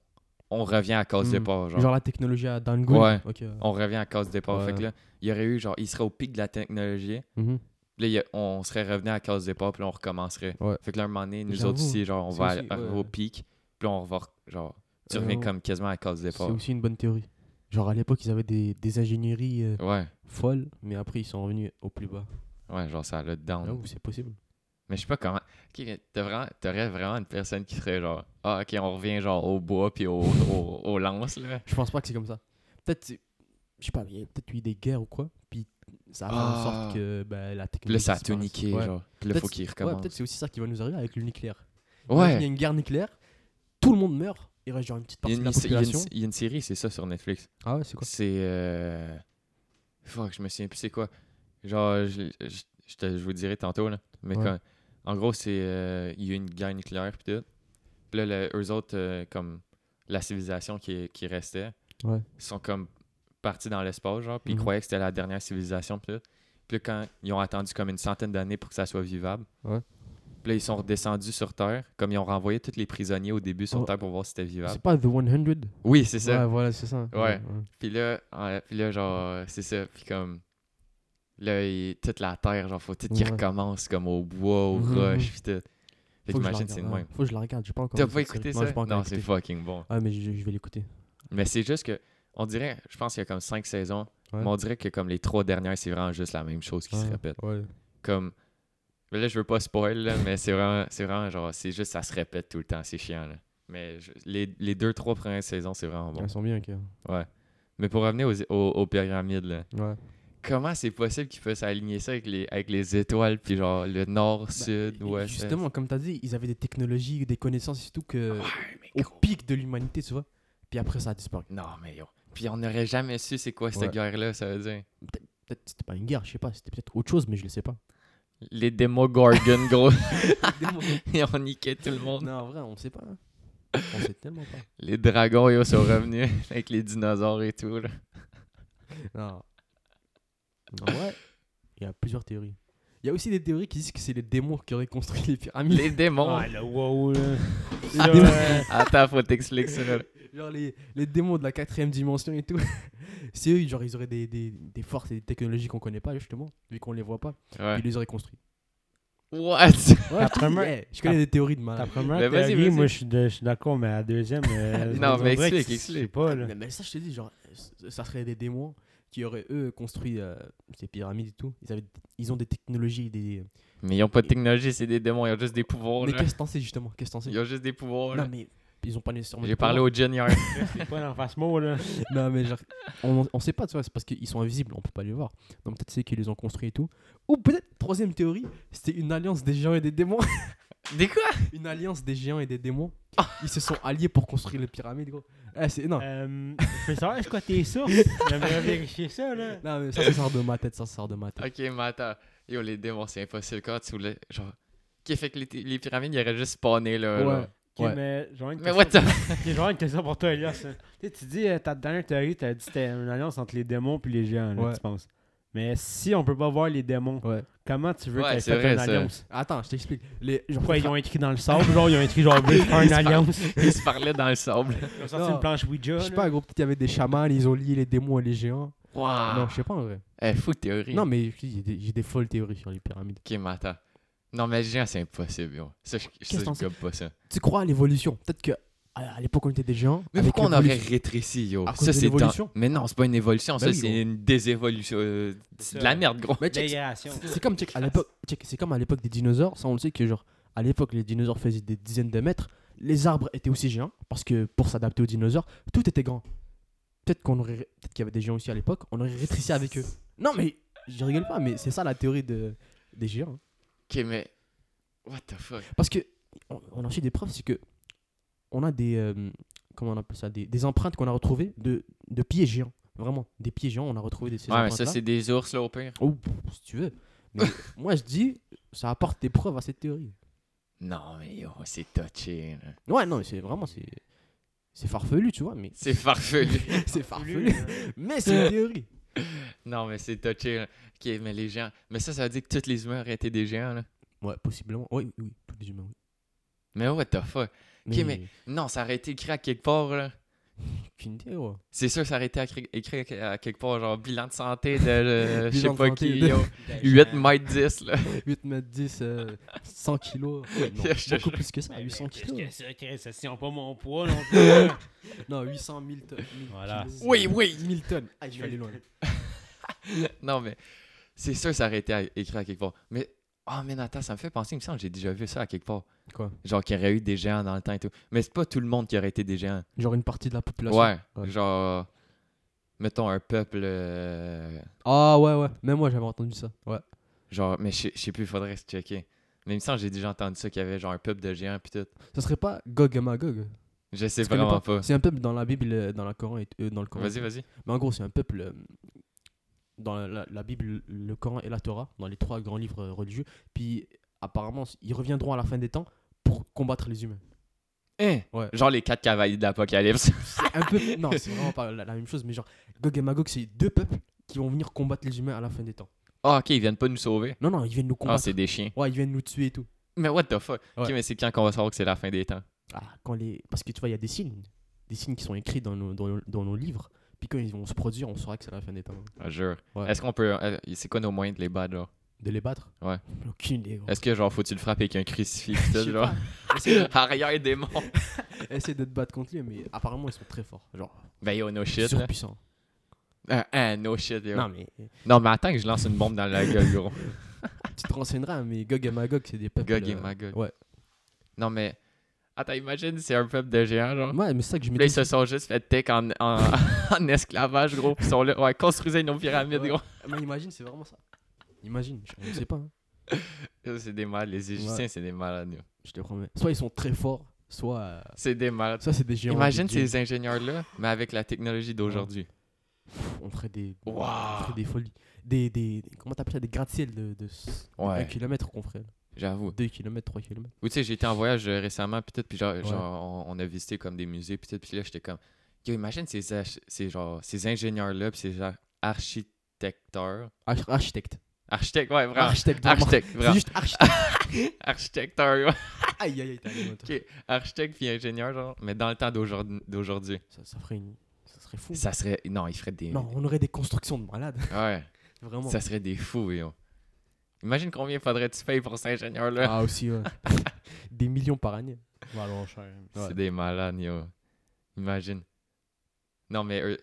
Speaker 1: on revient à cause
Speaker 2: Hmm.
Speaker 1: départ. Genre,
Speaker 2: Genre la technologie à Dangun.
Speaker 1: Ouais.
Speaker 2: Ok. ouais.
Speaker 1: on revient à cause départ.
Speaker 2: Ouais.
Speaker 1: Fait que là, il y aurait eu, genre, il serait au pic de la technologie.
Speaker 2: Mhm.
Speaker 1: Puis Là, il y a- on serait revenu à cause départ, puis là, on recommencerait.
Speaker 2: Ouais.
Speaker 1: Fait que là, un moment donné, nous
Speaker 2: J'avoue.
Speaker 1: autres ici, genre, on
Speaker 2: C'est
Speaker 1: va
Speaker 2: aussi-
Speaker 1: arriver
Speaker 2: ouais.
Speaker 1: au pic, puis on va, re- genre, tu reviens
Speaker 2: J'avoue.
Speaker 1: comme quasiment à cause
Speaker 2: Euh, C'est
Speaker 1: départ.
Speaker 2: aussi une bonne théorie. Genre à l'époque, ils avaient des, des ingénieries euh,
Speaker 1: Ouais,
Speaker 2: folles, mais après, ils sont revenus au plus bas.
Speaker 1: ouais, genre, ça, le down.
Speaker 2: J'avoue, c'est possible.
Speaker 1: Mais je sais pas comment. Ok, mais t'as vraiment- T'aurais vraiment une personne qui serait genre, ah, ok, on revient genre au bois puis au, au, au lance, là.
Speaker 2: Je pense pas que c'est comme ça. Peut-être, c'est- je sais pas, il y a peut-être eu des guerres ou quoi, puis ça a fait en
Speaker 1: Ah.
Speaker 2: sorte que bah, la
Speaker 1: Puis
Speaker 2: technologie.
Speaker 1: là, ça a tout
Speaker 2: disparaisse.
Speaker 1: niqué,
Speaker 2: Ouais.
Speaker 1: genre. Puis là,
Speaker 2: Peut-être-
Speaker 1: faut qu'il
Speaker 2: Ouais,
Speaker 1: recommence.
Speaker 2: peut-être c'est aussi ça qui va nous arriver avec le nucléaire. Imagine, Il y a
Speaker 1: Ouais,
Speaker 2: une guerre nucléaire, tout le monde meurt, il reste genre une petite
Speaker 1: il y a
Speaker 2: partie
Speaker 1: une-
Speaker 2: de la
Speaker 1: il y a une-
Speaker 2: population.
Speaker 1: il y a une série, c'est ça, sur Netflix.
Speaker 2: Ah ouais, c'est quoi
Speaker 1: C'est. Euh... Fuck, je me souviens plus c'est quoi. Genre, je, je, je te- je vous dirai tantôt, là. Mais
Speaker 2: Ouais.
Speaker 1: quand- en gros, c'est. euh, Il y a une guerre nucléaire, pis tout. Pis là, le- eux autres, euh, comme la civilisation qui, qui restait,
Speaker 2: Ouais.
Speaker 1: sont comme partis dans l'espace, genre, pis ils
Speaker 2: Mhm.
Speaker 1: croyaient que c'était la dernière civilisation, pis tout. Puis là, quand ils ont attendu comme une centaine d'années pour que ça soit vivable,
Speaker 2: Ouais.
Speaker 1: puis là, ils sont redescendus sur Terre, comme ils ont renvoyé tous les prisonniers au début sur
Speaker 2: Ouais.
Speaker 1: Terre pour voir si c'était vivable.
Speaker 2: Oh. C'est pas The 100
Speaker 1: Oui, c'est ça.
Speaker 2: Ouais, voilà, c'est ça.
Speaker 1: Ouais. Puis là, euh, puis là, genre, euh, c'est ça. Puis comme, là, il- toute la terre, genre, faut tout qu'il
Speaker 2: Ouais. recommence,
Speaker 1: recommence comme au bois, aux
Speaker 2: Mhm,
Speaker 1: roches, puis tout. Fait
Speaker 2: Faut que je la
Speaker 1: qu'imagine, c'est le
Speaker 2: regarde,
Speaker 1: même.
Speaker 2: ouais. Faut que je la regarde, j'ai pas encore.
Speaker 1: T'as
Speaker 2: vu
Speaker 1: pas
Speaker 2: cette série.
Speaker 1: écouté
Speaker 2: Non, j'ai
Speaker 1: ça?
Speaker 2: pas encore
Speaker 1: Non, c'est
Speaker 2: écouté.
Speaker 1: fucking bon.
Speaker 2: Ah, mais je, je vais l'écouter.
Speaker 1: Mais c'est juste que, on dirait, je pense qu'il y a comme cinq saisons,
Speaker 2: Ouais.
Speaker 1: mais on dirait que comme les trois dernières, c'est vraiment juste la même chose qui se
Speaker 2: Ouais,
Speaker 1: répète.
Speaker 2: Ouais.
Speaker 1: Comme, mais là, je veux pas spoil, là, mais c'est vraiment, c'est vraiment genre, c'est juste, ça se répète tout le temps, c'est chiant, là. Mais je- les, les deux, trois premières saisons, c'est vraiment bon.
Speaker 2: Elles sont bien, ok. Ouais.
Speaker 1: Mais pour revenir aux, aux, aux pyramides, là, comment c'est possible qu'ils puissent aligner ça avec les, avec les étoiles, puis genre le nord, sud,
Speaker 2: Ben, Et
Speaker 1: ouest?
Speaker 2: Justement, comme t'as dit, ils avaient des technologies, des connaissances et tout que.
Speaker 1: est. Ouais, Ah, mais
Speaker 2: Au
Speaker 1: gros.
Speaker 2: pic de l'humanité, tu vois. Puis après, ça a disparu.
Speaker 1: Non, mais yo. Puis on n'aurait jamais su c'est quoi cette
Speaker 2: Ouais.
Speaker 1: guerre-là, ça veut dire.
Speaker 2: Peut-être que c'était pas une guerre, je sais pas, c'était peut-être autre chose, mais je le
Speaker 1: [LAUGHS]
Speaker 2: sais pas.
Speaker 1: Les [LAUGHS] Demogorgon, gros. Ils ont niqué tout le monde.
Speaker 2: non, en vrai, on sait pas. hein. On sait tellement pas.
Speaker 1: Les dragons, yo, sont revenus [LAUGHS] avec les dinosaures et tout,
Speaker 2: [LAUGHS]
Speaker 1: là.
Speaker 2: [LAUGHS] Non. En vrai, il y a plusieurs théories. Il y a aussi des théories qui disent que c'est les démons qui auraient construit les pyramides.
Speaker 1: Les démons.
Speaker 3: Ah, le wow, là. euh,
Speaker 2: Ah,
Speaker 3: Ça,
Speaker 2: des-
Speaker 3: ouais.
Speaker 1: Attends, faut t'expliquer ça. là.
Speaker 2: Genre les, les démons de la quatrième dimension et tout. [LAUGHS] c'est eux, genre, ils auraient des, des, des forces et des technologies qu'on connaît pas, justement, vu qu'on les voit pas.
Speaker 1: Ouais.
Speaker 2: [LAUGHS] Ils les auraient construits.
Speaker 1: What?
Speaker 2: Ouais, je, te dis,
Speaker 3: première-
Speaker 2: hey, je connais des théories de
Speaker 3: Ta
Speaker 2: malade.
Speaker 3: première
Speaker 1: Mais vas-y,
Speaker 3: théorie,
Speaker 1: vas-y.
Speaker 3: moi, je suis de- je suis d'accord, mais la deuxième...
Speaker 1: [LAUGHS]
Speaker 3: euh,
Speaker 1: Non,
Speaker 3: on
Speaker 1: mais
Speaker 3: dirait que
Speaker 1: explique,
Speaker 3: c'est-
Speaker 1: explique.
Speaker 3: Je sais
Speaker 1: [LAUGHS]
Speaker 3: pas, là.
Speaker 2: Mais, mais ça, je te dis, genre, c- ça serait des démons qui auraient, eux, construit euh, ces pyramides et tout. Ils, avaient, ils ont des technologies, des...
Speaker 1: Mais ils ont pas de technologie, c'est des démons, ils ont juste des pouvoirs,
Speaker 2: mais
Speaker 1: Oh là.
Speaker 2: qu'est-ce que t'en sais, justement Qu'est-ce que t'en sais
Speaker 1: Ils ont juste des pouvoirs,
Speaker 2: Non,
Speaker 1: là.
Speaker 2: mais ils ont pas nécessairement...
Speaker 1: J'ai
Speaker 2: des
Speaker 1: parlé au Jen hier.
Speaker 2: [LAUGHS]
Speaker 3: C'est pas dans face
Speaker 1: [LAUGHS]
Speaker 3: mot, là.
Speaker 2: pouvoirs. Non, mais genre, on, on sait pas, tu vois, c'est parce qu'ils sont invisibles, on peut pas les voir. Donc peut-être c'est qu'ils les ont construits et tout. Ou peut-être, troisième théorie, c'était une alliance des géants et des démons. [LAUGHS]
Speaker 1: Des quoi?
Speaker 2: une alliance des géants et
Speaker 1: [LAUGHS]
Speaker 2: des démons. Ils se sont alliés pour construire les pyramides, gros. Eh, c'est... Non.
Speaker 3: Euh, je peux savoir, est-ce que
Speaker 1: [LAUGHS]
Speaker 3: tes sources? J'aimerais vérifier ça, là.
Speaker 2: non, mais ça, ça sort de ma tête, ça, ça sort de ma tête.
Speaker 1: Ok, mais attends. Yo, les démons, c'est impossible. Quand tu voulais. Genre. Qui fait que les, les pyramides, ils auraient juste spawné là.
Speaker 2: Ouais.
Speaker 1: genre.
Speaker 3: Ok,
Speaker 2: Ouais.
Speaker 3: mais j'aurais une
Speaker 1: Mais
Speaker 3: question
Speaker 1: what the.
Speaker 3: J'ai [LAUGHS] vraiment une question pour toi,
Speaker 1: [LAUGHS]
Speaker 3: Elias. hein. Tu sais, tu dis, euh, ta dernière théorie, tu as dit que c'était une alliance entre les démons et les géants, là,
Speaker 2: Ouais.
Speaker 3: tu penses. Mais si on peut pas voir les démons,
Speaker 2: Ouais.
Speaker 3: comment tu veux
Speaker 1: Ouais,
Speaker 3: qu'elles
Speaker 1: c'est
Speaker 3: fassent
Speaker 1: vrai,
Speaker 3: une
Speaker 1: ça.
Speaker 3: alliance
Speaker 2: Attends, je t'explique. Les... Genre,
Speaker 3: Pourquoi ils ont écrit
Speaker 1: [LAUGHS]
Speaker 3: dans le sable Genre, ils ont écrit genre, Veux faire une alliance.
Speaker 1: [LAUGHS] Ils se parlaient dans le
Speaker 2: [LAUGHS]
Speaker 1: sable.
Speaker 3: Ils ont sorti
Speaker 2: Non.
Speaker 3: une planche Ouija.
Speaker 2: Je sais
Speaker 3: là.
Speaker 2: pas, gros, peut-être qu'il y avait des chamans, ils ont lié les démons et les géants.
Speaker 1: Waouh.
Speaker 2: Non, je sais pas en vrai.
Speaker 1: Eh, fou théorie.
Speaker 2: Non, mais je te dis, j'ai des, j'ai des folles théories sur les pyramides.
Speaker 1: Ok, mais attends. Non, mais les géants, c'est impossible, yo. Ça, je, ça,
Speaker 2: que t'en
Speaker 1: je
Speaker 2: sais?
Speaker 1: gobe pas ça.
Speaker 2: Tu crois à l'évolution Peut-être que à à l'époque on était des géants.
Speaker 1: Mais
Speaker 2: avec
Speaker 1: pourquoi on aurait
Speaker 2: l'évolution-
Speaker 1: rétréci, yo?
Speaker 2: À cause
Speaker 1: Ah, Ça,
Speaker 2: de
Speaker 1: c'est dans-
Speaker 2: l'évolution.
Speaker 1: Mais non, c'est pas une évolution.
Speaker 2: Ben
Speaker 1: ça,
Speaker 2: oui,
Speaker 1: c'est
Speaker 2: gros.
Speaker 1: une désévolution. euh, c'est de la merde, gros.
Speaker 2: Mais check,
Speaker 3: Dégradation.
Speaker 2: c'est comme check, à l'époque, check, c'est comme à l'époque des dinosaures. Ça, on le sait que genre à l'époque les dinosaures faisaient des dizaines de mètres. Les arbres étaient aussi géants parce que pour s'adapter aux dinosaures, tout était grand. Peut-être qu'on aurait, peut-être qu'il y avait des géants aussi à l'époque. On aurait rétréci avec eux. Non, mais je rigole pas, mais c'est ça la théorie de des géants. hein.
Speaker 1: Ok, mais. What the fuck?
Speaker 2: Parce que on, on a aussi des preuves, c'est que on a des euh, comment on appelle ça, des, des empreintes qu'on a retrouvées de, de pieds géants. Vraiment, des pieds géants, on a retrouvé des ces
Speaker 1: Ouais, mais ça,
Speaker 2: empreintes-là.
Speaker 1: c'est des ours, là, au pire.
Speaker 2: Oh, pff, si tu veux. Mais moi, je dis, ça apporte des preuves à cette théorie.
Speaker 1: Non, mais yo, c'est touché, là.
Speaker 2: Ouais, non, mais c'est vraiment c'est c'est farfelu, tu vois, mais
Speaker 1: C'est [LAUGHS] farfelu.
Speaker 2: [LAUGHS] c'est farfelu. mais c'est une théorie.
Speaker 1: Non, mais c'est touché. là. Ok, mais les géants. Mais ça, ça veut dire que toutes les humains auraient été des géants, là.
Speaker 2: Ouais, possiblement. Oui, oui, oui, tous les humains. Oui.
Speaker 1: Mais what the fuck?
Speaker 2: Mais,
Speaker 1: mais- Non, ça aurait été écrit à quelque part, là.
Speaker 2: Aucune idée, ouais.
Speaker 1: C'est sûr, ça aurait été accri- écrit à quelque part, genre bilan de santé de
Speaker 2: [LAUGHS]
Speaker 1: euh, je sais
Speaker 2: Bilan de
Speaker 1: pas
Speaker 2: santé
Speaker 1: qui,
Speaker 2: de-
Speaker 1: yo. 8 mètres 10, là. [LAUGHS]
Speaker 2: 8 mètres 10, euh, 100 kilos. Ouais, non,
Speaker 1: Je te
Speaker 2: beaucoup plus que ça, 800 kilos.
Speaker 3: Ça tient pas mon
Speaker 1: [LAUGHS]
Speaker 3: poids non plus.
Speaker 2: Non, 800 000 tonnes. 1000
Speaker 3: Voilà.
Speaker 2: kilos.
Speaker 1: Oui, oui.
Speaker 2: 1000 tonnes. Ah, je vais aller loin.
Speaker 1: Non, mais c'est sûr, ça aurait été à- écrit à quelque part. Mais, oh, mais Nathan, ça me fait penser, il me semble que j'ai déjà vu ça à quelque part.
Speaker 2: Quoi
Speaker 1: Genre qu'il y aurait eu des géants dans le temps et tout. Mais c'est pas tout le monde qui aurait été des géants.
Speaker 2: Genre une partie de la population.
Speaker 1: Ouais,
Speaker 2: Ouais.
Speaker 1: genre, mettons un peuple. euh,
Speaker 2: Ah, ouais, ouais. Même moi, j'avais entendu ça. Ouais.
Speaker 1: genre, mais je sais- je sais plus, il faudrait se checker. Mais il me semble que j'ai déjà entendu ça qu'il y avait genre un peuple de géants puis tout.
Speaker 2: Ça serait pas Gog et Magog
Speaker 1: Je sais
Speaker 2: Tu connais
Speaker 1: vraiment pas.
Speaker 2: C'est un peuple dans la Bible, euh, dans la Coran et euh, dans le Coran.
Speaker 1: Vas-y, vas-y.
Speaker 2: Mais en gros, c'est un peuple euh, dans la, la- la Bible, le Coran et la Torah, dans les trois grands livres euh, religieux. Puis apparemment, ils reviendront à la fin des temps pour combattre les humains.
Speaker 1: Hein?
Speaker 2: Ouais.
Speaker 1: Genre les quatre cavaliers de l'Apocalypse.
Speaker 2: C'est un peu non, c'est vraiment pas la, la même chose, mais genre Gog et Magog, c'est deux peuples qui vont venir combattre les humains à la fin des temps.
Speaker 1: [LAUGHS] Ah, ok, ils viennent pas nous sauver.
Speaker 2: Non, non, ils viennent nous
Speaker 1: Ah,
Speaker 2: combattre.
Speaker 1: c'est des chiens.
Speaker 2: ouais, ils viennent nous tuer et tout.
Speaker 1: Mais what the fuck? Ok,
Speaker 2: Ouais.
Speaker 1: mais c'est quand qu'on va savoir que c'est la fin des temps?
Speaker 2: Ah, quand les... Parce que tu vois, il y a des signes. Des signes qui sont écrits dans nos, dans nos- dans nos livres. Puis quand ils vont se produire, on saura que c'est la fin des temps.
Speaker 1: Je jure.
Speaker 2: Ouais.
Speaker 1: Est-ce qu'on peut. euh, C'est quoi nos moyens de les battre, genre?
Speaker 2: De les battre
Speaker 1: Ouais.
Speaker 2: Aucune idée. gros.
Speaker 1: Est-ce que, genre, faut-tu le frapper avec un crucifix pis
Speaker 2: [LAUGHS] Je
Speaker 1: tout,
Speaker 2: sais
Speaker 1: genre?
Speaker 2: pas. Essaye de-
Speaker 1: [LAUGHS] Arrière démon!
Speaker 2: Essaye de te battre contre lui, mais apparemment ils sont très forts. Genre,
Speaker 1: Ben yo, no shit. là.
Speaker 2: surpuissants.
Speaker 1: Ah, ah, no shit, yo.
Speaker 2: Non, mais
Speaker 1: Non, mais attends que je lance une bombe dans la gueule, gros.
Speaker 2: tu te renseigneras, mais Gog et Magog, c'est des peuples.
Speaker 1: Gog et
Speaker 2: euh,
Speaker 1: Magog.
Speaker 2: Ouais.
Speaker 1: Non, mais. Attends, imagine, c'est un peuple de géants, genre.
Speaker 2: Ouais, mais c'est ça que je me
Speaker 1: Puis là, ils
Speaker 2: dis.
Speaker 1: se sont juste fait tech en, en, [LAUGHS] en esclavage, gros. Puis ils sont là. Ouais, construisez nos pyramides,
Speaker 2: Ouais.
Speaker 1: gros.
Speaker 2: Mais imagine, c'est vraiment ça. Imagine, je- on ne sait pas. hein.
Speaker 1: Ça, C'est des malades. Les Égyptiens, c'est des malades, yo.
Speaker 2: Je te promets. Soit ils sont très forts, soit. euh,
Speaker 1: C'est des malades.
Speaker 2: Soit c'est des géants.
Speaker 1: Imagine
Speaker 2: des dieux.
Speaker 1: ces ingénieurs-là, mais avec la technologie d'aujourd'hui.
Speaker 2: Pff, On ferait des.
Speaker 1: Wow.
Speaker 2: On ferait des folies. Des. des... Comment t'appelles ça Des gratte-ciel de, de s-
Speaker 1: Ouais.
Speaker 2: un kilomètre qu'on ferait.
Speaker 1: J'avoue.
Speaker 2: 2 km, 3 km.
Speaker 1: Ou tu sais, j'étais en voyage euh, récemment, puis tout, puis genre, genre, on, on a visité comme des musées, puis tout, puis là, j'étais comme, yo, imagine ces, ach- ces, genre, ces ingénieurs-là, puis ces genre, architecteurs.
Speaker 2: Architecte.
Speaker 1: Architectes, ouais, vraiment.
Speaker 2: Architecte. vraiment.
Speaker 1: Architectes, [LAUGHS]
Speaker 2: C'est
Speaker 1: vraiment.
Speaker 2: juste architecte.
Speaker 1: Architecteurs, ouais.
Speaker 2: aïe, aïe, aïe, t'as raison, toi.
Speaker 1: Ok, Architectes puis ingénieurs, genre, mais dans le temps d'aujourd'hui- d'aujourd'hui.
Speaker 2: Ça, ça ferait une. Ça serait fou.
Speaker 1: Ça serait. Non, ils feraient des.
Speaker 2: Non, on aurait des constructions de malades.
Speaker 1: [LAUGHS]
Speaker 2: [LAUGHS]
Speaker 1: Ouais,
Speaker 2: Vraiment.
Speaker 1: ça serait des fous, yo. Imagine combien faudrait-tu payer pour ces ingénieurs-là.
Speaker 2: Ah, aussi, ouais. des millions par année.
Speaker 3: Voilà, cher.
Speaker 2: ouais.
Speaker 1: [LAUGHS] C'est des malades, yo. Imagine. Non, mais eux...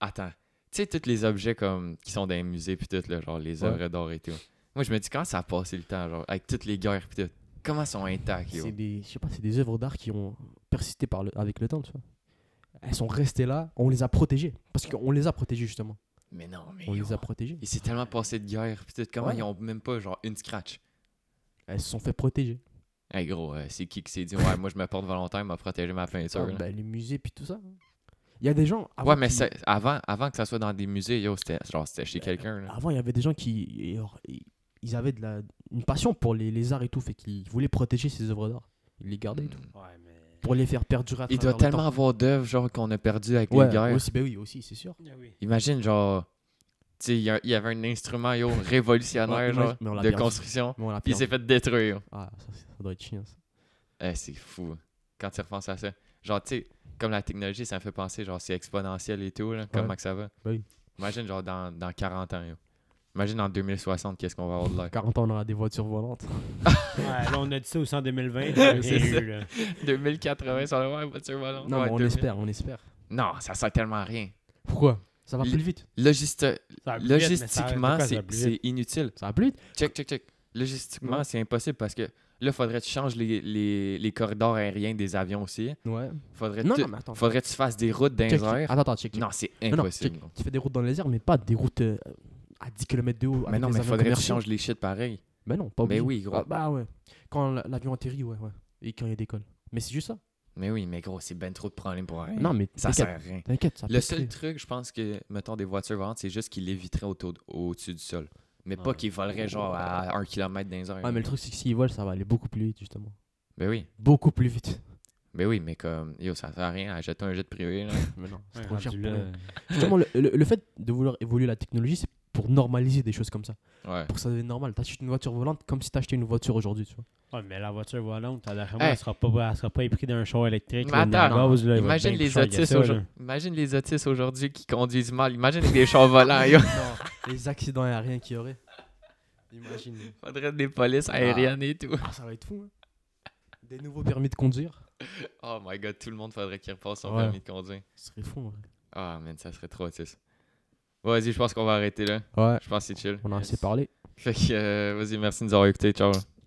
Speaker 1: Attends. Tu sais, tous les objets comme qui sont dans les musées, puis tout, là, genre les
Speaker 2: Ouais.
Speaker 1: œuvres d'art et tout. Moi, je me dis, quand ça a passé le temps, genre, avec toutes les guerres, puis tout, comment sont intacts, yo?
Speaker 2: C'est des, je sais pas, c'est des œuvres d'art qui ont persisté par le, avec le temps, tu vois. Elles sont restées là, on les a protégées. Parce qu'on les a protégées, justement.
Speaker 1: Mais non, mais.
Speaker 2: On
Speaker 1: yo.
Speaker 2: les a protégées.
Speaker 1: Il s'est tellement passé de guerre, puis tout, comment
Speaker 2: Ouais.
Speaker 1: ils ont même pas, genre, une scratch?
Speaker 2: Elles se sont fait protéger.
Speaker 1: Hey, gros, euh, c'est qui qui s'est dit, ouais, moi, je me porte volontaire, m'a protégé ma peinture?
Speaker 2: Ah,
Speaker 1: là.
Speaker 2: bah, les musées, puis tout ça. hein. Il y a des gens. avant
Speaker 1: ouais, mais
Speaker 2: qui-
Speaker 1: c'est- avant, avant que ça soit dans des musées, yo, c'était genre, c'était
Speaker 2: Euh,
Speaker 1: chez quelqu'un, là.
Speaker 2: Avant, il y avait des gens qui. alors, Ils avaient de la, une passion pour les, les arts et tout, fait qu'ils voulaient protéger ces œuvres d'art. Ils les gardaient et tout.
Speaker 3: Ouais, mais.
Speaker 2: Pour les faire perdurer à
Speaker 1: Mm. Il doit
Speaker 2: travers le
Speaker 1: tellement avoir d'œuvres, genre, qu'on a perdu avec
Speaker 2: temps. Ouais,
Speaker 1: les guerres.
Speaker 2: aussi, ben oui, aussi, c'est sûr.
Speaker 3: Ah oui.
Speaker 1: Imagine, genre, tu sais, il y, a- il y avait un instrument yo,
Speaker 2: [LAUGHS] Ouais,
Speaker 1: révolutionnaire,
Speaker 2: imagine-
Speaker 1: genre,
Speaker 2: mais on l'a
Speaker 1: de
Speaker 2: perdu.
Speaker 1: construction,
Speaker 2: Mais on l'a
Speaker 1: puis il
Speaker 2: perdu.
Speaker 1: s'est fait détruire.
Speaker 2: Ah, ça, c'est- ça doit être chiant, ça.
Speaker 1: Eh, c'est fou, quand tu repenses à ça. Genre, tu sais, comme la technologie, ça me fait penser, genre, c'est exponentiel et tout, là, comment que ça va.
Speaker 2: Oui.
Speaker 1: Imagine, genre, dans, dans 40 ans, yo. Imagine en 2060, qu'est-ce qu'on va avoir de
Speaker 2: [LAUGHS]
Speaker 1: l'air.
Speaker 2: 40 ans, on aura des voitures volantes.
Speaker 3: Ouais, là, on a dit ça aussi en
Speaker 1: [LAUGHS]
Speaker 3: 2020.
Speaker 1: Ouais,
Speaker 3: bien
Speaker 1: c'est
Speaker 3: eu,
Speaker 1: ça.
Speaker 3: là.
Speaker 1: 2080, ça va avoir une voiture volante.
Speaker 2: Non,
Speaker 1: Ouais,
Speaker 2: mais on
Speaker 1: 2000.
Speaker 2: espère, on espère.
Speaker 1: Non, ça sert tellement à rien.
Speaker 2: Pourquoi Ça va
Speaker 1: Il-
Speaker 2: plus vite.
Speaker 1: Logista-
Speaker 3: Ça va plus vite, mais ça arrête.
Speaker 1: Logistiquement,
Speaker 3: Pourquoi ça
Speaker 1: c'est
Speaker 3: va plus vite?
Speaker 1: c'est inutile.
Speaker 2: Ça va plus vite
Speaker 1: Check, check, check. Logistiquement,
Speaker 2: Ouais.
Speaker 1: c'est impossible parce que là, faudrait que tu changes les, les, les corridors aériens des avions aussi.
Speaker 2: Ouais.
Speaker 1: Faudrait
Speaker 2: Non,
Speaker 1: tu-
Speaker 2: non, mais attends.
Speaker 1: faudrait que tu fasses des routes dans
Speaker 2: Check,
Speaker 1: les
Speaker 2: check.
Speaker 1: airs.
Speaker 2: Attends, attends, check, check.
Speaker 1: Non, c'est
Speaker 2: Non, non,
Speaker 1: impossible.
Speaker 2: check. Tu fais des routes dans les airs, mais pas des routes euh, à 10 km de haut.
Speaker 1: mais
Speaker 2: avec
Speaker 1: non,
Speaker 2: des
Speaker 1: mais
Speaker 2: avions
Speaker 1: faudrait que tu
Speaker 2: commerciaux.
Speaker 1: changes les shit pareil.
Speaker 2: Mais non, pas
Speaker 1: Mais
Speaker 2: obligé.
Speaker 1: oui, gros.
Speaker 2: Ah, bah ouais. Quand l- l'avion atterrit, ouais, ouais. Et quand il décolle. Mais c'est juste ça.
Speaker 1: Mais oui, mais gros, c'est ben trop de problèmes pour rien.
Speaker 2: Non, mais
Speaker 1: ça
Speaker 2: t'inquiète, Ah,
Speaker 1: sert à rien.
Speaker 2: T'inquiète, ça
Speaker 1: Le
Speaker 2: peut
Speaker 1: seul
Speaker 2: créer.
Speaker 1: truc, je pense que, mettons, des voitures volantes, c'est juste qu'ils léviteraient autour d- au-dessus du sol. Mais pas
Speaker 2: Ouais.
Speaker 1: qu'ils voleraient genre à 1 km dans les airs.
Speaker 2: Ouais, mais le truc, c'est que s'ils volent, ça va aller beaucoup plus vite, justement.
Speaker 1: Ben oui.
Speaker 2: Beaucoup
Speaker 1: [LAUGHS]
Speaker 2: plus vite.
Speaker 1: Ben oui, mais comme, yo, ça sert à rien à jeter un jet privé. Là.
Speaker 2: mais non, c'est
Speaker 3: Ouais,
Speaker 2: trop
Speaker 3: rendu
Speaker 2: cher pour
Speaker 3: là, euh.
Speaker 2: rien. Justement, le, le- le fait de vouloir évoluer la technologie, c'est pour normaliser des choses comme ça.
Speaker 1: Ouais.
Speaker 2: Pour que ça devienne normal. T'achètes une voiture volante comme si t'achetais une voiture aujourd'hui, tu vois.
Speaker 3: Ouais, mais la voiture volante, à la moi,
Speaker 1: Hey.
Speaker 3: elle sera pas, elle sera pas épris d'un char électrique.
Speaker 1: Hein? Mais
Speaker 3: là, ni à
Speaker 1: attends,
Speaker 3: gaz, là, il va être
Speaker 1: Imagine
Speaker 3: bien
Speaker 1: les,
Speaker 3: plus cher que
Speaker 1: autistes
Speaker 3: ça, là.
Speaker 1: aujourd'hui- Imagine les autistes aujourd'hui qui conduisent mal. Imagine avec des chars volants. Il
Speaker 2: non, les accidents aériens qu'il y aurait. Imagine.
Speaker 1: [LAUGHS] faudrait des polices aériennes et tout.
Speaker 2: Ah, ça va être fou, hein. Des nouveaux permis de conduire.
Speaker 1: Oh my god, tout le monde faudrait qu'il repasse son
Speaker 3: Ouais.
Speaker 1: permis de conduire.
Speaker 2: Ce serait fou, ouais.
Speaker 1: Ah man, ça serait trop autiste. Ouais, Vas-y, je pense qu'on va arrêter là.
Speaker 2: Ouais,
Speaker 1: Je pense que c'est chill.
Speaker 2: on a
Speaker 3: Yes.
Speaker 2: assez parlé.
Speaker 1: Fait que, euh, vas-y, merci de nous avoir écoutés. Ciao.